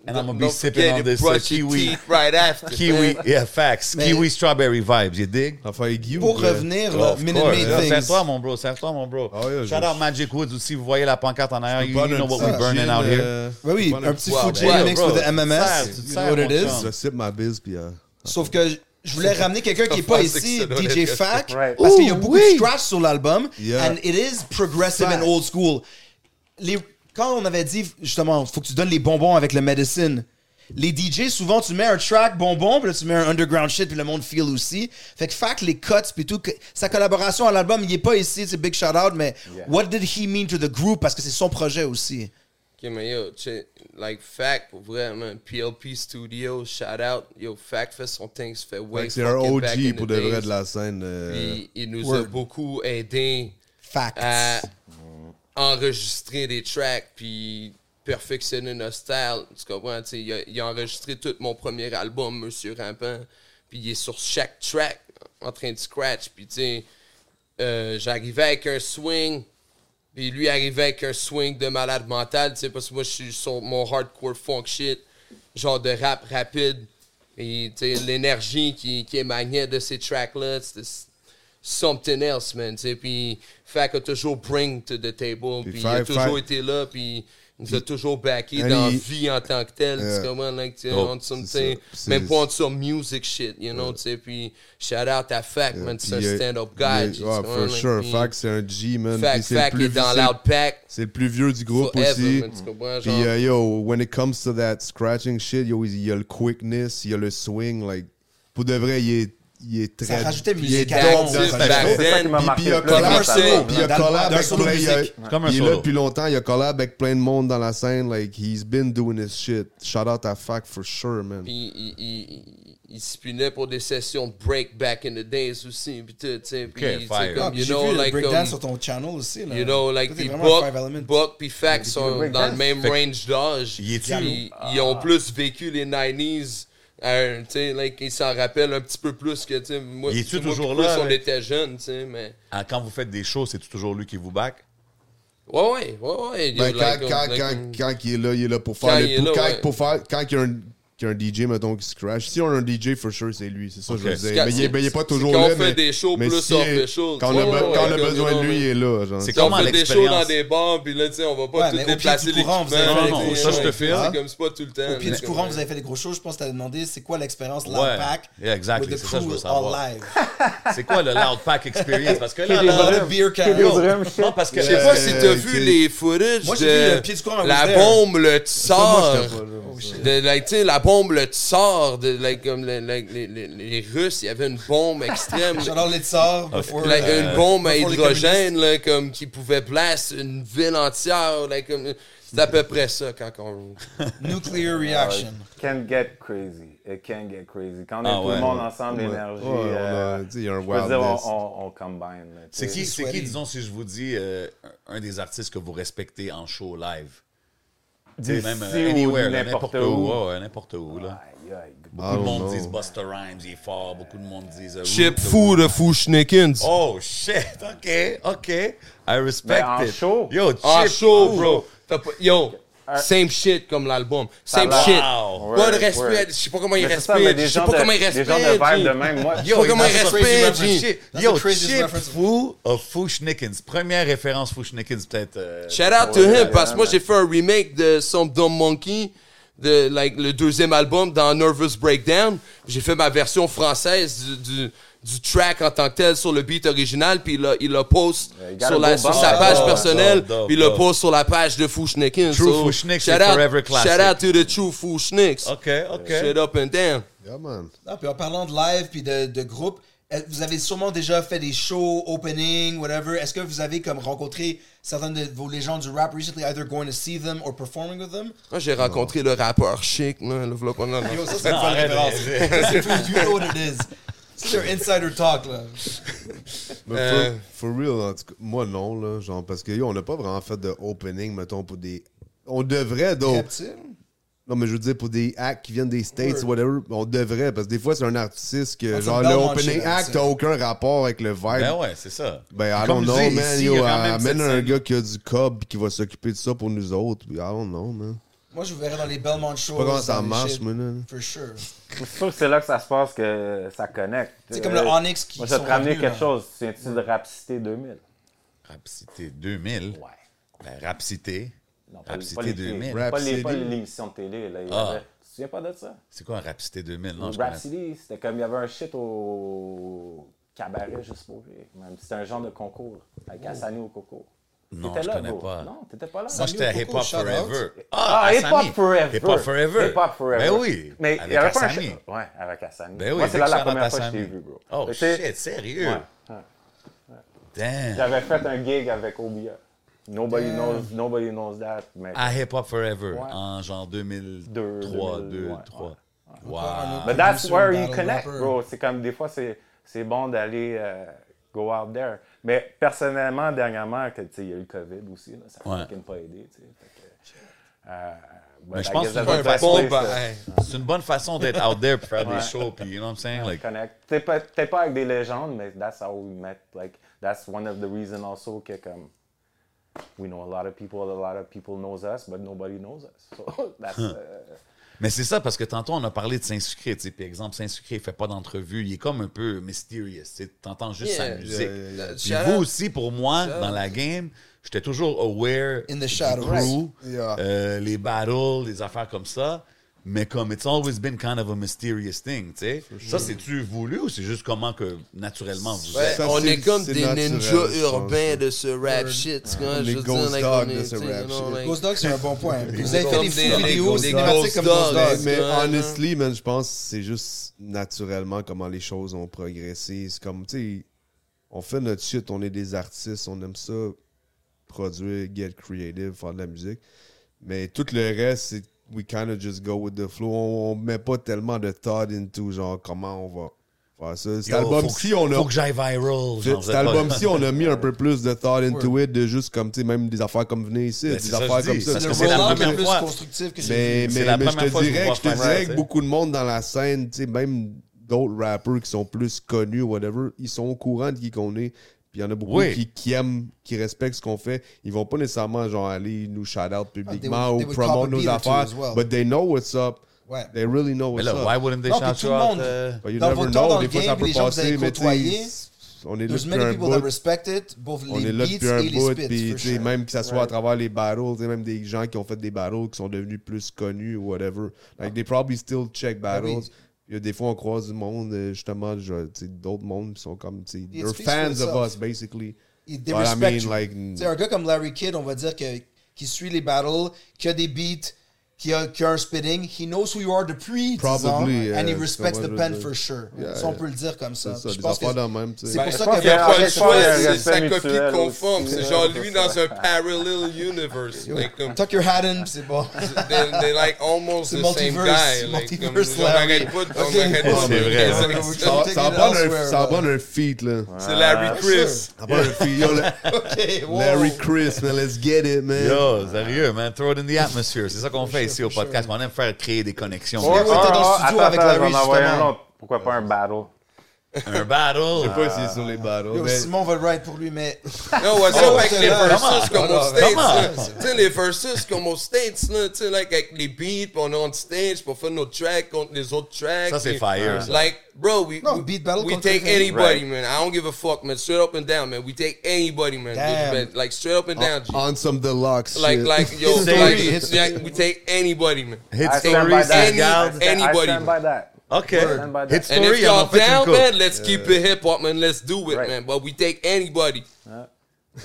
Speaker 2: I'm gonna be
Speaker 4: Don't
Speaker 2: sipping
Speaker 4: forget
Speaker 2: on
Speaker 4: to
Speaker 2: this uh,
Speaker 4: brush your
Speaker 2: kiwi.
Speaker 4: teeth right after.
Speaker 2: Kiwi, yeah, facts.
Speaker 3: Mais-
Speaker 2: Kiwi strawberry vibes, you dig?
Speaker 5: Enfin, Guy,
Speaker 3: Pour
Speaker 5: euh,
Speaker 3: revenir,
Speaker 2: Oh,
Speaker 3: là,
Speaker 2: of
Speaker 3: Minute
Speaker 2: course.
Speaker 3: Maid
Speaker 2: Yeah,
Speaker 3: Things.
Speaker 2: C'est toi, mon bro. C'est toi, mon bro.
Speaker 5: Ah ouais,
Speaker 2: Shout
Speaker 5: je-
Speaker 2: out Magic Woods aussi. Vous voyez la pancarte en arrière.
Speaker 5: tu peux
Speaker 2: You,
Speaker 5: prendre
Speaker 2: you know
Speaker 5: un
Speaker 2: what
Speaker 5: petit
Speaker 2: we're burning
Speaker 5: gin,
Speaker 2: out here.
Speaker 5: euh,
Speaker 3: Ben oui,
Speaker 5: tu peux prendre
Speaker 3: un petit
Speaker 4: Wow,
Speaker 3: Fujin
Speaker 4: ben,
Speaker 3: mix
Speaker 2: bro,
Speaker 3: with the
Speaker 2: tu te
Speaker 3: MMS.
Speaker 2: sers, tu te
Speaker 3: You
Speaker 2: sers,
Speaker 3: know what
Speaker 2: mon
Speaker 3: it is?
Speaker 2: chum.
Speaker 5: Je sip ma bise, puis... euh,
Speaker 3: Sauf que je- je voulais ramener quelqu'un qui n'est pas
Speaker 4: Offensé que
Speaker 3: ici,
Speaker 4: ça doit
Speaker 3: DJ
Speaker 4: être.
Speaker 3: Fac,
Speaker 7: Ouais.
Speaker 3: parce qu'il y a
Speaker 7: Ouh,
Speaker 3: beaucoup
Speaker 7: oui.
Speaker 3: de scratch sur l'album.
Speaker 5: Yeah.
Speaker 3: And it is progressive and old school. Les- quand on avait dit, justement, faut que tu donnes les bonbons avec le medicine, les DJ, souvent, tu mets un track bonbon, puis là, tu mets un underground shit, puis le monde feel aussi. Fait que Fac, les cuts, puis tout, que- sa collaboration à l'album, il n'est pas ici, c'est big shout out, mais
Speaker 7: Yeah.
Speaker 3: what did he mean to the group? Parce que c'est son projet aussi.
Speaker 4: Ok, mais yo, check, like, Fact, pour vrai, man, PLP Studio, shout out. Yo, Fact fait son thing, se fait way
Speaker 5: C'est un
Speaker 4: fucking back in
Speaker 5: OG
Speaker 4: the
Speaker 5: pour de vrai
Speaker 4: days.
Speaker 5: de la scène. euh,
Speaker 4: Puis, il nous a
Speaker 3: Word.
Speaker 4: beaucoup aidé
Speaker 3: Facts.
Speaker 4: à enregistrer des tracks, puis perfectionner notre style. Tu comprends? Tu sais, il, a, il a enregistré tout mon premier album, Monsieur Rampant, puis il est sur chaque track en train de scratch. Puis, tu sais, euh, j'arrivais avec un swing, puis lui arrivait avec un swing de malade mental, tu sais, parce que moi, je suis sur mon hardcore funk shit, genre de rap rapide. Et, tu sais, l'énergie qui, qui émanait de ces tracks-là, c'était something else, man, tu sais. Puis, Fac a toujours bring to the table,
Speaker 5: Puis
Speaker 4: puis il a
Speaker 5: Fac-
Speaker 4: toujours
Speaker 5: Fac-
Speaker 4: été là, puis il nous a toujours backé
Speaker 5: Hein,
Speaker 4: dans la
Speaker 5: il-
Speaker 4: vie en tant que telle,
Speaker 5: Euh,
Speaker 4: tu comprends? Like, tu sais,
Speaker 2: oh,
Speaker 4: on some- tu
Speaker 5: c'est ça.
Speaker 4: sais, même
Speaker 5: C'est-
Speaker 4: pas on some music shit, you know, tu sais. Puis, shout out à Fac, man, c'est un
Speaker 5: puis, euh,
Speaker 4: stand-up
Speaker 5: il est-
Speaker 4: guy, tu sais,
Speaker 5: Ouais,
Speaker 4: tu comprends,
Speaker 5: for
Speaker 4: like,
Speaker 5: sure.
Speaker 4: puis-
Speaker 5: Fact, c'est un G, man.
Speaker 4: Fac,
Speaker 5: Puis c'est le
Speaker 4: Fac, il
Speaker 5: plus
Speaker 4: est dans
Speaker 5: difficile.
Speaker 4: l'outback.
Speaker 5: C'est le plus vieux du groupe
Speaker 4: Forever,
Speaker 5: aussi.
Speaker 4: man, tu comprends,
Speaker 5: Puis
Speaker 4: genre-
Speaker 5: euh, yo, when it comes to that scratching shit, yo, il y a le quickness, il y a le swing, like pour de vrai, il est, il est très.
Speaker 3: Ça rajoutait
Speaker 5: il est
Speaker 3: musicalement
Speaker 5: dope
Speaker 3: dans
Speaker 5: dans
Speaker 3: le
Speaker 5: sa
Speaker 3: projet.
Speaker 5: chose.
Speaker 4: Back
Speaker 7: C'est ça
Speaker 4: then,
Speaker 7: qui m'a
Speaker 5: Puis puis
Speaker 7: marqué.
Speaker 5: il y a
Speaker 7: le plus dans
Speaker 5: collab,
Speaker 7: le
Speaker 3: solo,
Speaker 5: puis il y a
Speaker 3: dans le-
Speaker 5: collab
Speaker 3: euh, dans
Speaker 5: avec euh,
Speaker 3: son
Speaker 5: plein. il y a-
Speaker 3: musique.
Speaker 2: Comme un
Speaker 5: Il est là
Speaker 2: solo.
Speaker 5: depuis longtemps, il y a collab avec plein de monde dans la scène, like he's been doing this shit. Shout out à Fact for sure, man.
Speaker 4: Puis il, il, il, il se punait pour des sessions de break back in the days aussi. Puis tout, tu sais. Puis,
Speaker 2: Ok,
Speaker 4: tu sais,
Speaker 2: fire.
Speaker 3: Ah,
Speaker 4: comme,
Speaker 3: puis
Speaker 4: you
Speaker 3: J'ai
Speaker 4: know,
Speaker 3: vu le
Speaker 4: like,
Speaker 3: breakdance
Speaker 4: comme,
Speaker 3: sur ton channel aussi. Là.
Speaker 4: you know, like,
Speaker 3: Toi, t'es
Speaker 4: puis
Speaker 3: vraiment
Speaker 4: Buck,
Speaker 3: Five Elements.
Speaker 4: Buck puis Fac
Speaker 7: le
Speaker 4: sont dans
Speaker 7: breakdance?
Speaker 4: le même
Speaker 2: Fait que-
Speaker 4: range d'âge.
Speaker 2: Il Ah. est
Speaker 4: Puis
Speaker 2: jaloux.
Speaker 4: ils- Ils ont plus vécu les 90s. à un- Tu sais, like, ils s'en rappellent un petit peu plus que, tu sais, moi,
Speaker 2: Il est-tu
Speaker 4: moi, puis
Speaker 2: toujours
Speaker 4: Chris,
Speaker 2: là,
Speaker 4: on
Speaker 2: là?
Speaker 4: était jeunes, tu sais, mais...
Speaker 2: Ah, Quand vous faites des shows, c'est toujours lui qui vous back.
Speaker 4: Ouais, ouais, ouais, ouais. yo,
Speaker 5: Ben, quand,
Speaker 4: like,
Speaker 5: quand,
Speaker 4: like,
Speaker 5: quand,
Speaker 4: um,
Speaker 5: quand il est là, il est là pour
Speaker 4: Quand
Speaker 5: faire. le-
Speaker 4: il est
Speaker 5: pour,
Speaker 4: là,
Speaker 5: quand,
Speaker 4: ouais.
Speaker 5: pour faire quand il y a un, qu'il y a un DJ, mettons, qui se crash. Si on a un DJ, for sure, c'est lui. C'est ça que
Speaker 2: Ok.
Speaker 5: je veux dire. Mais il est,
Speaker 4: c'est-
Speaker 5: ben, il est pas
Speaker 4: c'est
Speaker 5: toujours
Speaker 4: quand on
Speaker 5: là.
Speaker 4: fait
Speaker 5: mais-
Speaker 4: des shows
Speaker 5: mais
Speaker 4: plus
Speaker 5: si-
Speaker 4: off the show,
Speaker 5: Quand on
Speaker 4: ouais,
Speaker 5: a,
Speaker 4: ouais,
Speaker 5: quand on a
Speaker 4: ouais,
Speaker 5: besoin de
Speaker 4: ouais.
Speaker 5: lui, il est là. genre.
Speaker 2: C'est
Speaker 4: Si on
Speaker 2: comment
Speaker 4: fait des shows dans
Speaker 2: l'expérience?
Speaker 4: des bars, puis là, tu sais, on va
Speaker 3: Ouais,
Speaker 4: pas
Speaker 3: mais au
Speaker 4: tout
Speaker 3: pied
Speaker 4: déplacer
Speaker 3: du
Speaker 4: les
Speaker 3: courant, vous avez
Speaker 4: équipements,
Speaker 2: fait-
Speaker 4: tu sais,
Speaker 2: ça, je te
Speaker 4: ouais,
Speaker 2: file.
Speaker 4: C'est comme c'est pas tout le temps.
Speaker 3: Au pied
Speaker 4: là,
Speaker 3: du courant, vous avez fait des gros shows. Je pense que tu as demandé c'est quoi l'expérience Loud Pack
Speaker 2: Yeah, exactly,
Speaker 3: with the
Speaker 2: c'est ça que je
Speaker 3: crew
Speaker 2: veux savoir.
Speaker 3: all live.
Speaker 2: C'est quoi le Loud Pack Experience? Parce que là,
Speaker 3: Le
Speaker 2: là,
Speaker 3: vrai beer can.
Speaker 2: yo, non, parce que
Speaker 4: Je sais pas si t'as
Speaker 5: Euh,
Speaker 4: vu
Speaker 5: ok.
Speaker 4: les footage
Speaker 3: Moi, j'ai vu
Speaker 4: de
Speaker 3: le pied du coin,
Speaker 4: la
Speaker 3: Who's There.
Speaker 4: bombe, le
Speaker 5: Moi,
Speaker 4: tsar.
Speaker 5: j'étais pas là.
Speaker 4: De, like, tu sais, la bombe, le tsar. De, like, comme le- like, les, les- les Russes, il y avait une bombe extrême.
Speaker 3: J'adore les tsars. before,
Speaker 4: Like,
Speaker 3: euh,
Speaker 4: une bombe à
Speaker 3: before les
Speaker 4: hydrogène là, comme, qui pouvait blast une ville entière. Like, comme- c'est à peu près ça quand on...
Speaker 3: Nuclear reaction.
Speaker 7: It can get crazy. It can get crazy. Quand on est
Speaker 2: Ah
Speaker 7: tout
Speaker 2: ouais.
Speaker 7: le monde ensemble, l'énergie.
Speaker 5: Ouais, on a-
Speaker 7: euh,
Speaker 5: tu sais, il y a un
Speaker 7: je veux dire,
Speaker 5: wildness.
Speaker 7: on, on, on combine. là, tu
Speaker 2: c'est
Speaker 7: sais.
Speaker 2: qui, c'est qui,
Speaker 3: sweaty.
Speaker 2: disons, si je vous dis euh, un des artistes que vous respectez en show live? Tu sais,
Speaker 7: D'ici
Speaker 2: même euh,
Speaker 7: ou
Speaker 2: anywhere, là,
Speaker 7: n'importe
Speaker 2: n'importe
Speaker 7: où.
Speaker 2: où. ouais, ouais, n'importe où, là.
Speaker 7: Aïe, aïe.
Speaker 5: I
Speaker 2: Beaucoup de
Speaker 5: don't
Speaker 2: monde
Speaker 5: know.
Speaker 2: disent Buster Rhymes, il est fort. Beaucoup de monde disent... euh,
Speaker 4: Chip
Speaker 2: Root the
Speaker 4: fou de Fouchnikins.
Speaker 2: Oh shit, ok, ok. I respect
Speaker 7: Ben, en
Speaker 2: it.
Speaker 7: show.
Speaker 2: Yo,
Speaker 4: Ah,
Speaker 2: chip
Speaker 4: show,
Speaker 2: cool.
Speaker 4: bro. T'as pas- Yo, same shit comme l'album. Same
Speaker 7: va.
Speaker 4: shit.
Speaker 2: Wow.
Speaker 4: Pas
Speaker 7: Word,
Speaker 4: de respect.
Speaker 7: word.
Speaker 4: Je sais pas comment il
Speaker 7: Mais c'est ça, mais
Speaker 4: respecte.
Speaker 7: des
Speaker 4: Je sais
Speaker 7: gens
Speaker 4: pas
Speaker 7: de-
Speaker 4: comment il
Speaker 7: Des
Speaker 4: respecte.
Speaker 7: gens de vibe de même. Moi,
Speaker 2: Yo,
Speaker 4: Pas comment
Speaker 2: that's
Speaker 4: il
Speaker 2: a
Speaker 4: respecte,
Speaker 2: crazy reference.
Speaker 4: G.
Speaker 2: Shit.
Speaker 3: That's
Speaker 2: Yo,
Speaker 3: the craziest
Speaker 2: chip
Speaker 3: reference.
Speaker 2: fou of Fouchnikins. Première référence Fouchnikins, peut-être. euh,
Speaker 4: Shout out to
Speaker 7: Ouais,
Speaker 4: him
Speaker 7: ouais,
Speaker 4: parce que moi
Speaker 7: ouais.
Speaker 4: j'ai fait un remake de Some Dumb Monkey, de, like, le deuxième album dans Nervous Breakdown. J'ai fait ma version française du, du, du track en tant que tel sur le beat original, puis il l'a- il le poste
Speaker 7: il garde
Speaker 4: sur,
Speaker 7: le
Speaker 4: la,
Speaker 7: beau
Speaker 4: sur
Speaker 7: bord.
Speaker 4: sa page
Speaker 2: Dope,
Speaker 4: personnelle,
Speaker 2: dope, dope,
Speaker 4: puis il le
Speaker 2: dope.
Speaker 4: poste sur la page de Fouchnikins.
Speaker 2: True Fouchniks,
Speaker 4: shout
Speaker 2: c'est
Speaker 4: out-
Speaker 2: forever classic.
Speaker 4: Shout out to the true Fouchniks.
Speaker 2: Ok, ok.
Speaker 4: Straight up and down.
Speaker 5: Yeah, man.
Speaker 3: Non, puis en parlant de live puis de, de groupe, est- vous avez sûrement déjà fait des shows, opening, whatever. Est-ce que vous avez comme rencontré certaines de vos légendes du rap recently, either going to see them or performing with them?
Speaker 4: Moi j'ai rencontré le rappeur chic, man, le vlog, non, non.
Speaker 3: Yo, ça c'est une bonne révélation. Ça, c'est plus- You know what it is. C'est un insider talk là.
Speaker 5: Mais
Speaker 4: Euh.
Speaker 5: for, for real, en tout cas, moi non, là, genre, parce que yo, on n'a pas vraiment fait de opening, mettons, pour des. On devrait
Speaker 2: Oh.
Speaker 5: donc.
Speaker 3: Reptile?
Speaker 5: Non, mais je veux dire, pour des acts qui viennent des States, whatever, on devrait, parce que des fois, c'est un artiste que,
Speaker 3: Ah, c'est
Speaker 5: genre,
Speaker 3: une
Speaker 5: le
Speaker 3: belle
Speaker 5: opening
Speaker 3: manchette,
Speaker 5: act
Speaker 3: ça.
Speaker 5: n'a aucun rapport avec le vibe.
Speaker 2: Ben ouais, c'est ça.
Speaker 5: Ben, I
Speaker 2: Comme
Speaker 5: don't
Speaker 2: je
Speaker 5: know,
Speaker 2: disais,
Speaker 5: man.
Speaker 2: ici, il y a
Speaker 5: yo,
Speaker 2: quand même
Speaker 5: amène
Speaker 2: cette
Speaker 5: un
Speaker 2: scène-
Speaker 5: gars qui a du cob qui va s'occuper de ça pour nous autres. I don't know, man.
Speaker 3: Moi je vous verrais dans les Belmont shows.
Speaker 5: Je sais pas comment ça
Speaker 3: dans les
Speaker 5: marche,
Speaker 3: shit.
Speaker 5: moi, là.
Speaker 3: For sure.
Speaker 7: Je trouve que c'est là que ça se passe, que ça connecte. Euh,
Speaker 3: C'est comme le Onyx qui
Speaker 7: Moi, je vais
Speaker 3: sont
Speaker 7: te ramener
Speaker 3: revenus,
Speaker 7: quelque
Speaker 3: là.
Speaker 7: chose. Tu viens-tu de Rapcité 2000?
Speaker 2: Rapcité 2000.
Speaker 7: Ouais.
Speaker 2: Ben, Rapcité.
Speaker 7: Non, pas, les- pas
Speaker 2: Rapcité
Speaker 7: les-
Speaker 2: 2000.
Speaker 7: Pas les-
Speaker 5: Rhapsody.
Speaker 7: pas les émissions de télé. Là, il y
Speaker 2: Ah.
Speaker 7: avait- Tu te souviens pas de ça?
Speaker 2: C'est quoi un Rapcité 2000? Non, je connais-
Speaker 7: Rhapsody, c'était comme il y avait un shit au cabaret, juste pour rire. Même C'était un genre de concours, avec Hassani au coco.
Speaker 2: Oh. Non,
Speaker 7: T'étais
Speaker 2: je
Speaker 7: là,
Speaker 2: connais
Speaker 7: bro.
Speaker 2: pas.
Speaker 7: Non, t'étais pas là.
Speaker 2: Moi, j'étais à
Speaker 3: Coco,
Speaker 2: Hip Hop
Speaker 3: shout out.
Speaker 2: Forever.
Speaker 7: Ah, Hip
Speaker 2: Assami.
Speaker 7: Hop Forever.
Speaker 2: Hip Hop Forever.
Speaker 7: Hip Hop Forever.
Speaker 2: Ben oui.
Speaker 7: Mais il y
Speaker 2: avec
Speaker 7: avait pas un
Speaker 2: Assami.
Speaker 7: shit- Ouais, avec Hassani.
Speaker 2: Ben oui,
Speaker 7: Moi, c'est là la
Speaker 2: Vincent
Speaker 7: première fois que je
Speaker 2: Rattassami.
Speaker 7: t'ai vu, bro.
Speaker 2: Oh
Speaker 7: Tu sais,
Speaker 2: shit, sérieux?
Speaker 7: Ouais.
Speaker 2: Damn.
Speaker 7: J'avais fait un gig avec Obia. Nobody knows, nobody knows that, mais
Speaker 2: À Hip Hop Forever,
Speaker 7: Ouais.
Speaker 2: en genre 2003,
Speaker 7: Deux,
Speaker 2: 2002,
Speaker 7: 2000, ouais,
Speaker 2: 3.
Speaker 7: ouais.
Speaker 2: Wow.
Speaker 7: Ah. But that's
Speaker 3: Producer,
Speaker 7: where you
Speaker 3: battle
Speaker 7: connect,
Speaker 3: rapper.
Speaker 7: bro. C'est comme des fois, c'est, c'est bon d'aller euh, go out there. Mais personnellement, dernièrement, que, tu sais, il y a eu le COVID aussi, là, ça
Speaker 2: Ouais.
Speaker 7: n'a pas aidé. tu sais. Fait que, euh, but
Speaker 2: Mais je
Speaker 7: I
Speaker 2: pense
Speaker 7: guess
Speaker 2: que c'est
Speaker 7: that's
Speaker 2: une
Speaker 7: the best
Speaker 2: façon-
Speaker 7: place, euh,
Speaker 2: C'est une bonne façon d'être out there pour faire des shows, puis you know what I'm saying? Like,
Speaker 7: connect. T'es pas- Peut-être pas avec des légendes, mais that's how we met. Like, that's one of the reasons also que comme we know a lot of people, a lot of people knows us, but nobody knows us. So that's uh,
Speaker 2: Mais c'est ça, parce que tantôt, on a parlé de Saint-Sucré. tu sais, Puis, exemple, Saint-Sucré, il fait pas d'entrevue. Il est comme un peu mysterious. Tu entends juste
Speaker 4: Yeah,
Speaker 2: sa musique.
Speaker 4: yeah, yeah.
Speaker 2: Puis
Speaker 4: Shout
Speaker 2: vous
Speaker 4: out.
Speaker 2: aussi, pour moi,
Speaker 4: Shout
Speaker 2: dans la game, j'étais toujours aware
Speaker 3: In the
Speaker 2: du
Speaker 3: shadows.
Speaker 2: crew,
Speaker 5: Yeah.
Speaker 2: euh, les battles, les affaires comme ça. Mais comme it's always been kind of a mysterious thing, tu sais. Ça, c'est-tu voulu ou c'est juste comment que naturellement vous
Speaker 4: Ouais,
Speaker 2: êtes?
Speaker 5: Ça,
Speaker 4: on
Speaker 5: c'est-
Speaker 4: est comme
Speaker 5: c'est
Speaker 4: des
Speaker 5: naturel, je
Speaker 4: ninjas
Speaker 5: pense,
Speaker 4: urbains
Speaker 5: ouais.
Speaker 4: de ce rap shit, tu vois,
Speaker 5: Les
Speaker 4: je veux dire,
Speaker 5: ghost
Speaker 4: like,
Speaker 5: dogs
Speaker 4: on est,
Speaker 5: de ce
Speaker 4: tu sais,
Speaker 5: rap
Speaker 4: you know,
Speaker 5: shit.
Speaker 4: like-
Speaker 3: Ghost Dog c'est un bon point. Vous avez fait
Speaker 4: Comme
Speaker 3: des
Speaker 4: des-
Speaker 3: fous
Speaker 4: des
Speaker 3: vidéos,
Speaker 4: Ghost
Speaker 3: des
Speaker 4: Dogs.
Speaker 3: thématiques comme Ghost
Speaker 4: Ghost
Speaker 3: Dog.
Speaker 4: Dogs.
Speaker 5: Mais
Speaker 2: hein.
Speaker 4: Ouais,
Speaker 5: honestly, man, je pense que c'est juste naturellement comment les choses ont progressé. C'est comme, tu sais, on fait notre shit, on est des artistes, on aime ça, produire, get creative, faire de la musique. Mais tout le reste, c'est we kind of just go with the flow. On, on met pas tellement de thought into, genre, comment on va faire ça. Cet
Speaker 2: Yo, faut
Speaker 5: album-ci,
Speaker 2: que-
Speaker 5: on a
Speaker 2: Faut que j'aille viral.
Speaker 5: Cet-
Speaker 2: genre, vous
Speaker 5: cet
Speaker 2: êtes pas-
Speaker 5: album-ci, on a mis un peu plus de thought into it, de juste comme, tu sais, même des affaires comme venez ici,
Speaker 2: Ben, c'est
Speaker 5: des
Speaker 2: ça que
Speaker 5: affaires
Speaker 2: je
Speaker 5: comme
Speaker 2: dis,
Speaker 5: ça.
Speaker 2: parce
Speaker 3: Le
Speaker 2: que c'est la
Speaker 3: rollout est
Speaker 2: première
Speaker 3: plus
Speaker 2: fois.
Speaker 3: constructif que j'ai
Speaker 5: Mais,
Speaker 3: vu.
Speaker 5: mais,
Speaker 2: la
Speaker 5: mais je
Speaker 2: première fois
Speaker 5: te
Speaker 2: que je
Speaker 5: dirais,
Speaker 2: vois
Speaker 5: que, je te
Speaker 2: faire ça,
Speaker 5: dirais
Speaker 2: tu
Speaker 5: que
Speaker 2: sais.
Speaker 5: beaucoup de monde dans la scène, tu sais, même d'autres rappers qui sont plus connus, whatever, ils sont au courant de qui qu'on est. Puis il y en a beaucoup
Speaker 2: Oui.
Speaker 5: qui, qui aiment, qui respectent ce qu'on fait. Ils vont pas nécessairement genre aller nous shout out
Speaker 3: would-
Speaker 5: publiquement ou
Speaker 3: Ah, they would
Speaker 5: promote
Speaker 3: cop a
Speaker 5: nos
Speaker 3: beat or two
Speaker 5: affaires.
Speaker 3: as well.
Speaker 5: But they know what's up.
Speaker 3: Ouais.
Speaker 5: They really know
Speaker 2: Mais
Speaker 5: what's
Speaker 2: là,
Speaker 5: up.
Speaker 2: why wouldn't they
Speaker 3: Non,
Speaker 2: shout
Speaker 3: puis tout
Speaker 2: you
Speaker 3: le
Speaker 2: out?
Speaker 3: monde-
Speaker 2: euh,
Speaker 5: But you
Speaker 3: Dans
Speaker 5: never
Speaker 3: votre temps
Speaker 5: know.
Speaker 3: dans
Speaker 5: Des
Speaker 3: le
Speaker 5: fois,
Speaker 3: game,
Speaker 5: ça
Speaker 3: puis
Speaker 5: peut
Speaker 3: les gens que vous
Speaker 5: passer,
Speaker 3: avez
Speaker 5: mais tu
Speaker 3: côtoyés,
Speaker 5: sais, on est là
Speaker 3: There's
Speaker 5: depuis
Speaker 3: many
Speaker 5: un
Speaker 3: people that
Speaker 5: bout.
Speaker 3: respect it, both
Speaker 5: on
Speaker 3: les
Speaker 5: est là depuis
Speaker 3: beats
Speaker 5: un
Speaker 3: et les
Speaker 5: bout,
Speaker 3: spits.
Speaker 5: puis
Speaker 3: for
Speaker 5: tu sais,
Speaker 3: sure.
Speaker 5: même que ça soit à travers les battles, tu sais, même des gens qui ont fait des battles qui sont devenus plus connus ou whatever. Like, they probably still check battles.
Speaker 3: Ah oui.
Speaker 5: Il y a des fois, on croise du monde, euh, justement, genre, tu sais, d'autres mondes qui sont comme, tu sais,
Speaker 3: It
Speaker 5: they're
Speaker 3: speaks for
Speaker 5: fans
Speaker 3: itself.
Speaker 5: of us, basically.
Speaker 3: Ils- they
Speaker 5: But I
Speaker 3: respect
Speaker 5: mean,
Speaker 3: you.
Speaker 5: like,
Speaker 3: Tu sais, un gars comme Larry Kidd, on va dire que, qui suit les battles, qui a des beats, qui a, qui a un spitting, he knows who you are depuis 10 ans,
Speaker 5: Probably, yeah,
Speaker 3: and he
Speaker 5: c'est
Speaker 3: respects
Speaker 5: comment
Speaker 3: the
Speaker 5: je
Speaker 3: pen
Speaker 5: veux dire.
Speaker 3: for sure.
Speaker 5: Yeah,
Speaker 3: si
Speaker 5: yeah.
Speaker 3: on peut le dire comme ça.
Speaker 5: C'est ça,
Speaker 3: Puis je
Speaker 5: des
Speaker 3: pense que
Speaker 5: affaires de même, tu sais.
Speaker 3: c'est
Speaker 5: Ben,
Speaker 3: pour
Speaker 4: je
Speaker 3: ça
Speaker 4: pense
Speaker 3: que
Speaker 4: qu'il y a
Speaker 3: Verge-
Speaker 4: pas le choix,
Speaker 3: Ouais,
Speaker 4: c'est
Speaker 7: respect
Speaker 4: sa copie
Speaker 7: mutuel
Speaker 4: conforme.
Speaker 7: aussi,
Speaker 4: C'est
Speaker 7: là,
Speaker 4: genre
Speaker 7: c'est
Speaker 4: lui
Speaker 7: ça.
Speaker 4: dans un parallel universe. Like, comme,
Speaker 3: Tuck your hat in, puis c'est bon.
Speaker 4: they, they like almost
Speaker 3: C'est
Speaker 4: the same
Speaker 3: multiverse,
Speaker 4: guy. Like, comme,
Speaker 3: multiverse,
Speaker 4: on
Speaker 3: Larry.
Speaker 4: n'arrête pas, de-
Speaker 3: Ok.
Speaker 4: on n'arrête pas.
Speaker 5: C'est
Speaker 4: de-
Speaker 5: vrai.
Speaker 4: c'est-
Speaker 5: Ça
Speaker 3: Take it
Speaker 5: ça abonne
Speaker 3: elsewhere,
Speaker 5: un- ça
Speaker 3: là.
Speaker 5: abonne un feat, là.
Speaker 4: C'est
Speaker 5: Ah,
Speaker 4: Larry Chris.
Speaker 5: Ça abonne un feat. Yo, la-
Speaker 3: Ok, wow.
Speaker 5: Larry Chris, man, let's get it, man.
Speaker 2: Yo, sérieux, man. Throw it in the atmosphere. C'est ça qu'on fait ici au podcast. On aime faire créer des connexions.
Speaker 3: Ouais, ouais. dans le
Speaker 7: Ah,
Speaker 3: studio
Speaker 7: attends,
Speaker 3: avec
Speaker 7: attends,
Speaker 3: Larry,
Speaker 7: j'en ai envoyé
Speaker 3: justement.
Speaker 7: un autre. Pourquoi pas un battle?
Speaker 2: Un battle.
Speaker 5: Je sais pas si c'est sur les battles.
Speaker 3: Ah. Yo,
Speaker 5: mais-
Speaker 3: Simon va le ride pour lui, mais
Speaker 4: Non, what's
Speaker 3: Oh,
Speaker 4: up avec les
Speaker 3: là,
Speaker 4: versus comme
Speaker 3: Comment?
Speaker 4: aux States, uh,
Speaker 2: Comment?
Speaker 4: là. Tu sais, les versus comme aux States, là. Tu sais, like, avec les beats, puis on est on stage pour faire nos tracks contre les autres tracks.
Speaker 2: Ça, c'est
Speaker 4: Et-
Speaker 2: fire, ça.
Speaker 4: Like, bro, we,
Speaker 3: Non,
Speaker 4: we,
Speaker 3: beat battle
Speaker 4: we
Speaker 3: contre
Speaker 4: take
Speaker 3: les-
Speaker 4: anybody,
Speaker 7: Right.
Speaker 4: man. I don't give a fuck, man. Straight up and down, man. We take anybody, man.
Speaker 3: Damn.
Speaker 5: On some deluxe
Speaker 4: Like,
Speaker 5: Oh, shit.
Speaker 4: like, yo,
Speaker 2: Say
Speaker 4: like,
Speaker 2: it.
Speaker 4: it's like, we take anybody, man.
Speaker 2: Hit
Speaker 7: I stand
Speaker 2: story,
Speaker 7: by that.
Speaker 2: c'est garde.
Speaker 7: I
Speaker 4: Anybody.
Speaker 7: stand by that.
Speaker 2: OK.
Speaker 7: Stand by that.
Speaker 2: Hit
Speaker 4: And if
Speaker 2: story, on
Speaker 4: y'all
Speaker 2: fait une
Speaker 4: down,
Speaker 2: coupe.
Speaker 4: man, let's keep it hip hop, man. Let's do it,
Speaker 7: Right.
Speaker 4: man. But we take anybody.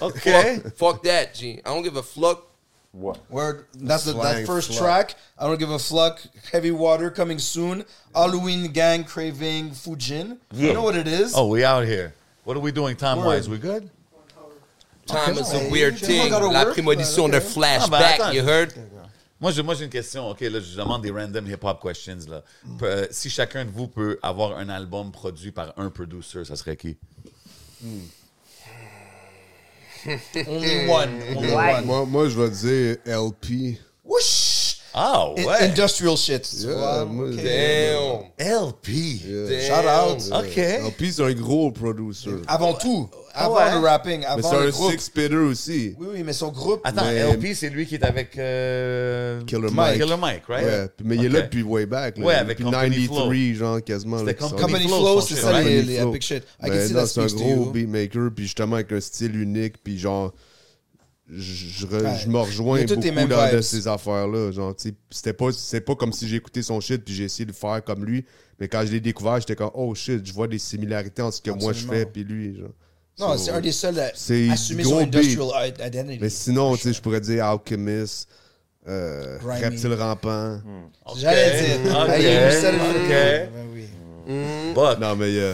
Speaker 2: OK.
Speaker 4: Fuck, fuck that, G. I don't give a fuck.
Speaker 7: What?
Speaker 3: word, that's the, that
Speaker 5: Slang,
Speaker 3: first
Speaker 5: fuck.
Speaker 3: track. I don't give a fuck. Heavy Water coming soon. Halloween Gang craving Fujin. You know what it is?
Speaker 2: Oh, we out here. What are we doing time-wise? We good?
Speaker 4: Time is a
Speaker 3: Hey,
Speaker 4: weird
Speaker 3: you
Speaker 4: thing.
Speaker 3: gotta
Speaker 4: La
Speaker 3: work,
Speaker 4: prémonition,
Speaker 3: but
Speaker 4: their
Speaker 3: okay.
Speaker 4: flashback,
Speaker 2: attends.
Speaker 4: you heard?
Speaker 2: Moi, j'ai moi, j'ai une question. OK, là, je demande des random hip-hop questions. Là. Pe- euh, si chacun de vous peut avoir un album produit par un producer, ça serait qui?
Speaker 3: Only one. Only one.
Speaker 5: Moi, moi, je vais dire LP.
Speaker 3: Whoosh!
Speaker 2: Ah,
Speaker 3: In-
Speaker 2: ouais!
Speaker 3: Industrial shit.
Speaker 5: Oh, Yeah, moi, je-
Speaker 4: Damn.
Speaker 2: LP!
Speaker 5: Yeah.
Speaker 3: Shout out.
Speaker 2: OK.
Speaker 5: LP, c'est un gros producer.
Speaker 3: Avant tout. Avant
Speaker 2: ouais.
Speaker 3: le rapping.
Speaker 5: Mais
Speaker 3: Avant
Speaker 5: c'est
Speaker 3: le
Speaker 5: un
Speaker 3: groupe.
Speaker 5: six-spitter aussi.
Speaker 3: Oui, oui, mais son groupe.
Speaker 2: Attends,
Speaker 5: Mais-
Speaker 2: LP, c'est lui qui est avec... euh,
Speaker 5: Killer Mike.
Speaker 2: Killer Mike, right?
Speaker 5: Ouais, puis- mais il est là
Speaker 2: Ok.
Speaker 5: depuis way back. Là.
Speaker 2: Ouais, avec
Speaker 5: depuis
Speaker 2: Company
Speaker 5: 93, genre quasiment.
Speaker 2: C'était
Speaker 5: là, qui
Speaker 2: Company
Speaker 5: sort.
Speaker 3: Company
Speaker 2: Flow,
Speaker 3: Flow,
Speaker 2: son
Speaker 3: c'est
Speaker 2: shit,
Speaker 3: ça
Speaker 2: right?
Speaker 3: les,
Speaker 5: Company
Speaker 3: les
Speaker 5: Flow.
Speaker 3: epic shit. I
Speaker 5: Ben,
Speaker 3: can see
Speaker 5: non,
Speaker 3: that
Speaker 5: c'est un
Speaker 3: speaks to
Speaker 5: gros
Speaker 3: you.
Speaker 5: beatmaker, puis justement avec un style unique, puis genre, je, je, re-
Speaker 3: Ouais.
Speaker 5: je me
Speaker 3: Il y
Speaker 5: rejoins
Speaker 3: a toutes les
Speaker 5: beaucoup
Speaker 3: mêmes
Speaker 5: dans de
Speaker 3: vibes.
Speaker 5: ces affaires-là. Genre, tu sais, c'était pas, c'est pas comme si j'ai écouté son shit, puis j'ai essayé de faire comme lui, mais quand je l'ai découvert, j'étais comme, oh shit, je vois des similarités entre ce que moi je
Speaker 3: Absolument.
Speaker 5: fais, puis lui. Genre.
Speaker 3: Non,
Speaker 5: So-
Speaker 3: c'est un des seuls à
Speaker 5: C'est
Speaker 3: assumer
Speaker 5: gros
Speaker 3: son
Speaker 5: beat.
Speaker 3: industrial i- identity.
Speaker 5: Mais sinon, tu sais, je pourrais dire Alchemist, euh,
Speaker 3: Grimy.
Speaker 5: Reptile Rampant.
Speaker 4: Hmm.
Speaker 3: J'allais dire.
Speaker 2: Ok.
Speaker 3: Hey, you said it.
Speaker 2: Ok.
Speaker 3: Ben oui.
Speaker 2: Buck.
Speaker 5: Non, mais euh,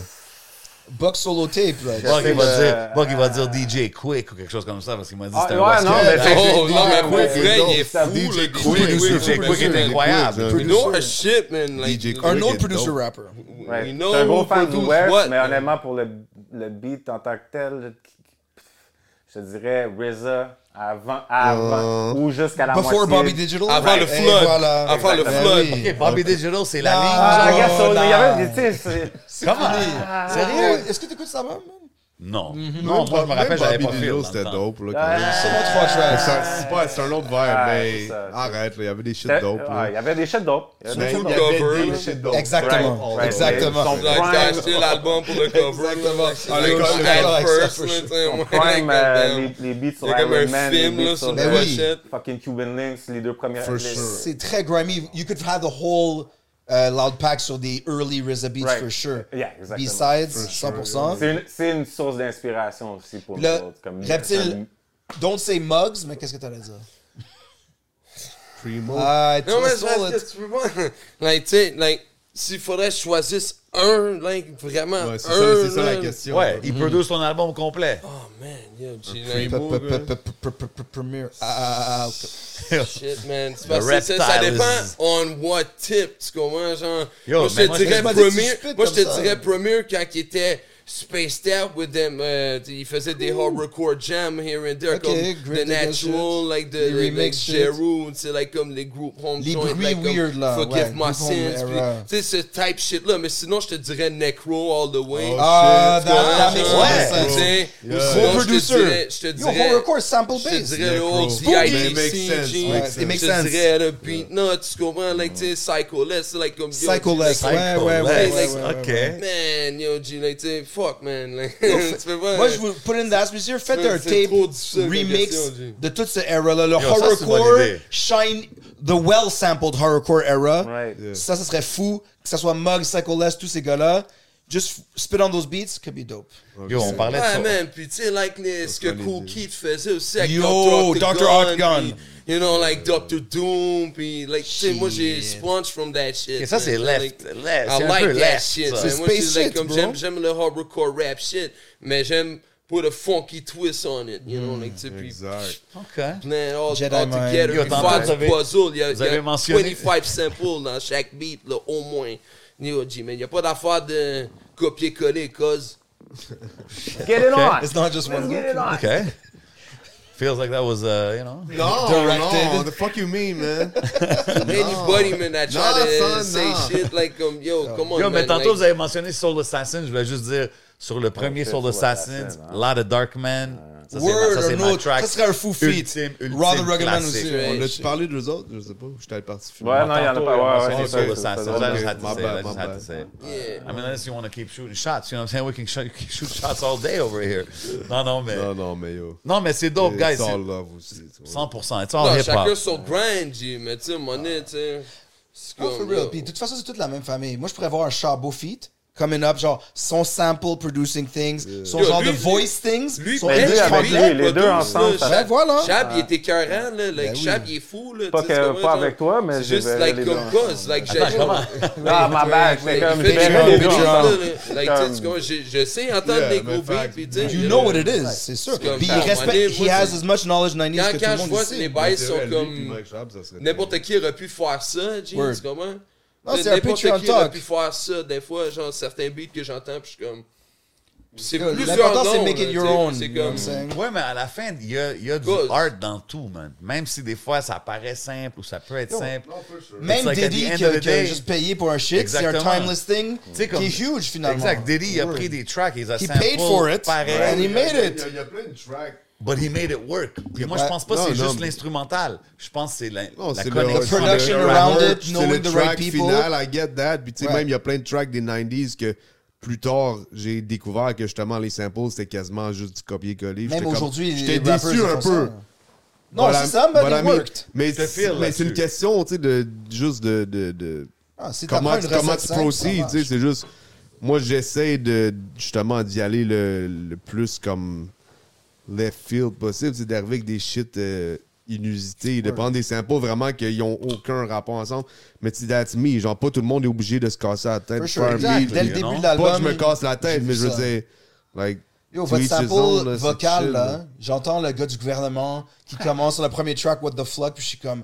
Speaker 3: Buck solo tape, là.
Speaker 2: Buck, il va,
Speaker 7: le-
Speaker 2: dire, Buck, il va dire DJ Quick ou quelque chose comme ça, parce qu'il m'a dit que
Speaker 7: Ah,
Speaker 2: c'était un
Speaker 7: ouais,
Speaker 2: West
Speaker 7: non,
Speaker 2: Coast.
Speaker 7: mais c'est-
Speaker 4: Oh,
Speaker 7: DJ
Speaker 4: non, mais pour
Speaker 7: Quick,
Speaker 4: vrai, il est
Speaker 7: donc,
Speaker 4: fou,
Speaker 7: ça-
Speaker 4: le
Speaker 5: DJ
Speaker 4: DJ
Speaker 5: Quick,
Speaker 4: Quick,
Speaker 2: DJ
Speaker 4: man.
Speaker 2: Quick est incroyable.
Speaker 5: Quick,
Speaker 4: You know our shit, man. Like,
Speaker 5: DJ Quick.
Speaker 3: Un
Speaker 5: Quick
Speaker 3: autre
Speaker 5: est
Speaker 3: producer
Speaker 5: dope.
Speaker 3: rapper.
Speaker 7: Ouais.
Speaker 4: we
Speaker 7: Je
Speaker 4: know
Speaker 7: suis un gros
Speaker 4: who
Speaker 7: fan du
Speaker 4: produce
Speaker 7: West,
Speaker 4: what,
Speaker 7: mais
Speaker 4: man.
Speaker 7: honnêtement, pour le, le beat en tant que tel, je te dirais RZA avant, avant ou jusqu'à la
Speaker 3: Before
Speaker 7: moitié.
Speaker 3: Bobby Digital.
Speaker 4: Avant le
Speaker 3: Et
Speaker 4: flood.
Speaker 3: voilà.
Speaker 4: Avant le
Speaker 3: Ben
Speaker 4: flood.
Speaker 3: oui.
Speaker 2: OK, Bobby Digital, c'est la ligne.
Speaker 3: Ah,
Speaker 7: Ah,
Speaker 3: non,
Speaker 7: regarde, ça, il y
Speaker 3: non.
Speaker 7: avait, tu sais, c'est-
Speaker 2: Comment? Sérieux?
Speaker 3: Oh, Est-ce que t'écoutes ça, man?
Speaker 2: Non.
Speaker 5: Mhm.
Speaker 2: Non, moi, je me rappelle,
Speaker 5: même
Speaker 2: j'avais
Speaker 5: Bobby
Speaker 2: pas fait.
Speaker 5: Digital,
Speaker 2: dans le
Speaker 5: c'était
Speaker 2: temps.
Speaker 5: dope. Là, quand
Speaker 7: Ah,
Speaker 5: même.
Speaker 3: Seulement trois
Speaker 5: Mais
Speaker 3: tracks.
Speaker 5: C'est un- c'est pas- c'est un autre verre,
Speaker 7: Ah,
Speaker 5: mais
Speaker 7: c'est ça, c'est
Speaker 5: arrête, là, il y avait des shit
Speaker 7: Ouais,
Speaker 5: dope. là.
Speaker 7: il y avait des shit dope. Il y avait
Speaker 5: Mais
Speaker 7: des
Speaker 5: il y
Speaker 7: shit
Speaker 5: avait
Speaker 7: dope.
Speaker 4: cover,
Speaker 5: des shit dope.
Speaker 3: Exactement.
Speaker 7: Right,
Speaker 3: Exactement.
Speaker 7: right.
Speaker 4: Like, t'as acheté l'album pour le cover.
Speaker 3: Exactement.
Speaker 4: là. C'est
Speaker 3: Ah, le
Speaker 4: comme
Speaker 3: cover,
Speaker 4: that
Speaker 3: ouais,
Speaker 4: first,
Speaker 3: ça,
Speaker 4: là,
Speaker 3: for
Speaker 4: tu sais, ouais,
Speaker 7: Prime,
Speaker 4: like,
Speaker 7: euh,
Speaker 4: damn.
Speaker 7: les, les beats sur
Speaker 4: C'est comme
Speaker 7: Iron
Speaker 4: un
Speaker 7: Man, les
Speaker 4: film,
Speaker 7: beats
Speaker 4: là,
Speaker 7: sur
Speaker 4: sur
Speaker 3: Ben
Speaker 4: la
Speaker 7: euh,
Speaker 3: oui.
Speaker 4: pochette.
Speaker 7: fucking Cuban Links, les deux premières.
Speaker 5: For
Speaker 7: les-
Speaker 5: sure.
Speaker 3: C'est très grimy. You could have the whole uh, loud pack sur des early RZA beats
Speaker 7: Right.
Speaker 3: for sure.
Speaker 7: Yeah, exactement.
Speaker 3: Besides, 100%.
Speaker 7: C'est une, c'est une source d'inspiration aussi pour nous
Speaker 3: Le
Speaker 7: autres. Comme,
Speaker 3: reptile, don't say mugs, mais qu'est-ce que t'allais dire?
Speaker 5: Primo.
Speaker 3: Ah, tu
Speaker 4: Non, mais
Speaker 3: me
Speaker 4: c'est
Speaker 3: stole
Speaker 4: parce
Speaker 3: it.
Speaker 4: que tu peux pas. Like, tu sais, like, s'il faudrait que je choisisse un, like, vraiment
Speaker 5: Ouais, c'est ça,
Speaker 4: un.
Speaker 5: c'est ça la
Speaker 4: là.
Speaker 5: question.
Speaker 2: Ouais, il produit son album au complet.
Speaker 4: Oh, man, yo, G,
Speaker 3: P-
Speaker 4: like,
Speaker 3: p- p- p- p- p- p- Premier. Ah, ah, ah, ah,
Speaker 4: shit, man.
Speaker 2: Le
Speaker 4: C'est parce que ça, ça
Speaker 2: reptile
Speaker 4: dépend
Speaker 2: is-
Speaker 4: on what tip, tu comprends, genre.
Speaker 2: Yo,
Speaker 4: moi, je
Speaker 2: mais
Speaker 4: te
Speaker 2: moi,
Speaker 4: dirais
Speaker 3: je- Moi, tu
Speaker 4: premier,
Speaker 3: spits
Speaker 4: moi, je
Speaker 3: comme
Speaker 4: te
Speaker 3: ça.
Speaker 4: dirais premier quand il était spaced out with them, euh, il faisait des hardcore jam here and there,
Speaker 3: Ok,
Speaker 4: comme
Speaker 3: great
Speaker 4: The Natural,
Speaker 3: shit.
Speaker 4: like the,
Speaker 3: Les
Speaker 4: the like
Speaker 3: remix shit.
Speaker 4: Jeru, tu sais, like comme les groupes home
Speaker 3: Les
Speaker 4: joints,
Speaker 3: bruits
Speaker 4: like, comme
Speaker 3: weird, là, ouais,
Speaker 4: Forgive My
Speaker 3: groupe home
Speaker 4: Sins, puis,
Speaker 3: era.
Speaker 4: tu sais, ce type shit là, mais sinon, je te dirais Necro all the way.
Speaker 3: Ah,
Speaker 4: Tu
Speaker 3: that-
Speaker 4: comprends,
Speaker 3: that makes
Speaker 4: genre,
Speaker 3: more sense.
Speaker 4: tu sais, ou
Speaker 5: Yeah.
Speaker 4: sinon,
Speaker 3: Gros
Speaker 4: je te
Speaker 3: producer.
Speaker 4: dirais- Je te
Speaker 3: Yo,
Speaker 4: dirais.
Speaker 3: whole record sample
Speaker 4: Je te
Speaker 3: bass.
Speaker 4: dirais le old
Speaker 5: Spooky.
Speaker 4: CIDC,
Speaker 5: Makes sense,
Speaker 4: G.
Speaker 5: makes
Speaker 3: sense. It makes
Speaker 4: Je
Speaker 3: sense.
Speaker 4: te dirais le beat nuts, tu comprends? Like, tu sais, Psycho-less, c'est like comme... yo,
Speaker 3: Psycho-less,
Speaker 4: like,
Speaker 3: ouais, ouais, ouais, ouais, ouais, ouais, ouais.
Speaker 2: OK.
Speaker 4: Man, yo, G, like, tu sais, fuck, man. Like, tu peux pas...
Speaker 3: Moi, je vous put in the atmosphere, faites
Speaker 4: C'est-
Speaker 3: un
Speaker 4: c'est
Speaker 3: tape
Speaker 4: trop difficile comme
Speaker 3: remix
Speaker 4: question, G.
Speaker 3: de toute cette era-là. Le
Speaker 2: ça, c'est une bonne
Speaker 3: horrorcore,
Speaker 2: idée.
Speaker 3: shine, the well-sampled horrorcore era.
Speaker 7: Ouais.
Speaker 3: Ça, ça serait fou. Que ça soit Mug, Psycho Les, tous ces gars-là. just f- spit on those beats could be dope.
Speaker 2: Yo, on parlait de
Speaker 4: Ouais,
Speaker 2: ça.
Speaker 4: man, puis tu sais, like, les- ce que Cool Keith faisait aussi avec
Speaker 3: Yo,
Speaker 4: Dr.
Speaker 3: Dr. Octagon.
Speaker 4: puis, You know, like Dr. Doom, puis, like, tu sais, moi, j'ai sponge from that shit.
Speaker 2: Ok, ça,
Speaker 4: man.
Speaker 2: c'est left,
Speaker 4: Like,
Speaker 2: left,
Speaker 4: I
Speaker 2: c'est un
Speaker 4: like
Speaker 2: peu
Speaker 4: that
Speaker 2: left,
Speaker 4: shit.
Speaker 2: ça.
Speaker 4: man.
Speaker 3: C'est
Speaker 4: Moi, je suis,
Speaker 3: space
Speaker 4: like,
Speaker 3: shit,
Speaker 4: comme
Speaker 3: bro.
Speaker 4: j'aime, j'aime le hardcore rap shit, mais j'aime put a funky twist on it, you know, like, tu sais, puis...
Speaker 5: Exact.
Speaker 2: OK.
Speaker 4: Man, all,
Speaker 3: Jedi
Speaker 4: all
Speaker 3: Mind.
Speaker 4: together,
Speaker 2: Yo,
Speaker 4: il
Speaker 2: tantôt,
Speaker 4: fait
Speaker 2: vous avez-
Speaker 4: du puzzle, il y a,
Speaker 2: vous
Speaker 4: il y a
Speaker 2: avez mentionné-
Speaker 4: 25 samples dans chaque beat, là, au moins. Yo, G, man, il n'y a pas d'affaire de copier-coller, cause...
Speaker 7: Get it on!
Speaker 3: It's not just one.
Speaker 7: Get it on!
Speaker 2: OK. Feels like that was, uh, you know.
Speaker 5: No,
Speaker 3: Directed.
Speaker 5: no, the fuck you mean, man?
Speaker 4: Anybody, man, that try
Speaker 5: Nah,
Speaker 4: to
Speaker 5: son,
Speaker 4: say
Speaker 5: nah.
Speaker 4: shit like, um, yo, come on,
Speaker 2: Yo, mais
Speaker 4: man.
Speaker 2: tantôt,
Speaker 4: like-
Speaker 2: vous avez mentionné Soul Assassin. Je voulais juste dire, sur le premier
Speaker 7: c'est
Speaker 2: Soul
Speaker 7: Soul
Speaker 2: Assassin,
Speaker 7: Assassin, hein.
Speaker 2: Lot of Dark Man. Ça, c'est ma-
Speaker 3: Word
Speaker 2: ça, c'est
Speaker 3: or
Speaker 2: ma
Speaker 3: no,
Speaker 2: track
Speaker 3: ça serait un fou feat.
Speaker 2: Ultime, ultime
Speaker 3: Rather Recommend
Speaker 2: classique.
Speaker 3: aussi.
Speaker 4: Ouais,
Speaker 5: On
Speaker 4: shit.
Speaker 5: a-tu parlé d'eux autres? Je sais pas. J'étais allé participer.
Speaker 7: Ouais, non, il y
Speaker 5: Ah,
Speaker 7: en a pas. Ouais, ouais,
Speaker 2: Okay,
Speaker 7: c'est
Speaker 2: Soul
Speaker 7: ça, c'est
Speaker 2: Assassin.
Speaker 7: ça.
Speaker 2: I just had to
Speaker 5: My
Speaker 2: say
Speaker 5: bad,
Speaker 2: that. I just
Speaker 5: my
Speaker 2: had to
Speaker 5: bad.
Speaker 2: say it.
Speaker 4: Yeah.
Speaker 2: I mean, unless you want to keep shooting shots, you know what I'm saying? We can, sh- we can shoot shots all day over here. Non, non, mais,
Speaker 5: Non, non, mais yo.
Speaker 2: non, mais c'est dope, guys.
Speaker 5: It's
Speaker 2: c'est
Speaker 5: all love aussi. tu vois.
Speaker 2: 100%. It's
Speaker 4: Non,
Speaker 2: all
Speaker 4: chacun
Speaker 2: hip-hop.
Speaker 4: son grind, G, mais tu sais, monnaie, tu sais. c'est
Speaker 3: Oh, for
Speaker 4: comme,
Speaker 3: real.
Speaker 4: yo.
Speaker 3: Puis de toute façon, c'est toute la même famille. Moi, je pourrais avoir un Chabot feat coming up, genre son sample producing things, son
Speaker 4: Yo,
Speaker 3: genre
Speaker 4: lui,
Speaker 3: de
Speaker 4: lui-
Speaker 3: voice things.
Speaker 4: Lui, Ben,
Speaker 3: son
Speaker 7: Mais
Speaker 4: lui,
Speaker 7: lui, avec
Speaker 4: lui,
Speaker 7: lui,
Speaker 4: lui,
Speaker 7: les deux
Speaker 4: lui,
Speaker 7: ensemble,
Speaker 4: là,
Speaker 7: ça- Ah.
Speaker 3: Ben voilà.
Speaker 4: Chab, il était écœurant, là. Like, Chab, il est fou, là.
Speaker 7: Ben Pas
Speaker 4: tu sais,
Speaker 7: que-
Speaker 4: c'est comme,
Speaker 7: pas
Speaker 4: genre,
Speaker 7: avec toi, mais
Speaker 4: c'est
Speaker 7: j'ai
Speaker 4: Juste,
Speaker 7: vu
Speaker 4: like,
Speaker 7: les
Speaker 4: comme
Speaker 7: deux
Speaker 4: cause. Like, j'ai-
Speaker 7: Non, ma bague, mais
Speaker 4: Like,
Speaker 7: comme
Speaker 4: il
Speaker 7: j'ai
Speaker 4: fait des
Speaker 7: fait
Speaker 4: gros
Speaker 7: des
Speaker 4: beats,
Speaker 7: gens.
Speaker 4: là, là. Like, tu sais, tu
Speaker 7: Comme-
Speaker 4: comprends, je- je sais entendre
Speaker 5: Yeah,
Speaker 4: des gros
Speaker 5: mais
Speaker 4: beats,
Speaker 5: facts,
Speaker 4: puis tu sais.
Speaker 3: You
Speaker 4: là,
Speaker 3: know what it is, c'est sûr.
Speaker 4: comme-
Speaker 3: Puis il
Speaker 4: Ah, ouais,
Speaker 3: respecte, he
Speaker 4: moi,
Speaker 3: has
Speaker 4: c'est-
Speaker 3: as much knowledge 90s
Speaker 4: Quand
Speaker 3: que tout
Speaker 4: quand
Speaker 3: le
Speaker 4: je
Speaker 3: monde
Speaker 4: vois
Speaker 3: ici.
Speaker 4: que les
Speaker 5: Ouais,
Speaker 4: bails
Speaker 5: c'est
Speaker 4: sont
Speaker 5: vrai, lui puis
Speaker 4: comme.
Speaker 5: Mike Schaub, ça serait-
Speaker 4: N'importe qui aurait pu faire ça, G,
Speaker 3: Word.
Speaker 4: tu comprends?
Speaker 3: Non, c'est un
Speaker 4: N'importe
Speaker 3: Patreon
Speaker 4: qui aurait
Speaker 3: talk.
Speaker 4: pu faire ça. Des fois, genre, certains beats que j'entends, puis je suis comme. C'est
Speaker 3: Yo,
Speaker 4: plusieurs
Speaker 3: L'important, c'est
Speaker 4: noms,
Speaker 3: make
Speaker 4: là,
Speaker 3: it your
Speaker 4: tu sais,
Speaker 3: own.
Speaker 4: C'est
Speaker 3: you know what
Speaker 4: comme.
Speaker 3: I'm saying?
Speaker 2: Ouais, mais à la fin, il y a, il y a du
Speaker 4: Cause.
Speaker 2: art dans tout, man. Même si des fois, ça paraît simple ou ça peut être simple.
Speaker 3: Même
Speaker 2: It's like at the
Speaker 3: Diddy
Speaker 2: end
Speaker 3: qui
Speaker 2: of the
Speaker 3: a, qui a
Speaker 2: day.
Speaker 3: juste payé pour un shit, c'est un
Speaker 2: Exactement.
Speaker 3: timeless thing
Speaker 2: sais,
Speaker 3: qui
Speaker 2: comme-
Speaker 3: est huge finalement.
Speaker 2: Exact. Diddy il a
Speaker 3: Word.
Speaker 2: pris des tracks, il a
Speaker 3: He
Speaker 2: sampled,
Speaker 3: paid for it, and he
Speaker 2: pareil.
Speaker 3: made
Speaker 5: Il y a-
Speaker 3: it.
Speaker 5: il y a plein de tracks.
Speaker 2: But he made it work. Puis moi, je
Speaker 3: Ouais.
Speaker 2: pense pas que
Speaker 5: Non,
Speaker 2: c'est
Speaker 5: non,
Speaker 2: juste
Speaker 5: mais-
Speaker 2: l'instrumental. Je pense que c'est la,
Speaker 5: Non,
Speaker 2: la
Speaker 5: c'est le-
Speaker 2: connexion.
Speaker 5: c'est
Speaker 3: The production
Speaker 5: le
Speaker 3: around
Speaker 5: rapport,
Speaker 3: it,
Speaker 5: c'est
Speaker 3: knowing
Speaker 5: le
Speaker 3: the right
Speaker 5: track
Speaker 3: people.
Speaker 5: Final, I get that. Puis tu sais,
Speaker 3: Ouais.
Speaker 5: même il y a plein de tracks des 90s que plus tard, j'ai découvert que justement les samples c'était quasiment juste du copier-coller. J'étais
Speaker 3: Même
Speaker 5: comme-
Speaker 3: aujourd'hui,
Speaker 5: j'étais
Speaker 3: les rappers
Speaker 5: déçu
Speaker 3: ils
Speaker 5: un
Speaker 3: font
Speaker 5: peu.
Speaker 3: ça. Non,
Speaker 5: Voilà,
Speaker 3: c'est ça, but
Speaker 5: voilà,
Speaker 3: it
Speaker 5: mais-
Speaker 3: worked.
Speaker 5: Mais,
Speaker 2: Je te file
Speaker 5: mais c'est
Speaker 2: là-dessus.
Speaker 5: une question, tu sais, de juste de, de, de
Speaker 3: Ah, si t'apprends
Speaker 5: comment,
Speaker 3: une
Speaker 5: tu- comment
Speaker 3: recette
Speaker 5: tu
Speaker 3: simple, ça
Speaker 5: proceeds,
Speaker 3: marche.
Speaker 5: tu sais, c'est juste. Moi, j'essaie de justement d'y aller le, le plus comme left field possible, c'est d'arriver avec des shit euh, inusités, de prendre des samples vraiment qu'ils n'ont aucun rapport ensemble. Mais tu sais, that's me, genre pas tout le monde est obligé de se casser la tête.
Speaker 3: For
Speaker 5: pour
Speaker 3: sure,
Speaker 5: faire
Speaker 3: exact.
Speaker 5: un beat.
Speaker 3: Dès le
Speaker 2: you
Speaker 3: début
Speaker 2: know.
Speaker 3: de
Speaker 5: Pas que je
Speaker 3: l'album.
Speaker 5: me casse la tête,
Speaker 3: j'ai
Speaker 5: mais
Speaker 3: vu
Speaker 5: je veux
Speaker 3: ça.
Speaker 5: dire, like,
Speaker 3: Yo,
Speaker 5: to
Speaker 3: votre
Speaker 5: each his
Speaker 3: sample
Speaker 5: own, là, c'est
Speaker 3: vocal,
Speaker 5: chill,
Speaker 3: là, j'entends le gars du gouvernement qui commence sur le premier track, What the Fuck, puis je suis comme,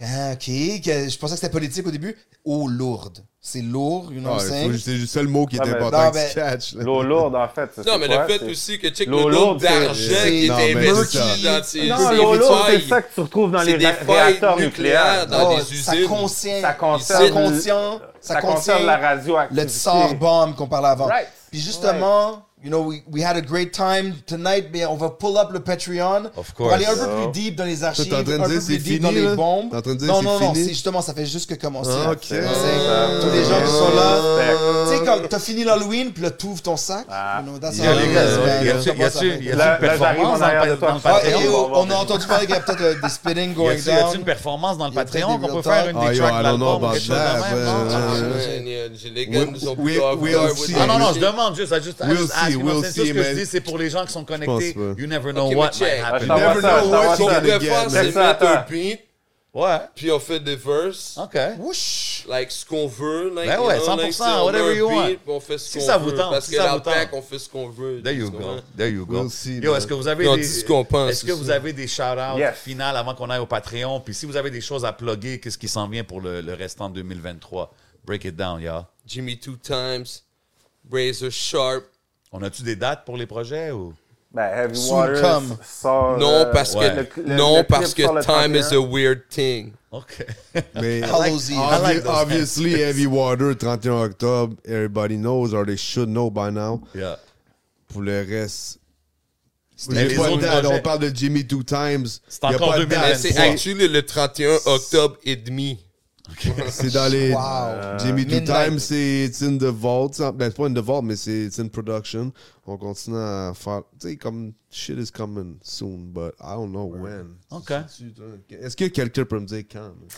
Speaker 3: ah, ok, que- je pensais que c'était politique au début. Oh, lourde. C'est lourd, you know
Speaker 5: Ah,
Speaker 3: what I'm saying?
Speaker 5: faut- c'est juste le mot qui est
Speaker 7: Ouais, mais-
Speaker 5: important
Speaker 3: Non,
Speaker 5: que
Speaker 3: mais-
Speaker 5: tu catches. là.
Speaker 7: L'eau lourde, en fait.
Speaker 4: Non, mais le fait aussi que check le nombre d'argent qui
Speaker 5: Non,
Speaker 4: était
Speaker 5: mais
Speaker 4: investi
Speaker 5: c'est ça.
Speaker 4: dans ces
Speaker 7: Non,
Speaker 4: ces
Speaker 7: l'eau lourde, c'est
Speaker 4: failles.
Speaker 7: ça que tu retrouves dans
Speaker 4: C'est
Speaker 7: les
Speaker 4: des
Speaker 7: ré-
Speaker 4: failles
Speaker 7: réacteurs
Speaker 4: nucléaires
Speaker 7: nucléaires.
Speaker 4: dans
Speaker 3: Oh,
Speaker 4: des
Speaker 3: Ça
Speaker 4: usines.
Speaker 3: contient,
Speaker 7: Ça
Speaker 3: ça
Speaker 7: concerne,
Speaker 3: contient, ça
Speaker 7: ça concerne la radioactivité.
Speaker 3: le tsar bomb qu'on parlait avant.
Speaker 7: Right.
Speaker 3: Puis justement, you know, we, we had a great time tonight, mais on va pull up le Patreon
Speaker 2: Of
Speaker 3: pour aller un
Speaker 2: course.
Speaker 3: peu plus deep dans les archives,
Speaker 5: Toi, t'es en train de
Speaker 3: un
Speaker 5: dire
Speaker 3: peu
Speaker 5: c'est
Speaker 3: plus deep
Speaker 5: fini,
Speaker 3: dans les
Speaker 5: là?
Speaker 3: bombes.
Speaker 5: T'es en train de dire
Speaker 3: non,
Speaker 5: c'est
Speaker 3: non, non,
Speaker 5: fini?
Speaker 3: c'est justement, ça fait juste que commencer.
Speaker 5: Ah,
Speaker 3: là.
Speaker 5: ok.
Speaker 3: Tu sais,
Speaker 7: Ah,
Speaker 3: Tous les gens qui sont là.
Speaker 7: respect.
Speaker 3: Tu sais, quand t'as fini l'Halloween, puis là, t'ouvres ton sac.
Speaker 5: Ah.
Speaker 3: You know, that's
Speaker 2: Yo,
Speaker 3: how
Speaker 2: les
Speaker 3: it
Speaker 2: gars,
Speaker 3: is, man.
Speaker 2: y a-tu-
Speaker 3: Ça
Speaker 2: y a-tu-
Speaker 3: passe après.
Speaker 2: y a-tu
Speaker 7: Là,
Speaker 2: une
Speaker 7: là, j'arrive en
Speaker 2: performance dans
Speaker 7: arrière de
Speaker 2: le-
Speaker 7: toi,
Speaker 2: dans le
Speaker 7: je pense.
Speaker 3: Ah,
Speaker 2: Patreon?
Speaker 3: et
Speaker 7: on
Speaker 3: oh,
Speaker 7: va
Speaker 3: on a
Speaker 7: voir.
Speaker 3: entendu parler qu'il y a peut-être euh, des spitting
Speaker 2: Y
Speaker 3: going
Speaker 2: a-tu- y a-tu
Speaker 3: down.
Speaker 2: une performance dans le
Speaker 3: Il y a peut-être
Speaker 2: Patreon
Speaker 3: des
Speaker 2: qu'on peut
Speaker 3: real
Speaker 2: faire
Speaker 3: talk.
Speaker 2: une
Speaker 5: Ah,
Speaker 2: des
Speaker 5: yo,
Speaker 2: tracks
Speaker 5: I
Speaker 2: de
Speaker 5: don't know
Speaker 2: l'album ou
Speaker 5: about
Speaker 2: quelque chose de
Speaker 5: that,
Speaker 2: même,
Speaker 5: but,
Speaker 4: Ah,
Speaker 2: non?
Speaker 5: uh,
Speaker 4: Les gars nous ont
Speaker 5: We-
Speaker 4: plus tard,
Speaker 5: we'll
Speaker 4: we'll
Speaker 5: see.
Speaker 4: see.
Speaker 2: Ah non, non, je demande juste. I just, I
Speaker 5: We'll
Speaker 2: just ask,
Speaker 5: see,
Speaker 2: you know, c'est
Speaker 5: we'll
Speaker 2: tout ce
Speaker 5: see,
Speaker 2: que je
Speaker 5: man.
Speaker 2: dis, c'est pour les gens qui sont connectés.
Speaker 5: pas.
Speaker 2: You never know
Speaker 4: Ok, mais
Speaker 2: what
Speaker 4: check.
Speaker 2: might
Speaker 4: Ah,
Speaker 7: Je
Speaker 2: happen.
Speaker 7: t'envoie
Speaker 5: never
Speaker 7: ça, je
Speaker 5: know
Speaker 7: t'envoie
Speaker 5: what
Speaker 4: Ce
Speaker 5: you
Speaker 7: ça.
Speaker 4: qu'on pourrait
Speaker 5: Again,
Speaker 4: faire, c'est
Speaker 7: man.
Speaker 4: mettre un
Speaker 7: Attends.
Speaker 4: beat,
Speaker 2: Ouais.
Speaker 4: puis on fait des verses,
Speaker 2: OK.
Speaker 3: Wouch!
Speaker 4: like ce qu'on veut. Like,
Speaker 2: Hein? Ben
Speaker 4: you
Speaker 2: ouais,
Speaker 4: know,
Speaker 2: 100%,
Speaker 4: like, si on
Speaker 2: whatever
Speaker 4: met un
Speaker 2: you
Speaker 4: beat,
Speaker 2: want.
Speaker 4: puis On fait ce
Speaker 2: Si
Speaker 4: qu'on
Speaker 2: ça vous
Speaker 4: veut,
Speaker 2: tente,
Speaker 4: Parce
Speaker 2: si
Speaker 4: que
Speaker 2: ça
Speaker 4: dans
Speaker 2: vous
Speaker 4: le pack,
Speaker 2: tente.
Speaker 4: on fait ce qu'on veut.
Speaker 2: There you
Speaker 4: tu comprends?
Speaker 2: go. There you go.
Speaker 5: We'll see,
Speaker 2: Yo,
Speaker 5: man.
Speaker 2: est-ce que vous avez
Speaker 4: Et on
Speaker 2: des,
Speaker 4: dit ce qu'on pense
Speaker 2: Est-ce que
Speaker 4: aussi.
Speaker 2: vous avez des shout-outs
Speaker 7: Yes.
Speaker 2: finales avant qu'on aille au Patreon? Puis si vous avez des choses à plugger, qu'est-ce qui s'en vient pour le, le restant de 2023? Break it down, y'all.
Speaker 4: Jimmy Two Times, Razor Sharp.
Speaker 2: On a-tu des dates pour les projets ou?
Speaker 7: Ben, Heavy
Speaker 3: Soon
Speaker 7: Waters
Speaker 3: come.
Speaker 7: sort,
Speaker 4: Non,
Speaker 7: euh,
Speaker 4: parce
Speaker 2: ouais.
Speaker 4: que,
Speaker 7: Le- le-
Speaker 4: non,
Speaker 7: le clip
Speaker 4: parce que
Speaker 7: sur le
Speaker 4: time is a
Speaker 7: 31.
Speaker 4: weird thing.
Speaker 2: OK.
Speaker 5: Mais
Speaker 3: Allons-y.
Speaker 5: Obvi-
Speaker 2: I like those
Speaker 5: obviously, Heavy Water, 31 octobre, everybody knows or they should know by now.
Speaker 2: Yeah.
Speaker 5: Pour le reste,
Speaker 2: Mais
Speaker 5: j'ai
Speaker 2: les
Speaker 5: pas de
Speaker 2: autres
Speaker 5: date.
Speaker 2: projets-
Speaker 5: On parle de Jimmy Two Times.
Speaker 2: C'est
Speaker 5: Y a
Speaker 2: encore
Speaker 5: pas de
Speaker 2: 2023.
Speaker 4: Mais
Speaker 5: date.
Speaker 4: c'est
Speaker 2: Ah, Ouais.
Speaker 4: actually le 31 octobre et demi.
Speaker 5: C'est dans les.
Speaker 3: Wow.
Speaker 5: Jimmy Two
Speaker 3: Midnight.
Speaker 5: Times, c'est it's in the vault. ça- Ben, c'est pas in the vault, mais c'est it's in production. On continue à faire. Tu sais, comme shit is coming soon, but I don't know when.
Speaker 2: OK.
Speaker 5: Est-ce que quelqu'un peut me dire quand? man?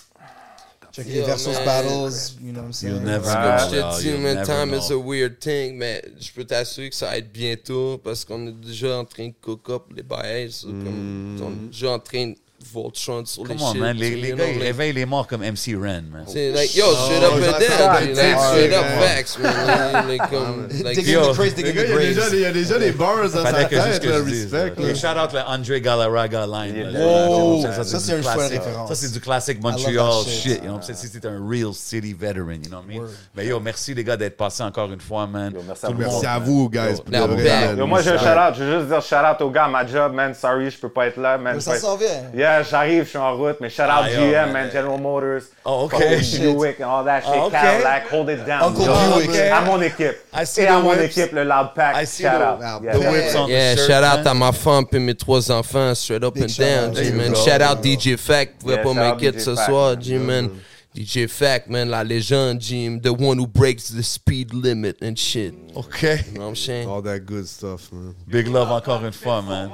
Speaker 3: Check
Speaker 4: Yo,
Speaker 3: les versus
Speaker 4: man.
Speaker 3: battles, you know what I'm saying?
Speaker 2: You'll never
Speaker 4: Comme
Speaker 2: know.
Speaker 4: je te dis,
Speaker 2: You'll
Speaker 4: man,
Speaker 2: Ah, never
Speaker 4: time is a
Speaker 2: know.
Speaker 4: weird thing, mais je peux t'assurer que ça va être bientôt parce qu'on est déjà en train de cook up les bails. so, comme, On est déjà en train de voltron sur les
Speaker 2: Hmm. Come
Speaker 4: shit.
Speaker 2: on, man. Les,
Speaker 4: so,
Speaker 2: les gars,
Speaker 4: you know,
Speaker 2: ils
Speaker 4: like-
Speaker 2: réveillent les morts comme MC Ren, man.
Speaker 4: C'est like, yo,
Speaker 7: Oh,
Speaker 4: straight up
Speaker 5: j'entends
Speaker 4: and down.
Speaker 5: le
Speaker 4: Like,
Speaker 5: titre,
Speaker 4: straight up
Speaker 5: man.
Speaker 4: facts, man. Like, comme, like,
Speaker 3: Digging
Speaker 2: Yo,
Speaker 3: the craze,
Speaker 5: Les
Speaker 3: digging
Speaker 5: gars,
Speaker 3: the
Speaker 5: il y a déjà
Speaker 3: craze.
Speaker 5: des- il y a déjà des bars dans sa
Speaker 2: Fallait que juste
Speaker 5: tête,
Speaker 2: que
Speaker 5: le
Speaker 2: je dise,
Speaker 5: respect.
Speaker 2: là. Et
Speaker 5: là.
Speaker 2: shout out le André Galarraga line.
Speaker 7: Yeah.
Speaker 2: là. Shout out.
Speaker 3: Wow. Ça,
Speaker 2: du
Speaker 3: c'est une
Speaker 2: classique-
Speaker 3: chouette référence.
Speaker 2: Ça, c'est du classique
Speaker 3: that
Speaker 2: Montreal
Speaker 3: shit.
Speaker 2: shit. You know, c'est- c'est un real city veteran, you know what I mean?
Speaker 3: Word.
Speaker 2: Mais yo, merci les gars d'être passés encore une fois, man.
Speaker 7: Yo, merci
Speaker 2: Tout
Speaker 7: à
Speaker 2: le
Speaker 7: vous.
Speaker 5: Merci
Speaker 2: monde,
Speaker 5: à
Speaker 2: man.
Speaker 5: vous, guys. pour
Speaker 4: la
Speaker 5: de vrai,
Speaker 4: belle.
Speaker 5: man.
Speaker 7: Yo, moi, j'ai un shout-out. Je veux juste dire shout-out au gars à ma job, man. Sorry, je peux pas être là, man.
Speaker 3: Mais
Speaker 7: Je
Speaker 3: Ça
Speaker 7: peux-
Speaker 3: s'en vient.
Speaker 7: Yeah, j'arrive, je suis en route, mais shout-out
Speaker 2: Ah, yo,
Speaker 7: GM,
Speaker 2: man.
Speaker 7: man. General Motors.
Speaker 2: Oh, ok.
Speaker 7: Fucking
Speaker 2: Shit.
Speaker 7: Buick and all that shit.
Speaker 2: Ah, ok.
Speaker 7: Cadillac, hold it down.
Speaker 3: Uncle
Speaker 7: yo.
Speaker 2: Buick.
Speaker 7: À mon équipe.
Speaker 2: I see
Speaker 7: Et à
Speaker 2: the
Speaker 7: mon
Speaker 2: whips.
Speaker 7: équipe, le Loud Pack.
Speaker 2: I see the-
Speaker 7: Shout-out.
Speaker 5: the
Speaker 7: Yeah.
Speaker 5: whips.
Speaker 2: on the
Speaker 4: Yeah,
Speaker 2: shirt,
Speaker 4: shout out
Speaker 2: man.
Speaker 4: à ma femme et mes trois enfants, straight up
Speaker 3: Big
Speaker 4: and
Speaker 3: shout
Speaker 4: down,
Speaker 3: out.
Speaker 4: G
Speaker 3: There
Speaker 4: man.
Speaker 2: you go.
Speaker 4: Shout out DJ Fact, pouvait
Speaker 7: Yeah,
Speaker 4: pas
Speaker 7: shout out
Speaker 4: m'inquiéter
Speaker 7: DJ
Speaker 4: ce
Speaker 7: Fact,
Speaker 4: soir,
Speaker 7: man.
Speaker 4: G man. DJ Fact, man, la légende, G, the one who breaks the speed limit and shit. You
Speaker 2: OK.
Speaker 4: know what I'm saying?
Speaker 5: All that good stuff, man.
Speaker 2: Big love encore une fois, man.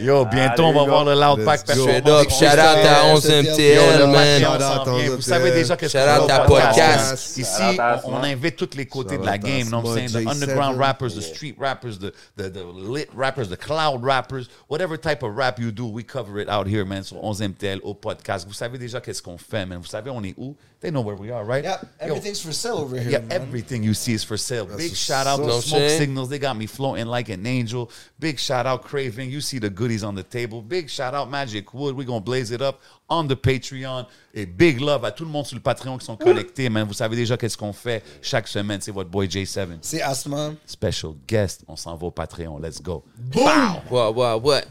Speaker 2: Yo, bientôt, on va
Speaker 7: Allez,
Speaker 2: voir le Loud Pack
Speaker 5: Let's go.
Speaker 2: performance.
Speaker 4: Straight up, shout out à
Speaker 3: Yeah,
Speaker 4: 11
Speaker 2: Yo, le
Speaker 4: MTL,
Speaker 2: Patreon
Speaker 4: man.
Speaker 5: Shout out
Speaker 2: s'en vient.
Speaker 5: aux
Speaker 2: Vous savez déjà qu'est-ce que
Speaker 4: Shout
Speaker 2: c'est
Speaker 4: out
Speaker 2: le
Speaker 4: à
Speaker 5: podcast.
Speaker 2: Ici,
Speaker 7: Shout out à
Speaker 2: on,
Speaker 7: Asma.
Speaker 2: on invite tous les côtés
Speaker 5: Shout
Speaker 2: de la
Speaker 5: out à
Speaker 2: game.
Speaker 5: Asma,
Speaker 2: Non, I'm saying the
Speaker 5: J7.
Speaker 2: underground rappers, the street rappers, the, the, the lit rappers, the cloud rappers, whatever type of rap you do, we cover it out here, man. Sur 11 MTL au podcast. Vous savez déjà qu'est-ce qu'on fait, man. Vous savez, on est où? They know where we are, right?
Speaker 3: Yeah,
Speaker 2: Yo,
Speaker 3: everything's for sale over here.
Speaker 2: yeah,
Speaker 3: man.
Speaker 2: everything you see is for sale. Big
Speaker 5: what's
Speaker 2: shout out
Speaker 5: up.
Speaker 2: to
Speaker 4: Don't
Speaker 2: Smoke
Speaker 4: shame.
Speaker 2: Signals. They got me floating like an angel. Big shout out Craving. You see the goodies on the table. Big shout out Magic Wood. We're going to blaze it up on the Patreon. Et big love à tout le monde sur le Patreon qui sont connectés, man. Vous savez déjà qu'est-ce qu'on fait chaque semaine. C'est votre boy J7.
Speaker 3: C'est Asma.
Speaker 2: Special guest. On s'en va au Patreon. Let's go.
Speaker 4: What, what, what?